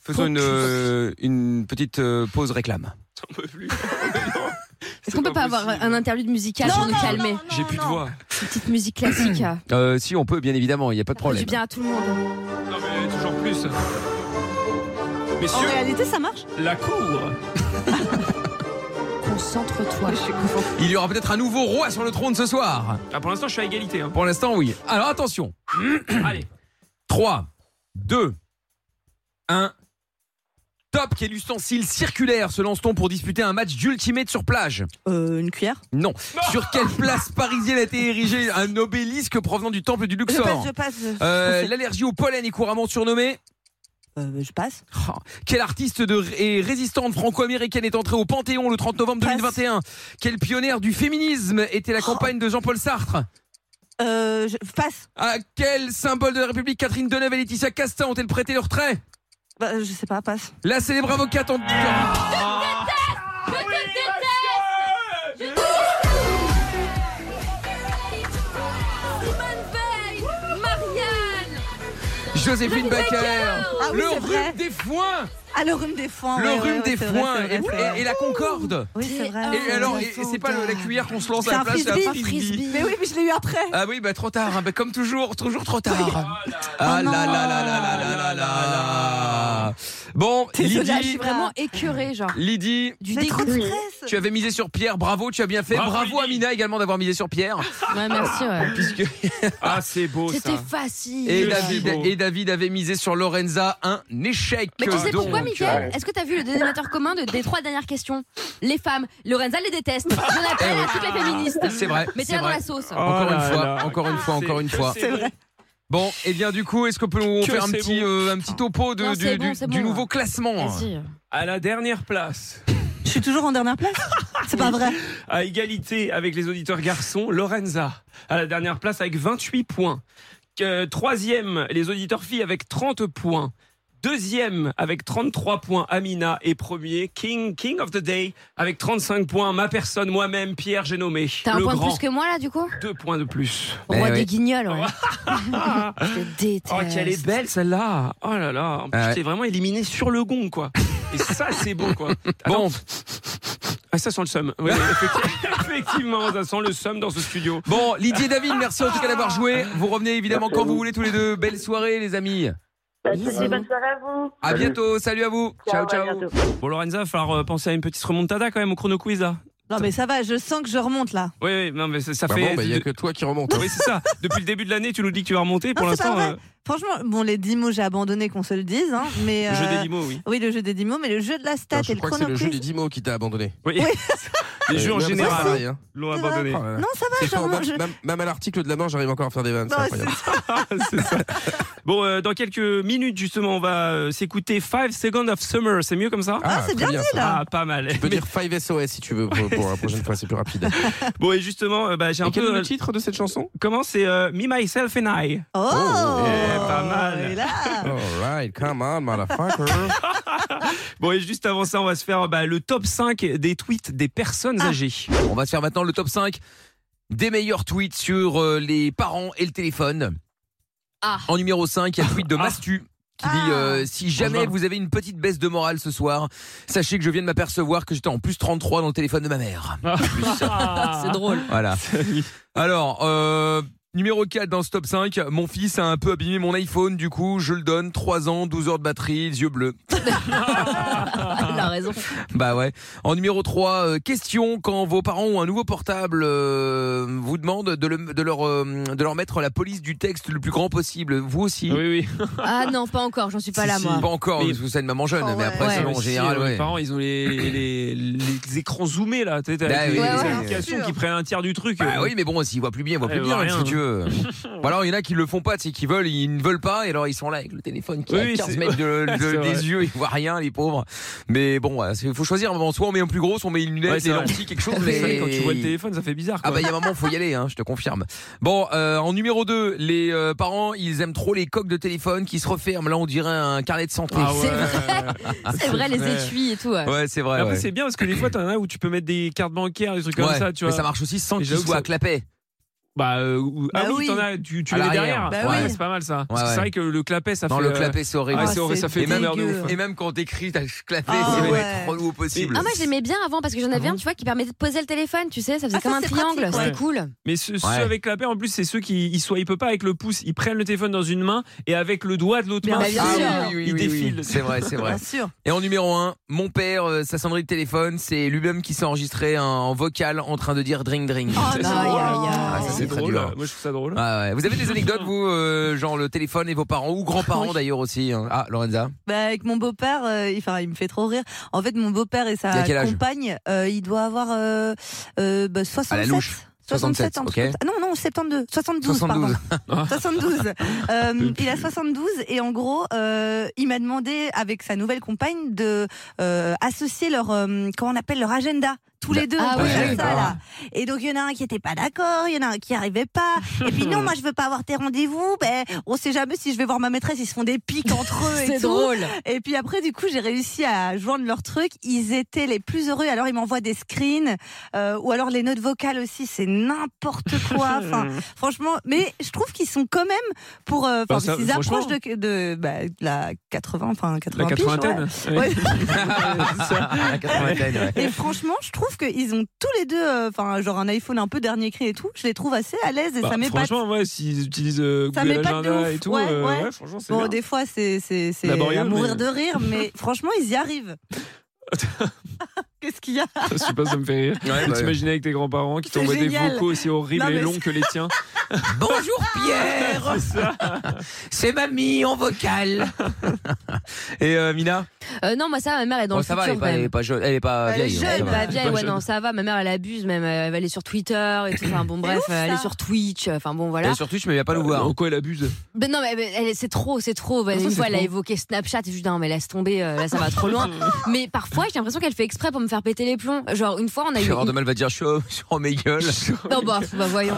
Faisons une, euh, une petite euh, pause réclame.
J'en peux plus.
Est-ce qu'on peut pas avoir un interlude musical pour nous calmer
J'ai plus de voix.
Une petite musique classique. Ça
Euh, si on peut, bien évidemment, il n'y a pas de
fait du
problème.
bien à tout le monde.
Non, mais toujours plus.
En
Messieurs,
réalité, ça marche.
la cour.
Concentre-toi.
Il y aura peut-être un nouveau roi sur le trône ce soir.
Ah, pour l'instant, je suis à égalité. hein.
Pour l'instant, oui. Alors attention.
Allez.
3, 2, un top Quel ustensile circulaire se lance-t-on pour disputer un match d'ultimate sur plage
Euh, une cuillère
Non. Sur quelle place parisienne a été érigé un obélisque provenant du temple du Luxor
Je passe, je passe.
Euh, L'allergie au pollen est couramment surnommée
Euh, bah, Je passe.
Quelle artiste de, et résistante franco-américaine est entrée au Panthéon le 30 novembre 2021 Quelle pionnière du féminisme était la campagne de Jean-Paul Sartre
Oh. Euh, je passe.
À quel symbole de la République Catherine Deneuve et Laetitia Castin ont-elles prêté leur trait
Bah, je sais pas, passe.
La célèbre avocate en... Ah Joséphine Baker,
Ah oui,
le
c'est vrai.
rhume des foins,
Ah, le rhume des foins.
le
ouais,
rhume
ouais,
des
ouais, c'est vrai,
foins
c'est
et,
vrai, c'est
et- et la
vrai.
Concorde.
Oui, c'est vrai.
Et alors, et- et c'est pas le- la cuillère qu'on se lance à
C'est
la
un
place, c'est un
frisbee.
frisbee.
Mais oui, mais je l'ai eu après.
Ah oui, bah trop tard, hein. Bah, comme toujours, toujours trop tard.
Oh
Ah là là là là là là là là. Bon,
Désolée, je suis
Lydie,
vraiment écœurée, genre.
Lydie,
Du dégoût.
tu avais misé sur Pierre, bravo, tu as bien fait.
Bravo,
Bravo à Mina également d'avoir misé sur Pierre.
Ouais, merci, ouais.
Puisque... Ah, c'est beau
C'était facile.
Et
Ouais.
David, et David avait misé sur Lorenza un échec.
Mais tu sais
Donc,
pourquoi, Mickaël
euh,
Est-ce que t'as vu le dénominateur commun de, des trois dernières questions Les femmes. Lorenza les déteste. Jonathan à toutes les féministes.
Eh Ah, C'est vrai.
Mettez-la
c'est
dans
vrai.
la sauce.
Encore une
Oh là
fois,
là.
encore une fois, encore une fois.
c'est vrai.
Bon, et bien du coup, est-ce qu'on peut nous
Que
faire un
c'est
petit,
bon.
euh, un petit topo de-
Non,
du,
c'est
du-
bon, c'est
du
bon,
nouveau
là.
classement hein.
Vas-y. À la dernière place.
Je suis toujours en dernière place. C'est pas vrai.
À égalité avec les auditeurs garçons, Lorenza. À la dernière place avec 28 points. Que- troisième, les auditeurs filles avec 30 points. Deuxième avec 33 points, Amina. Et premier, King, King of the Day avec 35 points, ma personne, moi-même, Pierre, j'ai nommé.
T'as un
le
point de
grand.
plus que moi, là, du coup
Deux points de plus.
Eh
Roi des guignols, ouais. Je te déteste.
Oh, qu'elle est belle celle-là! Oh là là! En plus,
Ouais.
t'es vraiment éliminé sur le gong, quoi! Et ça, c'est beau, quoi!
Bon.
Ah, ça sent le seum! Ouais, effectivement, effectivement, ça sent le seum dans ce studio!
Bon, Lydie et David, merci en tout cas d'avoir joué. Vous revenez évidemment quand vous voulez tous les deux. Belle soirée, les amis.
Merci, bonne soirée à vous.
À bientôt. Salut à vous. Ciao, ciao.
Bon, Lorenza, va falloir euh, penser à une petite remontada quand même au chrono quiz, là!
Non, mais ça va, je sens que je remonte là.
Oui, oui, non, mais ça, ça
Bah
fait.
bon, bah, il y a que toi qui remonte.
Oui, c'est ça! Depuis le début de l'année, tu nous dis que tu vas remonter, pour
Non, Ah, c'est pas
l'instant.
vrai.
euh,
Franchement, bon, les 10 mots, j'ai abandonné qu'on se le dise. hein, mais,
Le jeu des
euh,
10 mots, oui.
Oui, le jeu des 10 mots, mais le jeu de la stat
je
et le
crois que c'est
chrono
le jeu des
quiz.
10 mots qui t'a abandonné.
Oui. Les jeux en
Ouais, mais c'est
général
pareil, hein.
l'ont
C'est vrai.
abandonné.
Oh là là.
Non, ça va,
C'est
je
fort,
remonte.
même,
je- Bah,
même- même à l'article de la mort, j'arrive encore à faire des vannes. c'est
Non,
incroyable.
C'est ça. Bon, euh, dans quelques minutes, justement, on va euh, s'écouter 5 Seconds of Summer. C'est mieux comme ça?
Ah, c'est
très
bien dit,
ça.
là.
Ah, pas mal!
Tu peux dire 5 SOS si tu veux pour, pour la prochaine fois, c'est plus rapide.
Bon, et justement, euh, bah, j'ai un
Et quel
peu.
est
euh,
le titre de cette chanson
Comment c'est euh, Me, Myself and I
Oh,
Eh, pas mal.
Et là,
Alright, come on, motherfucker.
Bon, et juste avant ça, on va se faire bah, le top 5 des tweets des personnes âgées.
On va se faire maintenant le top 5 des meilleurs tweets sur euh, les parents et le téléphone.
Ah.
En numéro 5, il y a le tweet de
Ah.
Mastu qui dit euh, si jamais
Bonjour.
vous avez une petite baisse de morale ce soir, sachez que je viens de m'apercevoir que j'étais en plus 33 dans le téléphone de ma mère.
Ah.
Ah.
C'est drôle.
Voilà. Alors, euh, numéro 4 dans ce top 5, mon fils a un peu abîmé mon iPhone, du coup, je le donne 3 ans, 12 heures de batterie, les yeux bleus.
Ah, Il a raison.
Bah ouais. En numéro 3, euh, question quand vos parents ont un nouveau portable, euh, vous demandent de, le- de leur, euh, de leur mettre la police du texte le plus grand possible. Vous aussi
oui.
Ah non, pas encore, j'en suis pas
Si,
là,
si,
moi.
Pas encore,
Mais-
parce que vous savez, une maman jeune,
Oh
mais
ouais.
après,
Ouais.
sinon, en
Si,
général,
euh,
ouais.
Les parents, ils ont les, les, les écrans zoomés là, tu sais,
Bah
avec
oui,
les,
Ouais,
les
ouais,
applications
bien sûr.
qui prennent un tiers du truc.
Bah
Euh,
oui, mais bon, s'ils voient plus bien, ils voient
Ouais,
plus
ils
bien,
voient
qu'est-ce
rien.
que tu veux. Ou alors, il y en a qui le font pas, tu sais, qui veulent, ils ne veulent pas, et alors ils sont là avec le téléphone qui est
Oui,
à 15
c'est-
mètres de- de-
C'est vrai.
des yeux, ils voient rien, les pauvres. Mais bon, voilà, c'est- faut choisir, un moment. soit on met un plus gros, soit on met une lunette,
Ouais, c'est
des
vrai.
lentilles, quelque chose,
c'est
mais...
vrai, Quand tu vois le téléphone, ça fait bizarre.
Ah
Quoi.
bah il y a un moment faut y aller hein, je te confirme. Bon euh, en numéro 2, les euh, parents, ils aiment trop les coques de téléphone qui se referment là on dirait un carnet de santé.
Ah ouais.
C'est vrai, les étuis et tout. ouais.
Ouais, c'est vrai.
Après,
ouais.
c'est bien parce que des fois, t'en as où tu peux mettre des cartes bancaires, des trucs comme
Ouais,
ça, tu
mais
vois.
ça marche aussi sans
Mais
qu'ils
j'avoue que
soient
ça-
clapés.
Bah, euh, ou- ah
Bah
oui,
oui.
t'en as, tu, tu
À
les mets derrière.
l'arrière.
Bah
Ouais,
oui.
C'est pas mal ça. Parce
Ouais,
que C'est
ouais.
vrai que le clapet, ça
Non
fait.
le
euh,
clapé c'est horrible.
Ah,
c'est
c'est horrible, ça
c'est
fait
et,
une
même,
heure de
dégueu.
ouf.
et même quand t'écris, t'as le clapé,
Ah
c'est
ouais.
trop lourd possible.
Ah, moi j'aimais bien avant parce que j'en avais un, tu vois, qui permettait de poser le téléphone, tu sais, ça faisait
Ah, ça,
comme un
c'est
triangle,
pratique,
c'était
ouais.
cool.
Mais ceux, ceux
Ouais.
avec la paire, en plus, c'est ceux qui ils swipent pas avec le pouce. Ils prennent le téléphone dans une main et avec le doigt de l'autre
Bien
main,
sûr.
ils-
Ah oui, oui,
ils
oui, oui, oui.
défilent.
C'est vrai, c'est vrai.
bah, bien sûr.
Et en numéro 1, mon père, euh, sa sonnerie de téléphone, c'est lui-même qui s'est enregistré en vocal en train de dire dring dring.
Oh, non,
aïe, aïe, aïe.
Ah, ça, c'est c'est très
drôle. hein.
dur.
Moi, je trouve ça drôle.
Ah ouais. Vous avez des anecdotes, vous, euh, genre le téléphone et vos parents, ou grands-parents d'ailleurs aussi. hein. Ah, Lorenza
Bah, avec mon beau-père, euh, il, enfin, il me fait trop rire. En fait, mon beau-père et
Il a
sa
quel âge
compagne, euh, il doit avoir euh, euh, bah, 67.
À la louche.
67, un truc
67,
comme ça. Ah non, non, 72. 72,
72.
pardon. 72. Euh, il a 72 et en gros, euh, il m'a demandé avec sa nouvelle compagne de euh, associer leur, euh, comment on appelle leur agenda. Tous
Bah,
les deux,
Ah
on peut
oui,
faire
oui,
ça,
d'accord.
là. Et donc, il y en a un qui était pas d'accord, il y en a un qui arrivait pas. Et puis, non, moi, je veux pas avoir tes rendez-vous. Ben, on sait jamais si je vais voir ma maîtresse. Ils se font des pics entre eux et
C'est
tout.
drôle.
Et puis après, du coup, j'ai réussi à joindre leur truc. Ils étaient les plus heureux. Alors, ils m'envoient des screens euh, ou alors les notes vocales aussi. C'est n'importe quoi. Enfin, franchement, mais je trouve qu'ils sont quand même pour. euh,
Bah,
Enfin,
ça,
ils
franchement.
approchent de, de, bah, de la 80, enfin 80
La
piges,
quatre-vingtaine,
ouais.
oui.
Ouais.
La quatre-vingtaine, ouais.
Et franchement, je trouve qu'ils ont tous les deux, euh, enfin, genre un iPhone un peu dernier cri et tout. Je les trouve assez à l'aise et
Bah,
ça m'épate.
franchement, ouais, s'ils utilisent euh,
Ça
Google
m'épate de
Agenda
ouf.
et tout,
ouais,
euh,
ouais.
ouais, franchement, c'est
Bon,
bien.
des fois, c'est c'est- c'est
Laborieux,
à mourir
mais-
de rire, mais franchement, ils y arrivent. Qu'est-ce qu'il y a
Je sais pas, ça me fait rire.
Ouais,
de
bah,
t'imaginer avec tes grands-parents qui
C'est
t'envoient des
génial.
vocaux aussi horribles
Non, mais
et longs
c'est-
que les tiens.
Bonjour Pierre C'est mamie en vocal Et euh, Mina
Euh, non, moi ça, va, ma mère est dans
Bon,
le
Oh, Ça
futur.
va, elle est pas- elle est pas jeune. Elle est pas
Elle est
vieille. hein, ça
jeune,
va.
bah, vieille, ouais, non, ça va. Ma mère, elle abuse, même. euh, Elle va aller sur Twitter et tout. Enfin, bon, bref, elle est sur Twitch. Enfin, bon, voilà.
Elle est sur Twitch, mais il va pas nous voir.
En quoi elle abuse
Ben non, mais mais elle- c'est trop, c'est trop. Ben,
Ah, ça,
une
c'est
fois, elle a
trop.
évoqué Snapchat. Et je dis, non, mais laisse tomber, euh, là, ça va trop loin. mais parfois, j'ai l'impression qu'elle fait exprès pour me faire péter les plombs. Genre, une fois, on a eu.
Gérard
une-
de Mal va dire je suis au- je suis en mes gueules.
Non, bah, bah, voyons.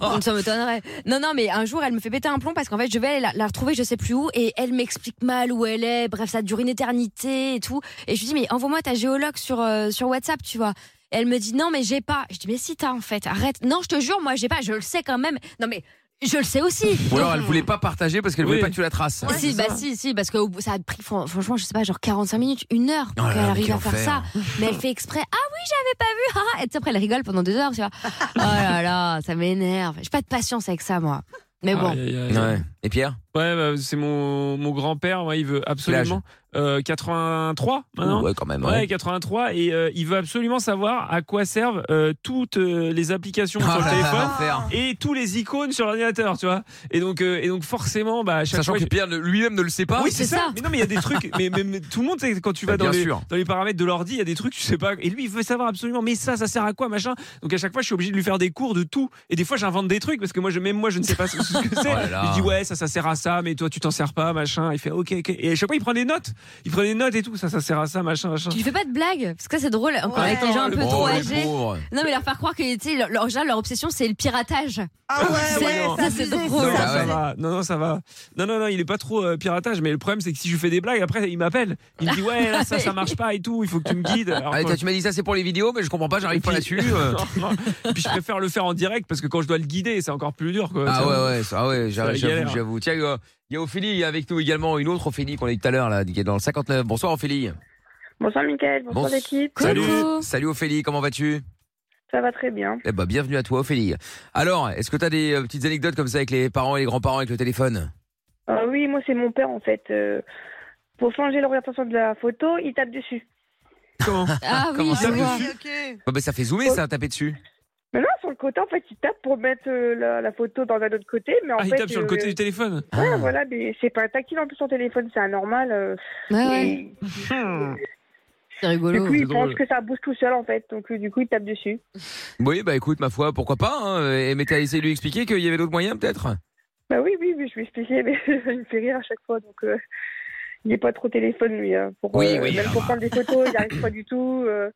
Non, ça m'étonnerait. Non, non, mais un jour, elle me fait péter un plomb parce qu'en fait, je vais aller la, la retrouver, je sais plus où, et elle m'explique mal où elle est. Bref, ça dure une éternité et tout. Et je lui dis, mais envoie-moi ta géologue sur, euh, sur WhatsApp, tu vois. Et elle me dit, non, mais j'ai pas. Je dis, mais si t'as, en fait, arrête. Non, je te jure, moi, j'ai pas, je le sais quand même. Non, mais je le sais aussi.
Ou alors
Donc,
elle voulait pas partager parce qu'elle voulait pas que tu la traces.
si, bah si, si, parce que au bout- ça a pris, fran- franchement, je sais pas, genre 45 minutes, une heure pour
Oh là
qu'elle
là, mais
arrive
quel
à faire ça.
enfer.
Mais elle fait exprès, ah oui, j'avais pas vu, haha. et tu sais, après elle rigole pendant deux heures, tu vois. Oh là là, ça m'énerve. J'ai pas de patience avec ça, moi. Mais bon.
Aïe, aïe, aïe.
Et Pierre
Ouais, bah, c'est mon, mon grand-père, ouais, il veut absolument. euh, 83 maintenant.
Ouais, quand même,
Ouais,
ouais.
83. Et euh, il veut absolument savoir à quoi servent euh, toutes euh, les applications
Ah
sur le
là là,
téléphone
l'enfer.
et tous les icônes sur l'ordinateur, tu vois. Et donc, euh, et donc forcément, bah, à chaque
Sachant
fois,
que Pierre ne- lui-même ne le sait pas.
oui, c'est ça. Mais non, mais il y a des trucs. Mais, mais- mais tout le monde, sait que quand tu vas
Bah,
dans
bien
les,
sûr.
dans les paramètres de l'ordi, il y a des trucs, tu sais pas. Et lui, il veut savoir absolument. Mais ça, ça sert à quoi, machin Donc à chaque fois, je suis obligé de lui faire des cours de tout. Et des fois, j'invente des trucs parce que moi, je, même moi, je ne sais pas ce, ce que c'est.
Oh là là.
je dis ouais, ça, ça sert à ça, mais toi, tu t'en sers pas, machin. Il fait ok, ok. Et à chaque fois, il prend des notes. Il prend des notes et tout. Ça, ça sert à ça, machin, machin.
Tu lui fais pas de blagues Parce que ça, c'est drôle, encore
Ouais.
avec les gens un
Oh,
peu
le
trop
pauvre, le
âgés.
pauvre.
Non, mais leur faire croire que, tu sais, leur, leur- déjà, leur obsession, c'est le piratage. Ah
Ouais, non.
ça, c'est drôle.
Non, ça va. non, non, ça va. Non, non, non, il est pas trop euh, piratage, mais le problème, c'est que si je lui fais des blagues, après, il m'appelle. Il me dit, ouais, là, ça, ça marche pas et tout, il faut que tu me guides. Alors,
Allez,
quand-
Ah, toi, tu m'as dit ça, c'est pour les vidéos, mais je comprends pas, j'arrive pas là-dessus. euh.
Et puis je préfère le faire en direct parce que quand je dois le guider, c'est encore plus dur. Quoi,
Ah
Tu
ouais,
vois.
ouais, ça- ah ouais,
la
j'arrive, j'avoue,
galère.
j'avoue. Tiens, euh, il y a Ophélie avec nous également, une autre Ophélie qu'on a eu tout à l'heure, là, qui est dans le 59. Bonsoir Ophélie.
Bonsoir Mickaël, bonsoir
Bonsoir.
l'équipe.
Salut. Salut Ophélie, comment vas-tu
Ça va très bien.
Eh ben, bienvenue à toi Ophélie. Alors, est-ce que t'as des euh, petites anecdotes comme ça avec les parents et les grands-parents avec le téléphone
Euh, oui, moi c'est mon père en fait. Euh, pour changer l'orientation de la photo, il tape dessus.
Comment
Ah
Comment
oui,
ça
je vois.
Bah, bah, ça fait zoomer, ça, taper dessus.
Mais non, sur le côté en fait, il tape pour mettre euh, la, la photo dans un autre côté. Mais en
Ah, il
fait,
tape sur le
euh,
côté du téléphone.
Ouais,
Ah.
voilà, mais c'est pas tactile en plus son téléphone, c'est anormal. euh, et
Hmm.
C'est rigolo.
Du coup, il pense que ça bouge tout seul en fait, donc euh, du coup, il tape dessus.
Oui, bah écoute, ma foi, pourquoi pas hein, et- Mais t'as essayé de lui expliquer qu'il y avait d'autres moyens, peut-être
Bah oui, oui, oui, je lui expliquais, mais il me fait rire à chaque fois, donc euh, il n'est pas trop téléphone lui. hein, pour,
Oui,
euh,
oui,
même
alors,
pour prendre des photos, il n'arrive pas du tout. euh,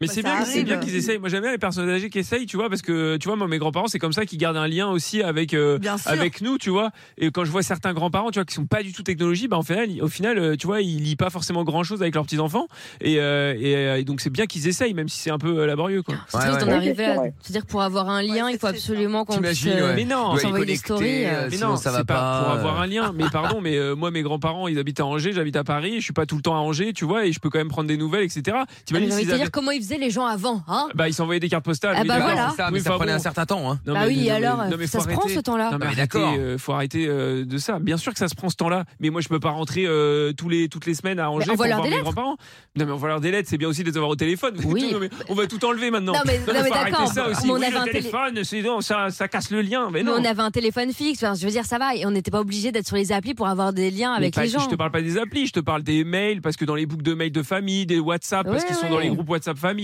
Mais
Bah,
c'est
ça
bien, c'est
arrive.
bien qu'ils essayent. Moi, j'aime bien les personnes âgées qui essayent, tu vois, parce que tu vois, moi, mes grands-parents, c'est comme ça qu'ils gardent un lien aussi avec euh,
Bien sûr.
avec nous, tu vois. Et quand je vois certains grands-parents, tu vois, qui sont pas du tout technologie, bah, en fait, au final, euh, tu vois, ils lisent pas forcément grand-chose avec leurs petits enfants. Et, euh, et, euh, et donc, c'est bien qu'ils essayent, même si c'est un peu euh, laborieux, quoi.
C'est triste d'en arriver à se dire pour avoir un lien, il faut
hein.
absolument qu'on puisse
T'imagines,
euh,
ouais. Mais non,
s'envoyer des stories. euh.
Mais non, c'est pour avoir un lien. Mais pardon, mais euh, moi, mes grands-parents, ils habitent à Angers, j'habite à Paris, je suis pas tout le temps à Angers, tu vois, et je peux quand même prendre des nouvelles, etc.
Ah, mais
T'imagines
J'ai envie
s'ils
de te dire
avaient-
comment ils faisaient les gens avant, hein
Bah, ils s'envoyaient des cartes postales.
Ah
oui,
bah
d'accord.
voilà.
Oui,
mais ça
enfin
prenait
bon.
un certain temps. Hein.
Non,
Bah
mais-
oui,
non, mais-
alors,
non, mais
ça
faut
se prend,
arrêter.
ce temps-là.
Non,
Non,
mais
mais
arrêtez,
d'accord.
euh, faut arrêter euh, de ça. Bien sûr que ça se prend ce temps-là, mais moi je peux pas rentrer euh, tous les toutes les semaines à Angers
on
pour
voit leur
voir
des
mes
lettres.
grands-parents. Non mais on va leur des lettres, c'est bien aussi de les avoir au téléphone.
Oui.
Non, mais on va tout enlever maintenant.
Non, mais- non, mais
faut arrêter
d'accord,
ça
mais
aussi.
on
Oui,
avait
le
un télé-
téléphone, sinon ça ça casse le lien. Mais
Mais
non.
on avait un téléphone fixe, enfin, je veux dire, ça va, et on n'était pas obligé d'être sur les applis pour avoir des liens
Mais
avec
pas-
les gens.
Je te parle pas des applis, je te parle des mails parce que dans les boucles de mails de famille, des WhatsApp parce
Ouais,
qu'ils sont
ouais.
dans les groupes WhatsApp famille.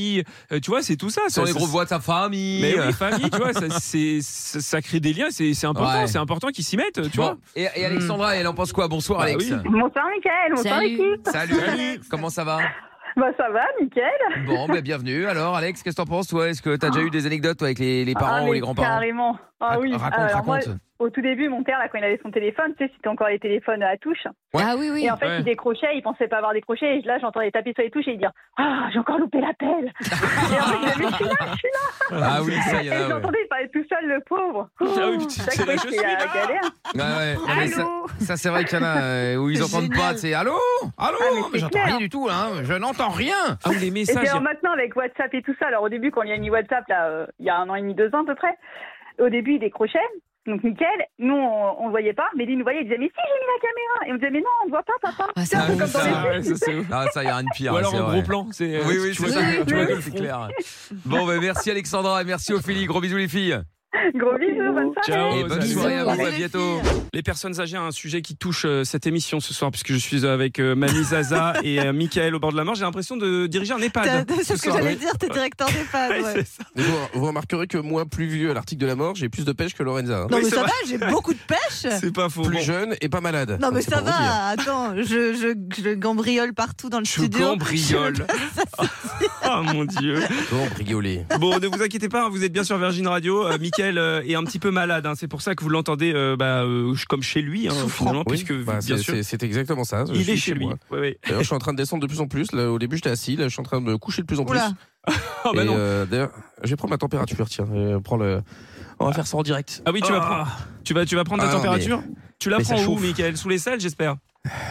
Euh, tu vois, c'est tout ça.
Sur
ça-
les
ça-
groupes WhatsApp famille.
Mais oui, famille, tu vois, ça, c'est- ça, ça crée des liens, c'est c'est important,
Ouais.
c'est important qu'ils s'y mettent, tu
Bon,
vois.
Et, et Alexandra, elle en pense quoi Bonsoir,
Bah
Alex.
oui.
Bonsoir, Mickaël. Bonsoir,
Salut.
l'équipe.
Salut. Comment ça va
Bah, ça va, Mickaël.
Bon,
bah,
ben bienvenue. Alors, Alex, qu'est-ce que t'en penses, toi Est-ce que t'as déjà eu des anecdotes toi, avec les, les
Ah,
parents ou
mais
les grands-parents
Carrément. Ah
Rac-
oui.
raconte,
Alors, moi,
raconte.
au tout début, mon père, là, quand il avait son téléphone, tu sais, c'était encore les téléphones à touche.
Ah oui, oui.
Et en fait, il décrochait, il pensait pas avoir décroché. Et là, j'entendais taper sur les touches et il dire Ah, j'ai encore loupé l'appel. et en fait, je me dis, Mais je suis là, je suis là.
Ah oui, ça y
Et
est. ouais.
j'entendais, il parlait tout seul, le pauvre.
Ah oui, putain,
Chaque fois,
je
j'étais
suis
à
là.
galère.
Ouais, ouais. Non, mais ça, ça, c'est vrai qu'il y en a euh, où ils entendent pas, c'est allô Allô
Ah, mais
Mais
c'est
J'entends
clair. Eh
rien du tout là, hein. je n'entends rien.
Ah, ou les
Et puis
messages.
alors maintenant avec WhatsApp et tout ça, alors au début quand il a mis WhatsApp là, euh, il y a un an et demi, deux ans à peu près, au début il décrochait, donc nickel, nous on, on le voyait pas, mais lui il nous voyait, il disait mais si j'ai mis la caméra, et on disait mais non on ne voit pas papa,
Ah,
C'est un peu
oui,
comme dans les
Ah ouais, ça, c'est-
Ah ça, il y a rien de pire.
Ou alors
c'est
en
vrai.
gros plan, c'est. euh,
Oui, oui,
tu
c'est
vois
ça,
que- tu
tu
vois
rigoles,
que le
c'est
front.
clair. Bon, ben merci Alexandra et merci Ophélie. Gros bisous les filles.
gros bisous, bonne soirée.
Ciao,
et bonne
salut.
soirée à vous, à
Salut, les
bientôt.
Les personnes âgées, un sujet qui touche euh, cette émission ce soir, puisque je suis avec euh, Mamie Zaza et euh, Michael au bord de la mort. J'ai l'impression de diriger un EHPAD.
T'as-
ce
C'est ce que
soir.
j'allais dire, t'es directeur des
Ouais,
fans.
c'est ça.
Mais Vous, vous remarquerez que moi, plus vieux à l'article de la mort, j'ai plus de pêche que Lorenza. hein.
Non,
Oui,
mais
c'est
ça
vrai.
va, j'ai beaucoup de pêche.
C'est pas faux.
Plus
Bon.
jeune et pas malade. Ah,
Non, mais
C'est
ça
pour vous dire.
va, attends, je, je, je gambriole partout dans le
Je
studio.
cambriole. Oh mon dieu.
Bon, rigoler.
Bon, ne vous inquiétez pas, hein, vous êtes bien sur Virgin Radio. Euh, Michael euh, est un petit peu malade, hein, c'est pour ça que vous l'entendez euh, bah, euh, comme chez lui, hein, finalement,
Oui,
puisque
bah,
bien
c'est-
sûr,
c'est- C'est exactement ça. Je
il
suis
est chez lui.
moi.
Ouais, ouais.
D'ailleurs, je suis en train de descendre de plus en plus. Là, au début, j'étais assis. Là, je suis en train de me coucher de plus en plus.
Oula.
Ah, bah
Et,
non.
euh, D'ailleurs, je vais prendre ma température. Tiens, je prends le. On va faire ça en direct.
Ah oui, tu vas prendre, tu vas, tu vas prendre ta
Ah non,
température. Tu la
mais ça
prends où,
chauffe.
Michael Sous les salles, j'espère.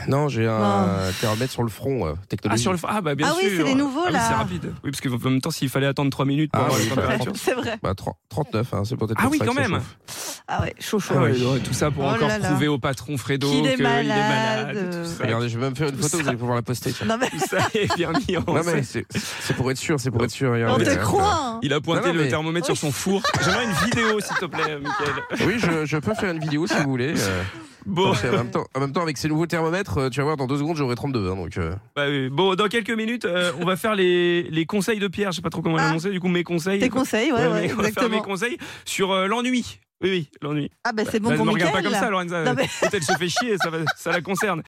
Non, j'ai un thermomètre sur le front. euh,
Ah,
technologie.
sur le fo- Ah, bah bien
Ah oui,
sûr.
c'est les nouveaux,
Ah oui,
là.
c'est rapide. Oui, parce qu'en même temps, s'il fallait attendre 3 minutes pour
Ah,
avoir
oui,
la
bah,
température.
C'est vrai.
Bah, 3- 39, hein, c'est peut-être
Ah
pour
oui,
ça
quand
que ça
même.
chauffe.
Ah ouais, chaud, chaud.
Ah ouais, ouais, tout ça pour
Oh
encore
là là.
prouver Ah, au patron Fredo
Qu'il est
qu'il est malade.
malade.
tout ça.
Regardez, je vais même faire une
Tout
photo,
ça.
vous allez pouvoir la poster. tiens.
Non, mais
Tout ça est bien mis en
Non, mais
scène.
c'est c'est pour être sûr, c'est pour être sûr.
on
regardez,
te
hein.
croit. Oh. hein.
Il a pointé
Non, non,
le
mais-
thermomètre sur son four. J'aimerais une vidéo, s'il te plaît, Michael.
Oui, je, je peux faire une vidéo si vous voulez. euh,
Bon,
parce que en, même temps, en même temps, avec ces nouveaux thermomètres, euh, tu vas voir, dans deux secondes, j'aurai 32. hein, donc, euh,
bah oui. bon, dans quelques minutes, euh, on va faire les, les conseils de Pierre. Je sais pas trop comment
Ah.
l'annoncer. Du coup, mes conseils.
Tes conseils, ouais,
Ouais,
ouais,
mais on va faire mes
exactement.
conseils sur euh, l'ennui. Oui, oui, l'ennui.
Ah, bah c'est bon
Bah,
pour
ne me regarde pas
Mickaël.
comme ça, Lorenza.
Non, mais-
Peut-être elle se fait chier, ça, va- ça la concerne.